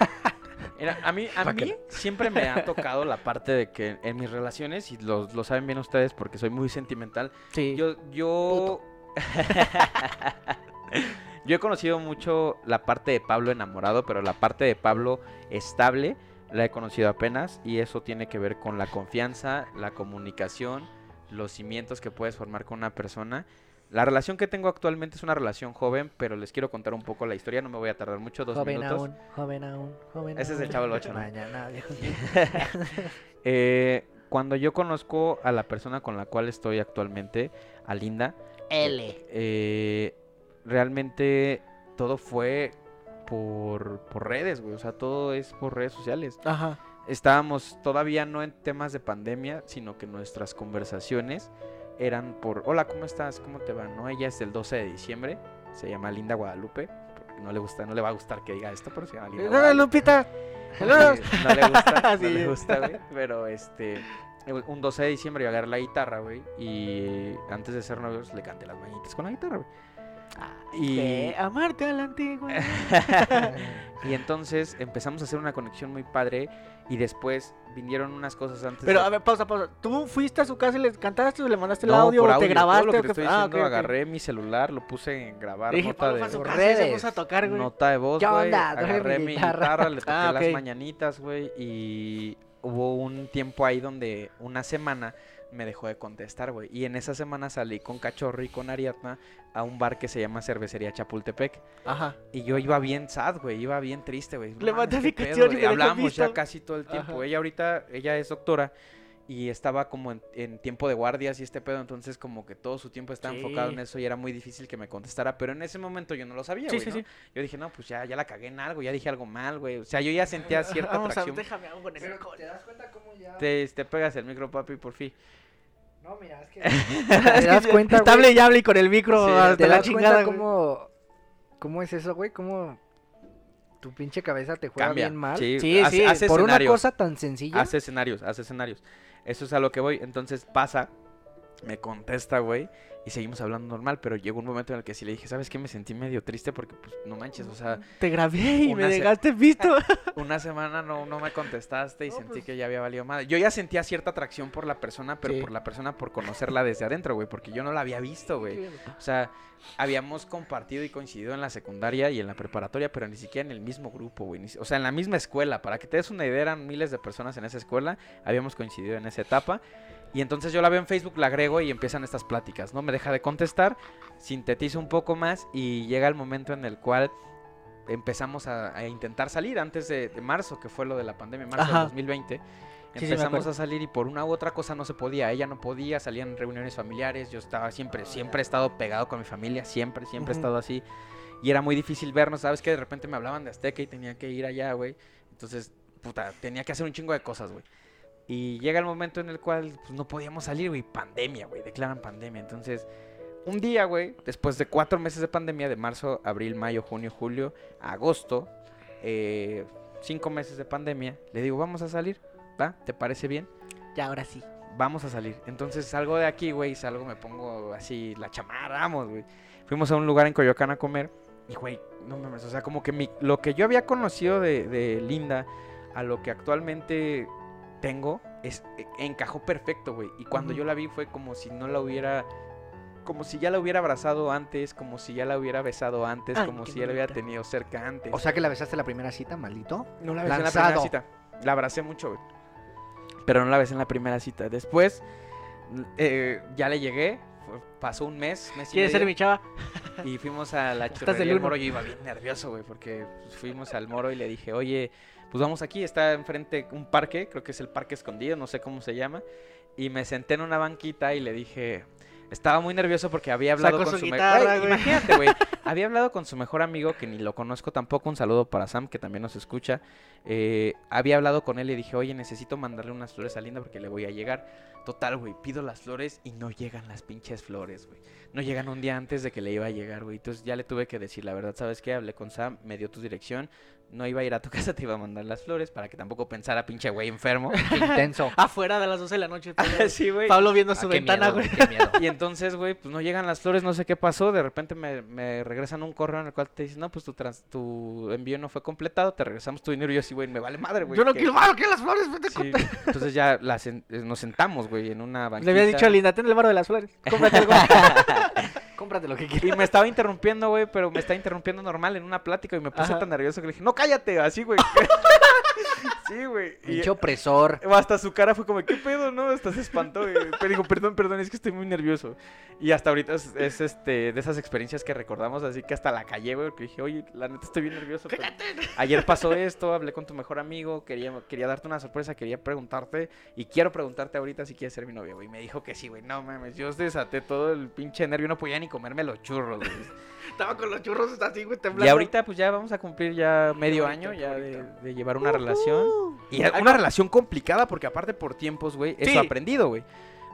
D: Mira, a mí, a mí siempre me ha tocado la parte de que en mis relaciones, y lo, lo saben bien ustedes porque soy muy sentimental,
A: Sí.
D: yo... Yo... yo he conocido mucho la parte de Pablo enamorado, pero la parte de Pablo estable la he conocido apenas y eso tiene que ver con la confianza, la comunicación, los cimientos que puedes formar con una persona. La relación que tengo actualmente es una relación joven, pero les quiero contar un poco la historia, no me voy a tardar mucho, dos
B: Joven
D: minutos.
B: aún, joven aún, joven
D: Ese es el
B: aún.
D: Chavo del Ocho, ¿no?
B: Mañana, viejo.
D: Eh, cuando yo conozco a la persona con la cual estoy actualmente, a Linda,
C: L.
D: eh, realmente todo fue por, por redes, güey. O sea, todo es por redes sociales.
A: Ajá.
D: Estábamos todavía no en temas de pandemia, sino que nuestras conversaciones eran por, hola, ¿cómo estás? ¿Cómo te va? No, ella es del 12 de diciembre, se llama Linda Guadalupe. porque No le gusta, no le va a gustar que diga esto, pero se llama Linda
A: Hola,
D: Guadalupe.
A: Lupita. Saludos.
D: Sí, no le gusta, no
A: Sí.
D: le gusta, güey. Pero este, un 12 de diciembre yo agarré la guitarra, güey. Y antes de ser novios le canté las mañitas con la guitarra, güey.
A: Ah,
D: Y,
A: De amarte a la antigua.
D: y entonces empezamos a hacer una conexión muy padre. Y después vinieron unas cosas antes.
A: Pero
D: de-
A: a ver, pausa, pausa. ¿Tú fuiste a su casa y le cantaste o le mandaste el
D: No,
A: audio
D: por
A: o te
D: todo
A: grabaste?
D: lo que
A: o
D: te
A: qué
D: estoy
A: fue? Ah,
D: diciendo,
A: ok, ok.
D: agarré mi celular, lo puse en grabar
A: Dije,
D: nota
A: Pablo fue a
D: de.
A: su casa y se puso a
B: redes.
A: tocar, güey.
D: Nota de voz,
B: ¿Qué
D: güey.
B: onda? Dame mi
D: Agarré mi
B: guitarra.
D: guitarra, le toqué
A: Ah, ok.
D: las mañanitas, güey. Y hubo un tiempo ahí donde una semana me dejó de contestar, güey. Y en esa semana salí con Cachorro y con Ariadna a un bar que se llama Cervecería Chapultepec.
A: Ajá.
D: Y yo iba bien sad, güey. Iba bien triste, güey. No
A: Le
D: mames,
A: mandé
D: qué
A: mi
D: pedo,
A: canción y
D: güey.
A: me dejó
D: Hablamos ya
A: visto.
D: casi todo el tiempo.
A: Ajá.
D: Ella ahorita, ella es doctora. Y estaba como en, en tiempo de guardias y este pedo, entonces como que todo su tiempo estaba enfocado
A: Sí.
D: en eso y era muy difícil que me contestara, pero en ese momento yo no lo sabía,
A: Sí, sí,
D: güey, ¿no?
A: sí.
D: Yo dije, no, pues ya, ya la cagué en algo, ya dije algo mal, güey. O sea, yo ya sentía cierta
A: Vamos a
D: atracción.
A: déjame hago con ese
B: Pero te das cuenta cómo ya...
D: Te, te pegas el micro, papi, por fin.
B: No, mira, es que... te das cuenta,
A: Está
B: güey.
A: hable y hable y con el micro
D: Sí,
A: hasta
B: ¿Te
A: la
B: das
A: chingada.
B: cuenta
A: güey.
B: cómo... ¿Cómo es eso, güey? ¿Cómo tu pinche cabeza te juega
D: Cambia.
B: bien mal?
D: Sí,
A: Sí,
D: hace,
A: sí.
D: hace
B: Por una
D: escenarios.
B: cosa tan sencilla.
D: Hace escenarios, hace escenarios. Eso es a lo que voy. Entonces pasa, me contesta, güey, y seguimos hablando normal, pero llegó un momento en el que sí le dije, ¿sabes qué? Me sentí medio triste porque, pues, no manches, o sea,
A: Te grabé y
D: Una
A: me
D: se-
A: dejaste visto.
D: una semana no, no me contestaste y sentí que ya había valido madre. Yo ya sentía cierta atracción por la persona, pero
A: Sí.
D: por la persona por conocerla desde adentro, güey, porque yo no la había visto, güey. O sea, habíamos compartido y coincidido en la secundaria y en la preparatoria, pero ni siquiera en el mismo grupo, güey. ni si- O sea, en la misma escuela. Para que te des una idea, eran miles de personas en esa escuela. Habíamos coincidido en esa etapa. Y entonces yo la veo en Facebook, la agrego y empiezan estas pláticas, ¿no? Me deja de contestar, sintetizo un poco más y llega el momento en el cual empezamos a, a intentar salir antes de, de marzo, que fue lo de la pandemia, marzo
A: Ajá.
D: del 2020.
A: Sí, sí, me
D: Empezamos
A: acuerdo.
D: a salir y por una u otra cosa no se podía. Ella no podía, salían reuniones familiares. Yo estaba siempre, siempre he estado pegado con mi familia, siempre, siempre he
A: Ujú.
D: estado así. Y era muy difícil vernos, ¿sabes? Que de repente me hablaban de Azteca y tenía que ir allá, güey. Entonces puta, tenía que hacer un chingo de cosas, güey. Y llega el momento en el cual pues, no podíamos salir, güey. Pandemia, güey. Declaran pandemia. Entonces, un día, güey, después de cuatro meses de pandemia, de marzo, abril, mayo, junio, julio, agosto, eh, cinco meses de pandemia, le digo, vamos a salir, ¿va? ¿Te parece bien?
F: Ya, ahora sí.
D: vamos a salir. Entonces salgo de aquí, güey, salgo, me pongo así la chamarra, vamos, güey. Fuimos a un lugar en Coyoacán a comer y, güey, no mames, o sea, como que mi- lo que yo había conocido de, de Linda a lo que actualmente tengo es e- encajó perfecto, güey. Y cuando yo la vi fue como si no la hubiera como si ya la hubiera abrazado antes, como si ya la hubiera besado antes,
F: Ay,
D: como
F: qué
D: si ya la hubiera
F: bonita.
D: tenido cerca antes.
B: O sea que la besaste la primera cita, maldito.
D: No la besé en la
B: Lanzado.
D: primera cita. La abracé mucho, güey. Pero no la besé en la primera cita. Después, n- eh, ya le llegué. fue- Pasó un mes, mes y
A: ¿Quieres ser mi
D: medio,
A: chava?
D: y fuimos a la
A: Estás del
D: churrería del
A: uno.
D: Moro. Yo iba bien nervioso, güey, porque pues, fuimos al Moro y le dije, oye, pues vamos aquí, está enfrente un parque, creo que es el Parque Escondido, no sé cómo se llama. Y me senté en una banquita y le dije, estaba muy nervioso porque había hablado
A: Sacó
D: con
A: su
D: su, me-
A: guitarra,
D: Güey,
A: güey.
D: Imagínate, güey. Había hablado con su mejor amigo, que ni lo conozco tampoco. Un saludo para Sam, que también nos escucha. Eh, había hablado con él y dije, oye, necesito mandarle unas flores a Linda porque le voy a llegar. Total, güey, pido las flores y no llegan las pinches flores, güey. No llegan un día antes de que le iba a llegar, güey. Entonces ya le tuve que decir, la verdad, ¿sabes qué? Hablé con Sam, me dio tu dirección. No iba a ir a tu casa, te iba a mandar las flores para que tampoco pensara, pinche güey enfermo.
B: Qué intenso.
A: Afuera de las 12 de la noche. Pablo,
D: Así, Ah, güey.
A: Pablo viendo su
B: Ah, qué
A: ventana,
B: miedo,
A: güey.
B: qué miedo.
D: Y entonces, güey, pues no llegan las flores, no sé qué pasó. De repente me, me regresan un correo en el cual te dicen, no, pues tu, trans- tu envío no fue completado, te regresamos tu dinero. Y yo así, güey, me vale madre, güey.
A: Yo no
D: que-
A: quiero
B: ah,
A: malo que las flores, vete con-
D: Sí, Entonces ya las en- eh, nos sentamos, güey, en una banquita.
A: Le había dicho a Linda, ten el barro de las flores. Cómprate algo.
B: Cómprate lo que quieras.
D: Y me estaba interrumpiendo, güey, pero me estaba interrumpiendo normal en una plática y me puse
A: Ajá.
D: tan nervioso que le dije, no, cállate, así, güey. sí, güey. Y
B: Pinche opresor.
D: hasta su cara fue como, ¿qué pedo, no? Hasta se espantó, güey. Pero dijo, perdón, perdón, es que estoy muy nervioso. Y hasta ahorita es, es, este, de esas experiencias que recordamos, así que hasta la callé, güey, porque dije, oye, la neta estoy bien nervioso. pero Ayer pasó esto, hablé con tu mejor amigo, quería, quería darte una sorpresa, quería preguntarte, y quiero preguntarte ahorita si quieres ser mi novia, güey. Y me dijo que sí, güey, no mames, yo desaté todo el pinche nervio, no podía ni comerme los churros, güey.
A: Estaba con los churros así, güey,
D: Y ahorita, pues ya vamos a cumplir ya medio año ya de, de llevar una relación. Y a- una relación complicada porque aparte por tiempos, güey, eso
A: Sí.
D: he aprendido, güey.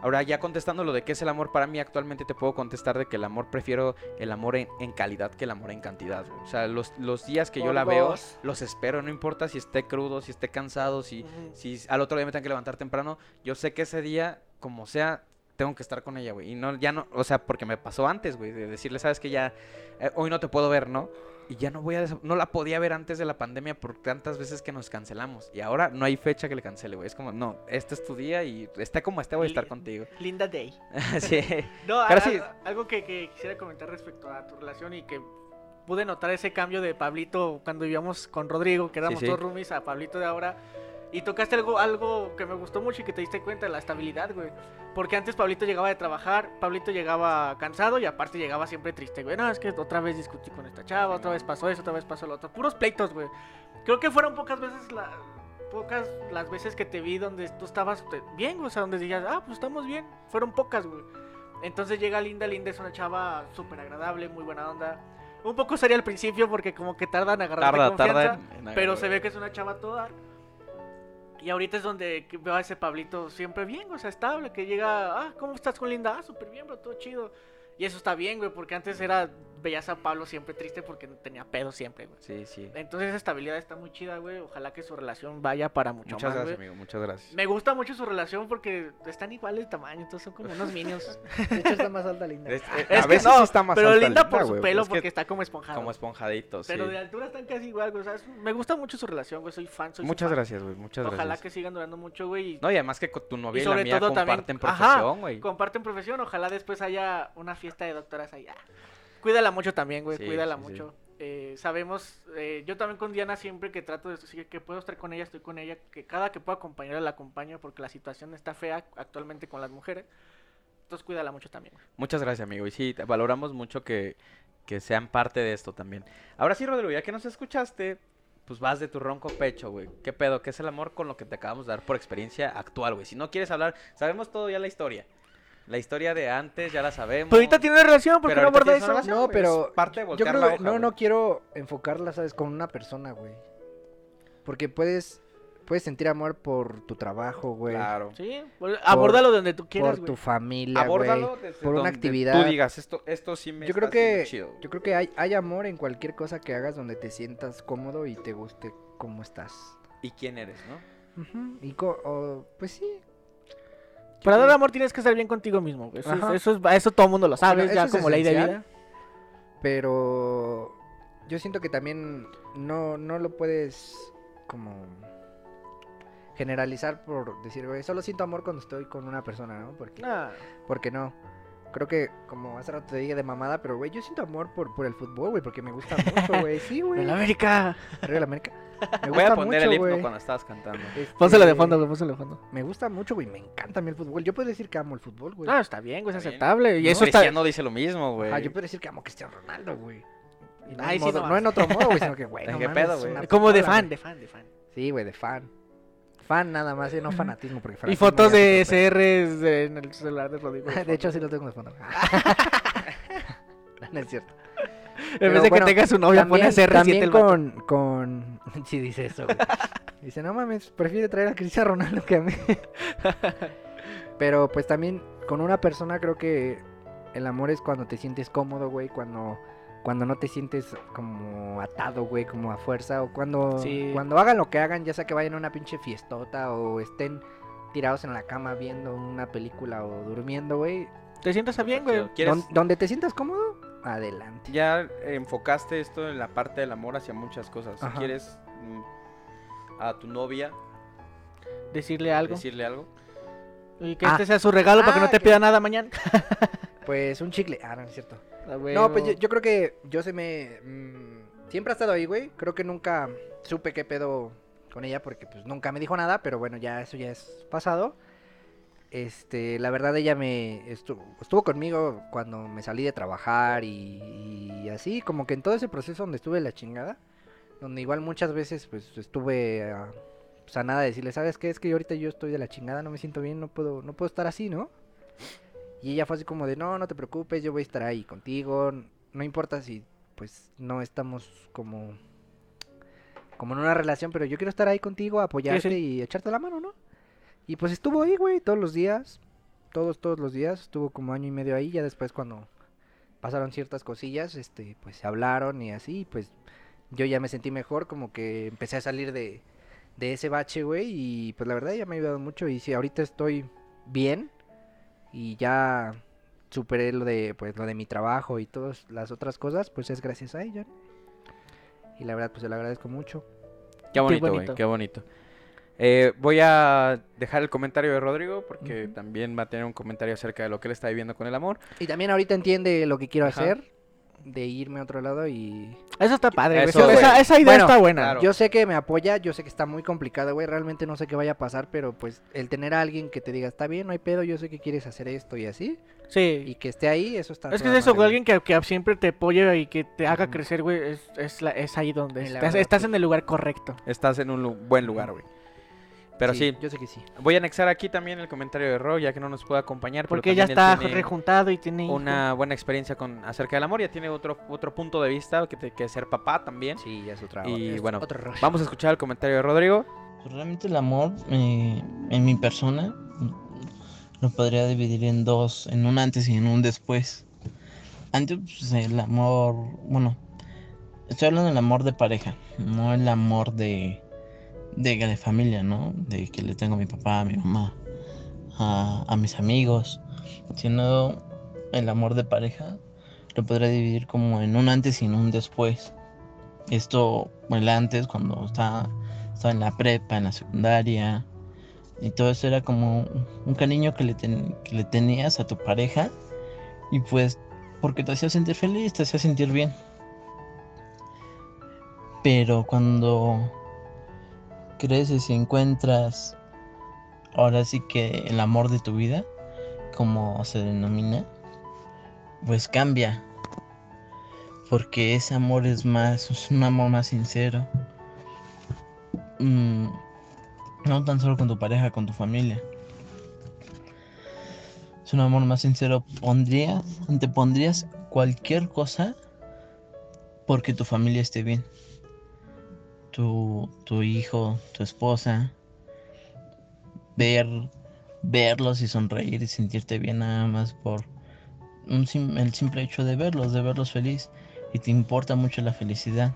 D: Ahora ya contestando lo de qué es el amor para mí, actualmente te puedo contestar de que el amor prefiero el amor en, en calidad que el amor en cantidad. güey. O sea, los, los días que yo
F: Por
D: la veo,
F: dos.
D: los espero, no importa si esté crudo, si esté cansado, si, si al otro día me tengo que levantar temprano, yo sé que ese día, como sea, tengo que estar con ella, güey. Y no, ya no, o sea, porque me pasó antes, güey, de decirle, sabes que ya, eh, hoy no te puedo ver, ¿no? Y ya no voy a, desa- no la podía ver antes de la pandemia por tantas veces que nos cancelamos. Y ahora no hay fecha que le cancele, güey. Es como, no, este es tu día y está como esté, voy a estar
A: Li-
D: contigo.
F: Linda Day.
A: Ah,
D: sí.
A: No,
D: Pero
A: a-
D: sí.
A: a- algo que, que quisiera comentar respecto a tu relación y que pude notar ese cambio de Pablito cuando vivíamos con Rodrigo, que éramos
D: sí.
A: todos roomies, a Pablito de ahora. Y tocaste algo, algo que me gustó mucho y que te diste cuenta, la estabilidad, güey. Porque antes Pablito llegaba de trabajar, Pablito llegaba cansado y aparte llegaba siempre triste, güey. No, es que otra vez discutí con esta chava, otra vez pasó eso, otra vez pasó lo otro. Puros pleitos, güey. Creo que fueron pocas veces la, pocas las veces que te vi donde tú estabas te- bien, güey, o sea, donde digas, ah, pues estamos bien. Fueron pocas, güey. Entonces llega Linda, Linda es una chava súper agradable, muy buena onda. Un poco sería al principio porque como que tardan en agarrar
D: Tarda,
A: confianza.
D: tarda. en- en
A: Pero
D: agarrar.
A: se ve que es una chava toda. Y ahorita es donde que veo a ese Pablito siempre bien, o sea, estable, que llega, ah, ¿cómo estás con Linda? Ah, súper bien, bro, todo chido. Y eso está bien, güey, porque antes era, veías a Pablo siempre triste porque tenía pedo siempre, güey.
D: Sí, sí.
A: Entonces esa estabilidad está muy chida, güey. Ojalá que su relación vaya para mucho
D: Muchas
A: más,
D: gracias,
A: güey.
D: amigo. Muchas gracias.
A: Me gusta mucho su relación porque están iguales de tamaño, entonces son como unos minions.
B: De hecho, está más alta, linda.
D: Es- eh,
A: Es
D: a
A: que
D: veces
A: no,
D: sí está más
A: Pero
D: alta
A: linda por su
D: güey,
A: pelo
D: es que
A: porque está como esponjado.
D: como esponjadito, sí.
A: Pero de altura están casi igual, güey. o sea, es- me gusta mucho su relación, güey. Soy fan, soy su
D: Muchas
A: fan.
D: gracias, güey. Muchas
A: Ojalá
D: gracias.
A: que sigan durando mucho, güey. y
D: No, y además que con tu novia y, la
A: sobre
D: mía
A: todo también-
D: comparten
A: Ajá,
D: profesión, güey.
A: Comparten profesión. Ojalá después haya una fiesta de doctoras allá. Cuídala mucho también, güey.
D: Sí,
A: cuídala
D: sí, sí.
A: mucho. Eh, sabemos, eh, yo también con Diana siempre que trato de sí, que puedo estar con ella, estoy con ella, que cada que puedo acompañarla la acompaño porque la situación está fea actualmente con las mujeres. Entonces cuídala mucho también. güey.
D: Muchas gracias, amigo. Y sí, te- valoramos mucho que, que sean parte de esto también. Ahora sí, Rodrigo, ya que nos escuchaste, pues vas de tu ronco pecho, güey. ¿Qué pedo? ¿Qué es el amor con lo que te acabamos de dar por experiencia actual, güey? Si no quieres hablar, sabemos todo ya la historia. La historia de antes ya la sabemos.
A: Pero ahorita tiene una relación, ¿por qué
D: Pero
A: no
D: ahorita
A: aborda
D: tienes una
A: eso?
D: relación,
B: No,
D: güey,
B: pero
D: es parte de
B: Yo
D: voltear
B: creo
D: la
B: que
D: hoja,
B: no,
D: güey.
B: no quiero enfocarla, ¿sabes? Con una persona, güey. Porque puedes Puedes sentir amor por tu trabajo, güey.
E: Claro.
A: Sí, vol- abórdalo donde tú
B: por
A: quieras,
B: tu
A: güey.
B: familia, güey.
E: Abórdalo desde
B: por una
E: donde
B: actividad.
E: Tú digas, esto, esto sí me
B: Yo creo
E: está haciendo
B: que
E: chido, güey".
B: yo creo que hay, hay amor en cualquier cosa que hagas donde te sientas cómodo y te guste cómo estás.
E: ¿Y quién eres, no?
B: Ujú, Y co- o- pues sí.
A: Para dar amor tienes que estar bien contigo mismo, güey. Eso, es-
B: Ajá.
A: eso, es- eso todo el mundo lo sabe,
B: Bueno,
A: ya
B: eso es
A: como ley de vida.
B: esencial, Pero yo siento que también no, no lo puedes como generalizar por decir, güey, solo siento amor cuando estoy con una persona, ¿no? Porque,
A: Ah,
B: porque no. Creo que, como hace rato te dije de mamada, pero güey, yo siento amor por, por el fútbol, güey, porque me gusta mucho, güey. Sí, güey.
A: en América.
B: Arriba la América. Me
E: Voy
B: gusta
E: a poner
B: mucho,
E: el himno
B: güey.
E: cuando estabas cantando.
A: Pónselo de
B: Este,
A: fondo, güey, pónselo de fondo.
B: Me gusta mucho, güey. Me encanta a mí el fútbol. Yo puedo decir que amo el fútbol, güey.
A: No, está bien, güey, es
E: Está bien.
A: aceptable. Y
E: No,
A: eso está...
E: Cristiano dice lo mismo, güey.
B: Ah, yo puedo decir que amo a Cristiano Ronaldo, güey. Y no,
A: Ay,
B: en
A: sí, no
B: modo- no
A: mames.
B: en otro modo, güey, sino que, güey.
E: ¿En
B: no
E: qué
B: mames,
E: pedo,
B: es
E: güey?
B: una
A: Como de
B: pistola,
A: fan,
B: güey.
A: de fan, de fan.
B: Sí, güey, de fan. Fan nada más, eh, no fanatismo. Porque
A: Y
B: fanatismo
A: fotos
B: ya
E: pues,
A: de
B: es otro
A: SRs de- en el celular de Rodrigo.
B: pedo. De hecho, sí lo tengo de fondo. güey. no es cierto.
A: en vez de que
B: bueno,
A: tenga su novia, pone SR7 el
B: también
A: vato.
B: con, con... Sí, dice eso, güey. Dice, no mames, prefiere traer a Cristiano Ronaldo que a mí. Pero pues también con una persona creo que el amor es cuando te sientes cómodo, güey, cuando... Cuando no te sientes como atado, güey, como a fuerza, o cuando,
A: Sí.
B: cuando hagan lo que hagan, ya sea que vayan a una pinche fiestota o estén tirados en la cama viendo una película o durmiendo, güey.
A: Te sientas
E: Pues,
A: bien, güey.
E: ¿Quieres-
B: Don- donde te sientas cómodo, adelante.
E: Ya enfocaste esto en la parte del amor hacia muchas cosas. Si
B: Ajá.
E: quieres mm, a tu novia
A: Decirle algo.
E: decirle algo.
A: Y que
B: Ah.
A: este sea su regalo para que no
B: Ah,
A: te
B: que-
A: pida nada mañana.
B: Pues un chicle. Ah, no, no es cierto.
A: Ah, güey,
B: No, pues
A: o-
B: yo, yo creo que yo se me... mm, siempre ha estado ahí, güey. Creo que nunca supe qué pedo con ella porque pues nunca me dijo nada, pero bueno, ya eso ya es pasado. Este, la verdad ella me estuvo, estuvo conmigo cuando me salí de trabajar y, y así, como que en todo ese proceso donde estuve la chingada, donde igual muchas veces pues estuve ah, pues, a nada de decirle, ¿sabes qué? Es que yo ahorita yo estoy de la chingada, no me siento bien, no puedo, no puedo estar así, ¿no? Y ella fue así como de, no, no te preocupes, yo voy a estar ahí contigo. n- No importa si, pues, no estamos como... Como en una relación, pero yo quiero estar ahí contigo, apoyarte y echarte la mano, ¿no? Y pues estuvo ahí, güey, todos los días. Todos, todos los días. Estuvo como año y medio ahí. Ya después cuando pasaron ciertas cosillas, este, pues se hablaron y así. y Pues yo ya me sentí mejor, como que empecé a salir de, de ese bache, güey. Y pues la verdad ya me ha ayudado mucho. Y sí, ahorita estoy bien y ya superé lo de pues lo de mi trabajo y todas las otras cosas, pues es gracias a ella. Y la verdad, pues se lo agradezco mucho.
E: Qué bonito, güey.
A: bonito.
E: Qué bonito. Eh, voy a dejar el comentario de Rodrigo porque
B: Ujú.
E: también va a tener un comentario acerca de lo que él está viviendo con el amor.
B: Y también ahorita entiende lo que quiero
E: Ajá.
B: hacer de irme a otro lado y
A: Eso está padre, güey.
E: Eso,
A: Esa-
E: güey.
A: esa, esa idea
B: Bueno,
A: está buena.
E: claro.
B: yo sé que me apoya, yo sé que está muy complicado, güey, realmente no sé qué vaya a pasar, pero pues el tener a alguien que te diga, "Está bien, no hay pedo, yo sé que quieres hacer esto y así"
A: Sí.
B: y que esté ahí, eso está
A: Es que es
B: toda
A: eso, güey.
B: madre,
A: Alguien que, que siempre te apoye y que te haga
B: Ujú.
A: crecer, güey. Es, es, la- es ahí donde
B: Y la
A: estás.
B: verdad,
A: estás
B: pues-
A: en el lugar correcto.
E: Estás en un lu- buen lugar, güey. Pero sí,
B: yo sé que sí.
E: voy a anexar aquí también el comentario de Ro, ya que no nos puede acompañar. pero
A: Porque ya
E: también él
A: está
E: tiene-
A: rejuntado y tiene. hijos.
E: una buena experiencia con acerca del amor. Ya tiene otro, otro punto de vista que, te- que ser papá también.
B: Sí, ya es otra
E: Y
B: es
E: bueno,
B: otro rollo.
E: Vamos a escuchar el comentario de Rodrigo.
G: Pues Realmente el amor eh, en mi persona mm, lo podría dividir en dos, en un antes y en un después. Antes pues, el amor, bueno, estoy hablando del amor de pareja, no el amor de, de, de familia, ¿no? De que le tengo a mi papá, a mi mamá, a, a mis amigos, sino el amor de pareja lo podría dividir como en un antes y en un después. Esto, el antes, cuando estaba estaba en la prepa, en la secundaria. Y todo eso era como un cariño que le, ten- que le tenías a tu pareja. Y pues, porque te hacía sentir feliz, te hacía sentir bien. Pero cuando creces y encuentras ahora sí que el amor de tu vida, como se denomina, pues cambia. Porque ese amor es más, es un amor más sincero mm, no tan solo con tu pareja, con tu familia. Es un amor más sincero. Pondrías, antepondrías cualquier cosa porque tu familia esté bien. tu, tu hijo, tu esposa, ver, verlos y sonreír y sentirte bien nada más por un sim- el simple hecho de verlos, de verlos feliz y te importa mucho la felicidad.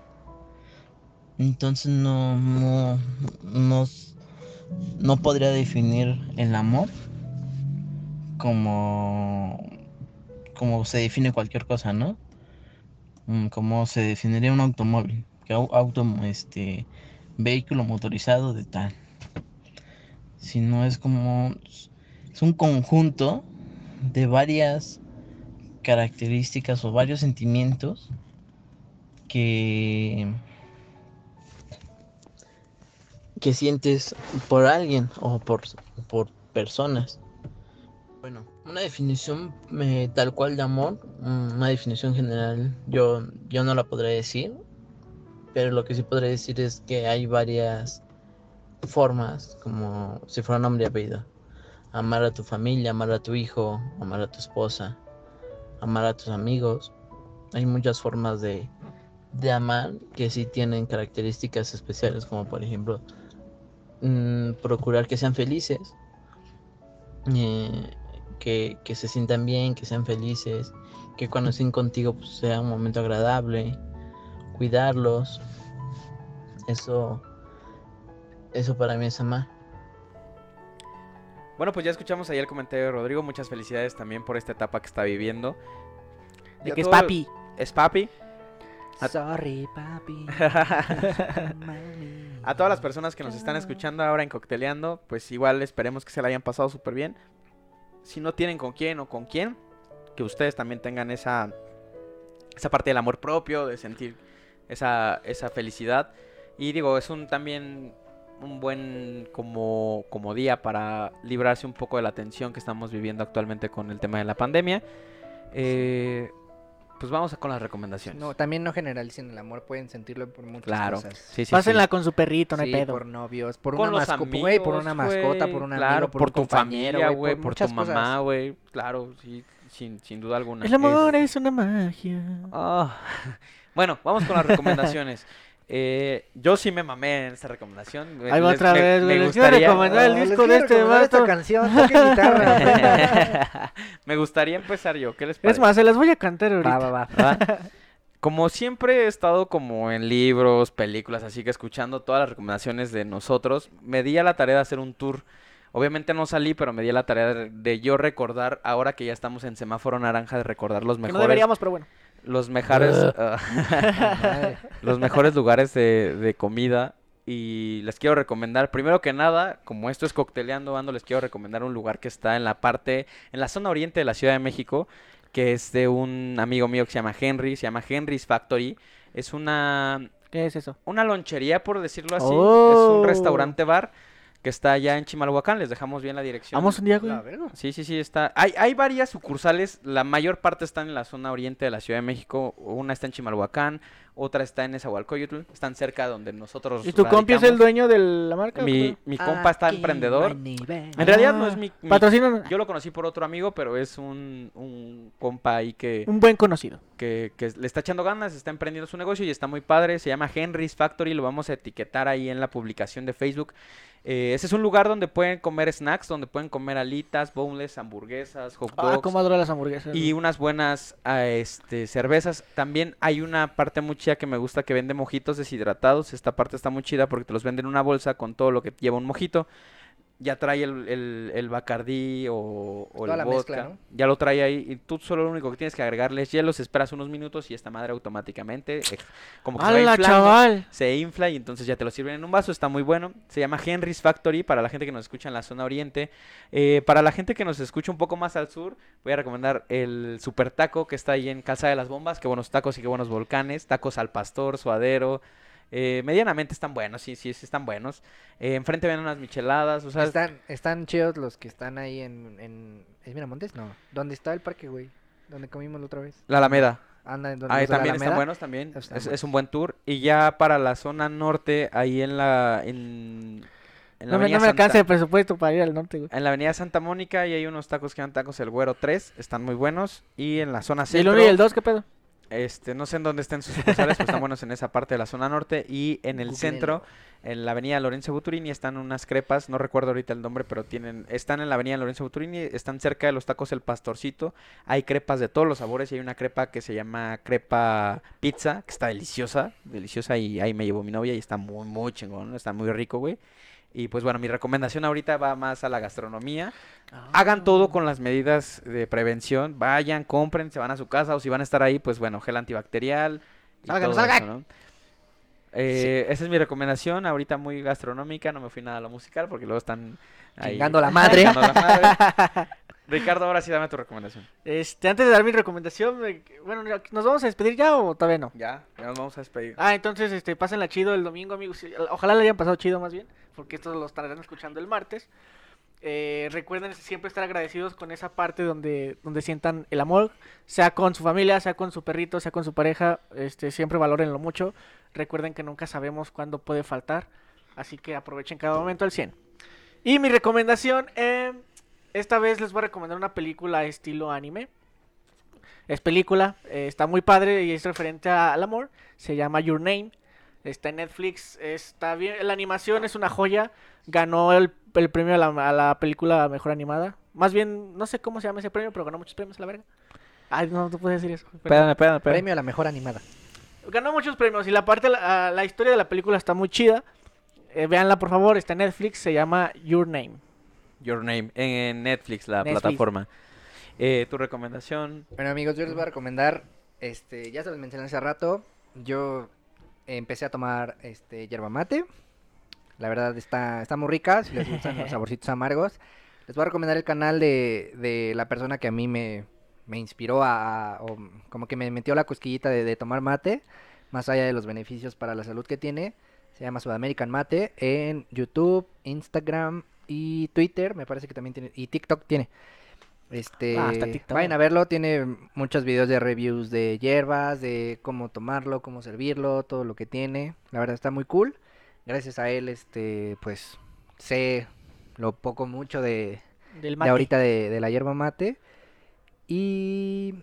G: Entonces no, no, no, s- no podría definir el amor como, como se define cualquier cosa, ¿no? Mm, Como se definiría un automóvil, que au- auto, este, vehículo motorizado de tal. Sino es como, es un conjunto de varias características o varios sentimientos que que sientes por alguien o por, por personas. Bueno, una definición eh, tal cual de amor, mm, una definición general, yo, yo no la podré decir, pero lo que sí podré decir es que hay varias formas, como si fuera nombre y apellido. Amar a tu familia, amar a tu hijo, amar a tu esposa, amar a tus amigos. Hay muchas formas de, de amar que sí tienen características especiales, como por ejemplo mm, procurar que sean felices, eh, que, que se sientan bien, que sean felices, que cuando estén contigo pues, sea un momento agradable, cuidarlos. Eso, eso para mí es amar.
D: Bueno, pues ya escuchamos ahí el comentario de Rodrigo. Muchas felicidades también por esta etapa que está viviendo.
A: De
D: Ya
A: que es
D: todo-
A: papi.
D: Es papi.
C: Sorry, papi.
D: A todas las personas que nos están escuchando ahora en Cocteleando, pues igual esperemos que se la hayan pasado súper bien. Si no tienen con quién o con quién, que ustedes también tengan esa, esa parte del amor propio, de sentir esa, esa felicidad. Y digo, es un también un buen como, como día para librarse un poco de la tensión que estamos viviendo actualmente con el tema de la pandemia. Eh, pues vamos con las recomendaciones.
B: No, también no generalicen el amor, pueden sentirlo por muchas
D: claro.
B: cosas.
D: Sí, sí, sí.
A: Pásenla con su perrito, no hay
B: Sí,
A: pedo.
B: por novios, por
D: Con
B: una,
D: los
B: masco- güey, por
D: amigos,
B: una mascota,
D: güey,
B: por un amigo,
D: claro,
B: por,
D: por,
B: un
D: tu
B: compañero,
D: familia, güey, por, tu
B: muchas cosas.
D: mamá, güey, claro, sí, sin, sin duda alguna.
A: El amor
D: Es-
A: es una magia.
D: Ah. Bueno, vamos con las recomendaciones. Eh, yo sí me mamé en esta recomendación. me-
A: Ahí va
D: les-
A: otra
D: me-
A: vez,
D: me
A: güey. Les quiero
D: gustaría-
A: recomendar el
B: Ah, les
A: disco de
B: quiero
A: este
B: recomendar esta
A: vato.
B: canción, toque guitarra.
D: me gustaría empezar yo, ¿qué les parece?
A: Es más, se las voy a cantar ahorita.
B: va, va, va.
D: ¿verdad? Como siempre he estado como en libros, películas, así que escuchando todas las recomendaciones de nosotros, me di a la tarea de hacer un tour. Obviamente no salí, pero me di a la tarea de, de yo recordar, ahora que ya estamos en semáforo naranja, de recordar los
A: Que
D: mejores,
A: no deberíamos, pero bueno.
D: los mejores, ah,
B: Madre.
D: los mejores lugares de, de comida. Y les quiero recomendar, primero que nada, como esto es cocteleando, ando, les quiero recomendar un lugar que está en la parte, en la zona oriente de la Ciudad de México, que es de un amigo mío que se llama Henry, se llama Henry's Factory. Es una,
A: ¿Qué es eso?
D: una lonchería, por decirlo así. Es
A: Oh.
D: un restaurante bar que está allá en Chimalhuacán. Les dejamos bien la dirección.
A: Vamos un día, güey.
B: La verga.
D: Sí, sí, sí, está. Hay, hay varias sucursales, la mayor parte están en la zona oriente de la Ciudad de México. Una está en Chimalhuacán, otra está en Esahualcoyotl, están cerca donde nosotros.
A: ¿Y tu compi es el
D: radicamos.
A: dueño de la marca? o
D: Mi,
A: qué?
D: mi compa está
C: Aquí
D: emprendedor.
C: no hay nivel.
D: En realidad no es
A: Ah,
D: mi. mi-
A: Patrocínanos.
D: yo lo conocí por otro amigo, pero es un, un compa ahí que,
A: Un buen conocido.
D: que, que le está echando ganas, está emprendiendo su negocio y está muy padre. Se llama Henry's Factory, lo vamos a etiquetar ahí en la publicación de Facebook. Eh, ese es un lugar donde pueden comer snacks, donde pueden comer alitas, boneless, hamburguesas, hot
A: Ah,
D: dogs.
A: cómo adoro las hamburguesas.
D: Y
A: güey.
D: unas buenas ah, este, cervezas. También hay una parte muy chida que me gusta que vende mojitos deshidratados. Esta parte está muy chida porque te los venden en una bolsa con todo lo que lleva un mojito. Ya trae el, el, el bacardí o, o
B: toda
D: el
B: la
D: vodka.
B: mezcla, ¿no?
D: Ya lo trae ahí. Y tú solo lo único que tienes que agregarle es hielos, esperas unos minutos y esta madre automáticamente ex- como que se va
A: ¡Hala,
D: inflando,
A: chaval!
D: se infla y entonces ya te lo sirven en un vaso, está muy bueno. Se llama Henry's Factory para la gente que nos escucha en la zona oriente. Eh, para la gente que nos escucha un poco más al sur, voy a recomendar el Super Taco que está ahí en Calzada de las Bombas. Qué buenos tacos y qué buenos volcanes. Tacos al pastor, suadero. eh, medianamente están buenos, sí, sí, sí están buenos. Eh, enfrente ven unas micheladas, o sea,
B: Están, están chidos los que están ahí en, en... ¿Es Miramontes? No. ¿Dónde está el parque, güey? Donde comimos la otra vez.
D: la Alameda.
B: Anda, en donde
D: Ahí
B: los de la
D: Ah, también están
B: Alameda.
D: buenos, también.
B: Están
D: es, es un buen tour. Y ya para la zona norte, ahí en la... En, en la
A: No me,
D: Avenida
A: no me
D: Santa-
A: alcanza el presupuesto para ir al norte, güey.
D: En la avenida Santa Mónica y hay unos tacos que dan tacos El Güero 3, están muy buenos. Y en la
A: ¿Y
D: zona
A: el
D: centro,
A: 1 y el 2 qué pedo?
D: Este, no sé en dónde estén sus sucursales, pero están buenos en esa parte de la zona norte y en el
B: Googleenlo.
D: centro, en la avenida Lorenzo Buturini, están unas crepas, no recuerdo ahorita el nombre, pero tienen, están en la avenida Lorenzo Buturini, están cerca de los tacos El Pastorcito, hay crepas de todos los sabores y hay una crepa que se llama crepa pizza, que está deliciosa, deliciosa y ahí me llevó mi novia y está muy, muy chingón, está muy rico, güey. Y pues bueno, mi recomendación ahorita va más a la gastronomía. Hagan todo con las medidas de prevención. Vayan, compren, se van a su casa o si van a estar ahí, pues bueno, gel antibacterial. y
A: Salgan,
D: todo eso,
A: salgan.
D: ¿no? Eh, Esa es mi recomendación, ahorita muy gastronómica, no me fui nada a lo musical porque luego están ahí
B: Chingando la madre.
D: chingando la madre. Ricardo, ahora sí dame tu recomendación.
A: Este, antes de dar mi recomendación, eh, bueno, mira, ¿nos vamos a despedir ya o todavía no?
D: Ya, ya nos vamos a despedir.
A: Ah, entonces, este, pásenla chido el domingo, amigos. Sí, Ojalá le hayan pasado chido más bien, porque estos lo estarán escuchando el martes. Eh, recuerden siempre estar agradecidos con esa parte donde, donde sientan el amor, sea con su familia, sea con su perrito, sea con su pareja, este, siempre valórenlo mucho. Recuerden que nunca sabemos cuándo puede faltar, así que aprovechen cada momento al 100. Y mi recomendación, eh, esta vez les voy a recomendar una película estilo anime. Es película, eh, está muy padre y es referente a- al amor. Se llama Your Name. Está en Netflix. Está bien. La animación es una joya. Ganó el, el premio a la, a la película mejor animada. Más bien, no sé cómo se llama ese premio, pero ganó muchos premios a la verga. Ay, no, no puedo decir eso. Perdón.
H: Espérame, espérame, espérame.
B: Premio a la mejor animada.
A: Ganó muchos premios y la parte, la, a- la historia de la película está muy chida. Eh, véanla, por favor. Está en Netflix. Se llama Your Name.
D: Your Name, en Netflix, la
A: Netflix.
D: plataforma. Eh, tu recomendación,
B: Bueno, amigos, yo les voy a recomendar, este, ya se los mencioné hace rato, yo empecé a tomar este yerba mate. La verdad está, está muy rica, si les gustan los saborcitos amargos. Les voy a recomendar el canal de, de la persona que a mí me, me inspiró a, a- o como que me metió la cosquillita de, de tomar mate, más allá de los beneficios para la salud que tiene. Se llama Sudamerican Mate en YouTube, Instagram y Twitter, me parece que también tiene, y TikTok tiene. Este,
H: Ah, hasta TikTok.
B: vayan a verlo, tiene muchos videos de reviews de hierbas, de cómo tomarlo, cómo servirlo, todo lo que tiene. La verdad está muy cool. Gracias a él, este, pues, sé lo poco mucho de,
A: Del
B: de
A: mate.
B: ahorita de, de la hierba mate. Y,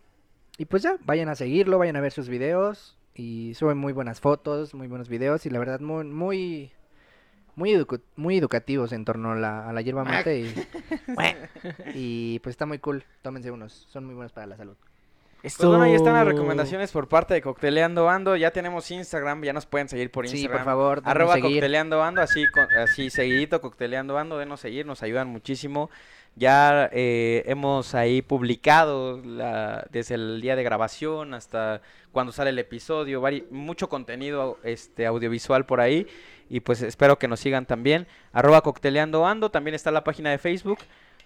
B: y pues ya, vayan a seguirlo, vayan a ver sus videos. Y suben muy buenas fotos, muy buenos videos. Y la verdad, muy, muy, muy, educu- muy educativos en torno a la, a la
D: Ah.
B: hierba mate. Y, y, pues está muy cool. Tómense unos, son muy buenos para la salud.
D: Pues bueno, ahí están las
A: Eso.
D: recomendaciones por parte de Cocteleando Ando. Ya tenemos Instagram, ya nos pueden seguir por
B: Sí, por
D: Instagram.
B: favor, denos
D: Arroba
B: seguir.
D: Cocteleando Ando, así, con- así seguidito, Cocteleando Ando. Denos seguir, nos ayudan muchísimo. Ya eh, hemos ahí publicado la- desde el día de grabación hasta cuando sale el episodio, vari- mucho contenido este, audiovisual por ahí. Y pues espero que nos sigan también. Arroba Cocteleando Ando, también está la página de Facebook.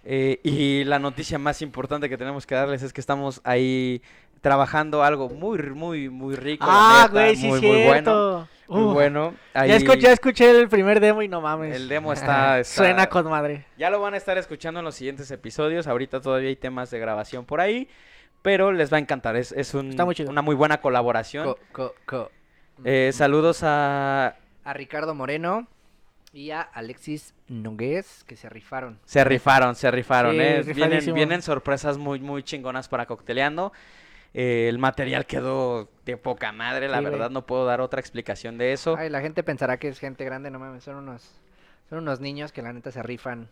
D: Eh, y la noticia más importante que tenemos que darles es que estamos ahí trabajando algo muy, muy, muy rico.
A: Ah,
D: la neta,
A: güey, sí,
D: muy, muy bueno.
A: cierto.
D: Muy
A: Uf.
D: bueno. Ahí
A: Ya, escu- ya escuché el primer demo y no mames.
D: El demo está, está-
A: Suena con madre.
D: Ya lo van a estar escuchando en los siguientes episodios. Ahorita todavía hay temas de grabación por ahí. Pero les va a encantar. Es, es un-
A: Está muy chido.
D: una muy buena colaboración.
B: Co- co- co-
D: Eh, saludos a.
B: A Ricardo Moreno y a Alexis Nogués, que se rifaron.
D: Se rifaron, se rifaron,
A: Sí,
D: eh. Vienen,
A: rifadísimo.
D: vienen sorpresas muy, muy chingonas para cocteleando. Eh, el material quedó de poca madre, la
A: Sí, güey.
D: verdad no puedo dar otra explicación de eso.
B: Ay, la gente pensará que es gente grande, no mames, son unos, son unos niños que la neta se rifan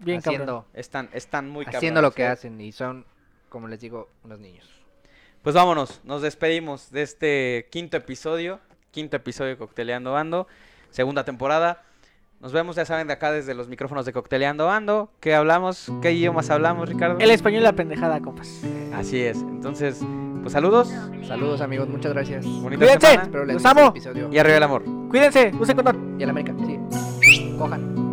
A: Bien, cabrón.
B: haciendo,
D: Están, están muy
B: haciendo lo
D: cabrones,
B: que
D: eh.
B: hacen y son, como les digo, unos niños.
D: Pues vámonos, nos despedimos de este quinto episodio, quinto episodio de Cocteleando Ando, segunda temporada. Nos vemos, ya saben, de acá desde los micrófonos de Cocteleando Ando. ¿Qué hablamos? ¿Qué idiomas hablamos, Ricardo?
A: El español y la pendejada, compas.
D: Así es. Entonces, pues saludos,
B: Saludos amigos, muchas gracias.
D: bonita
A: Cuídense.
D: semana
B: Espero les
A: Los
B: guste el
A: amo.
B: episodio.
D: y arriba el amor.
A: Cuídense, usen condón.
B: Y a la América, sí. Cojan.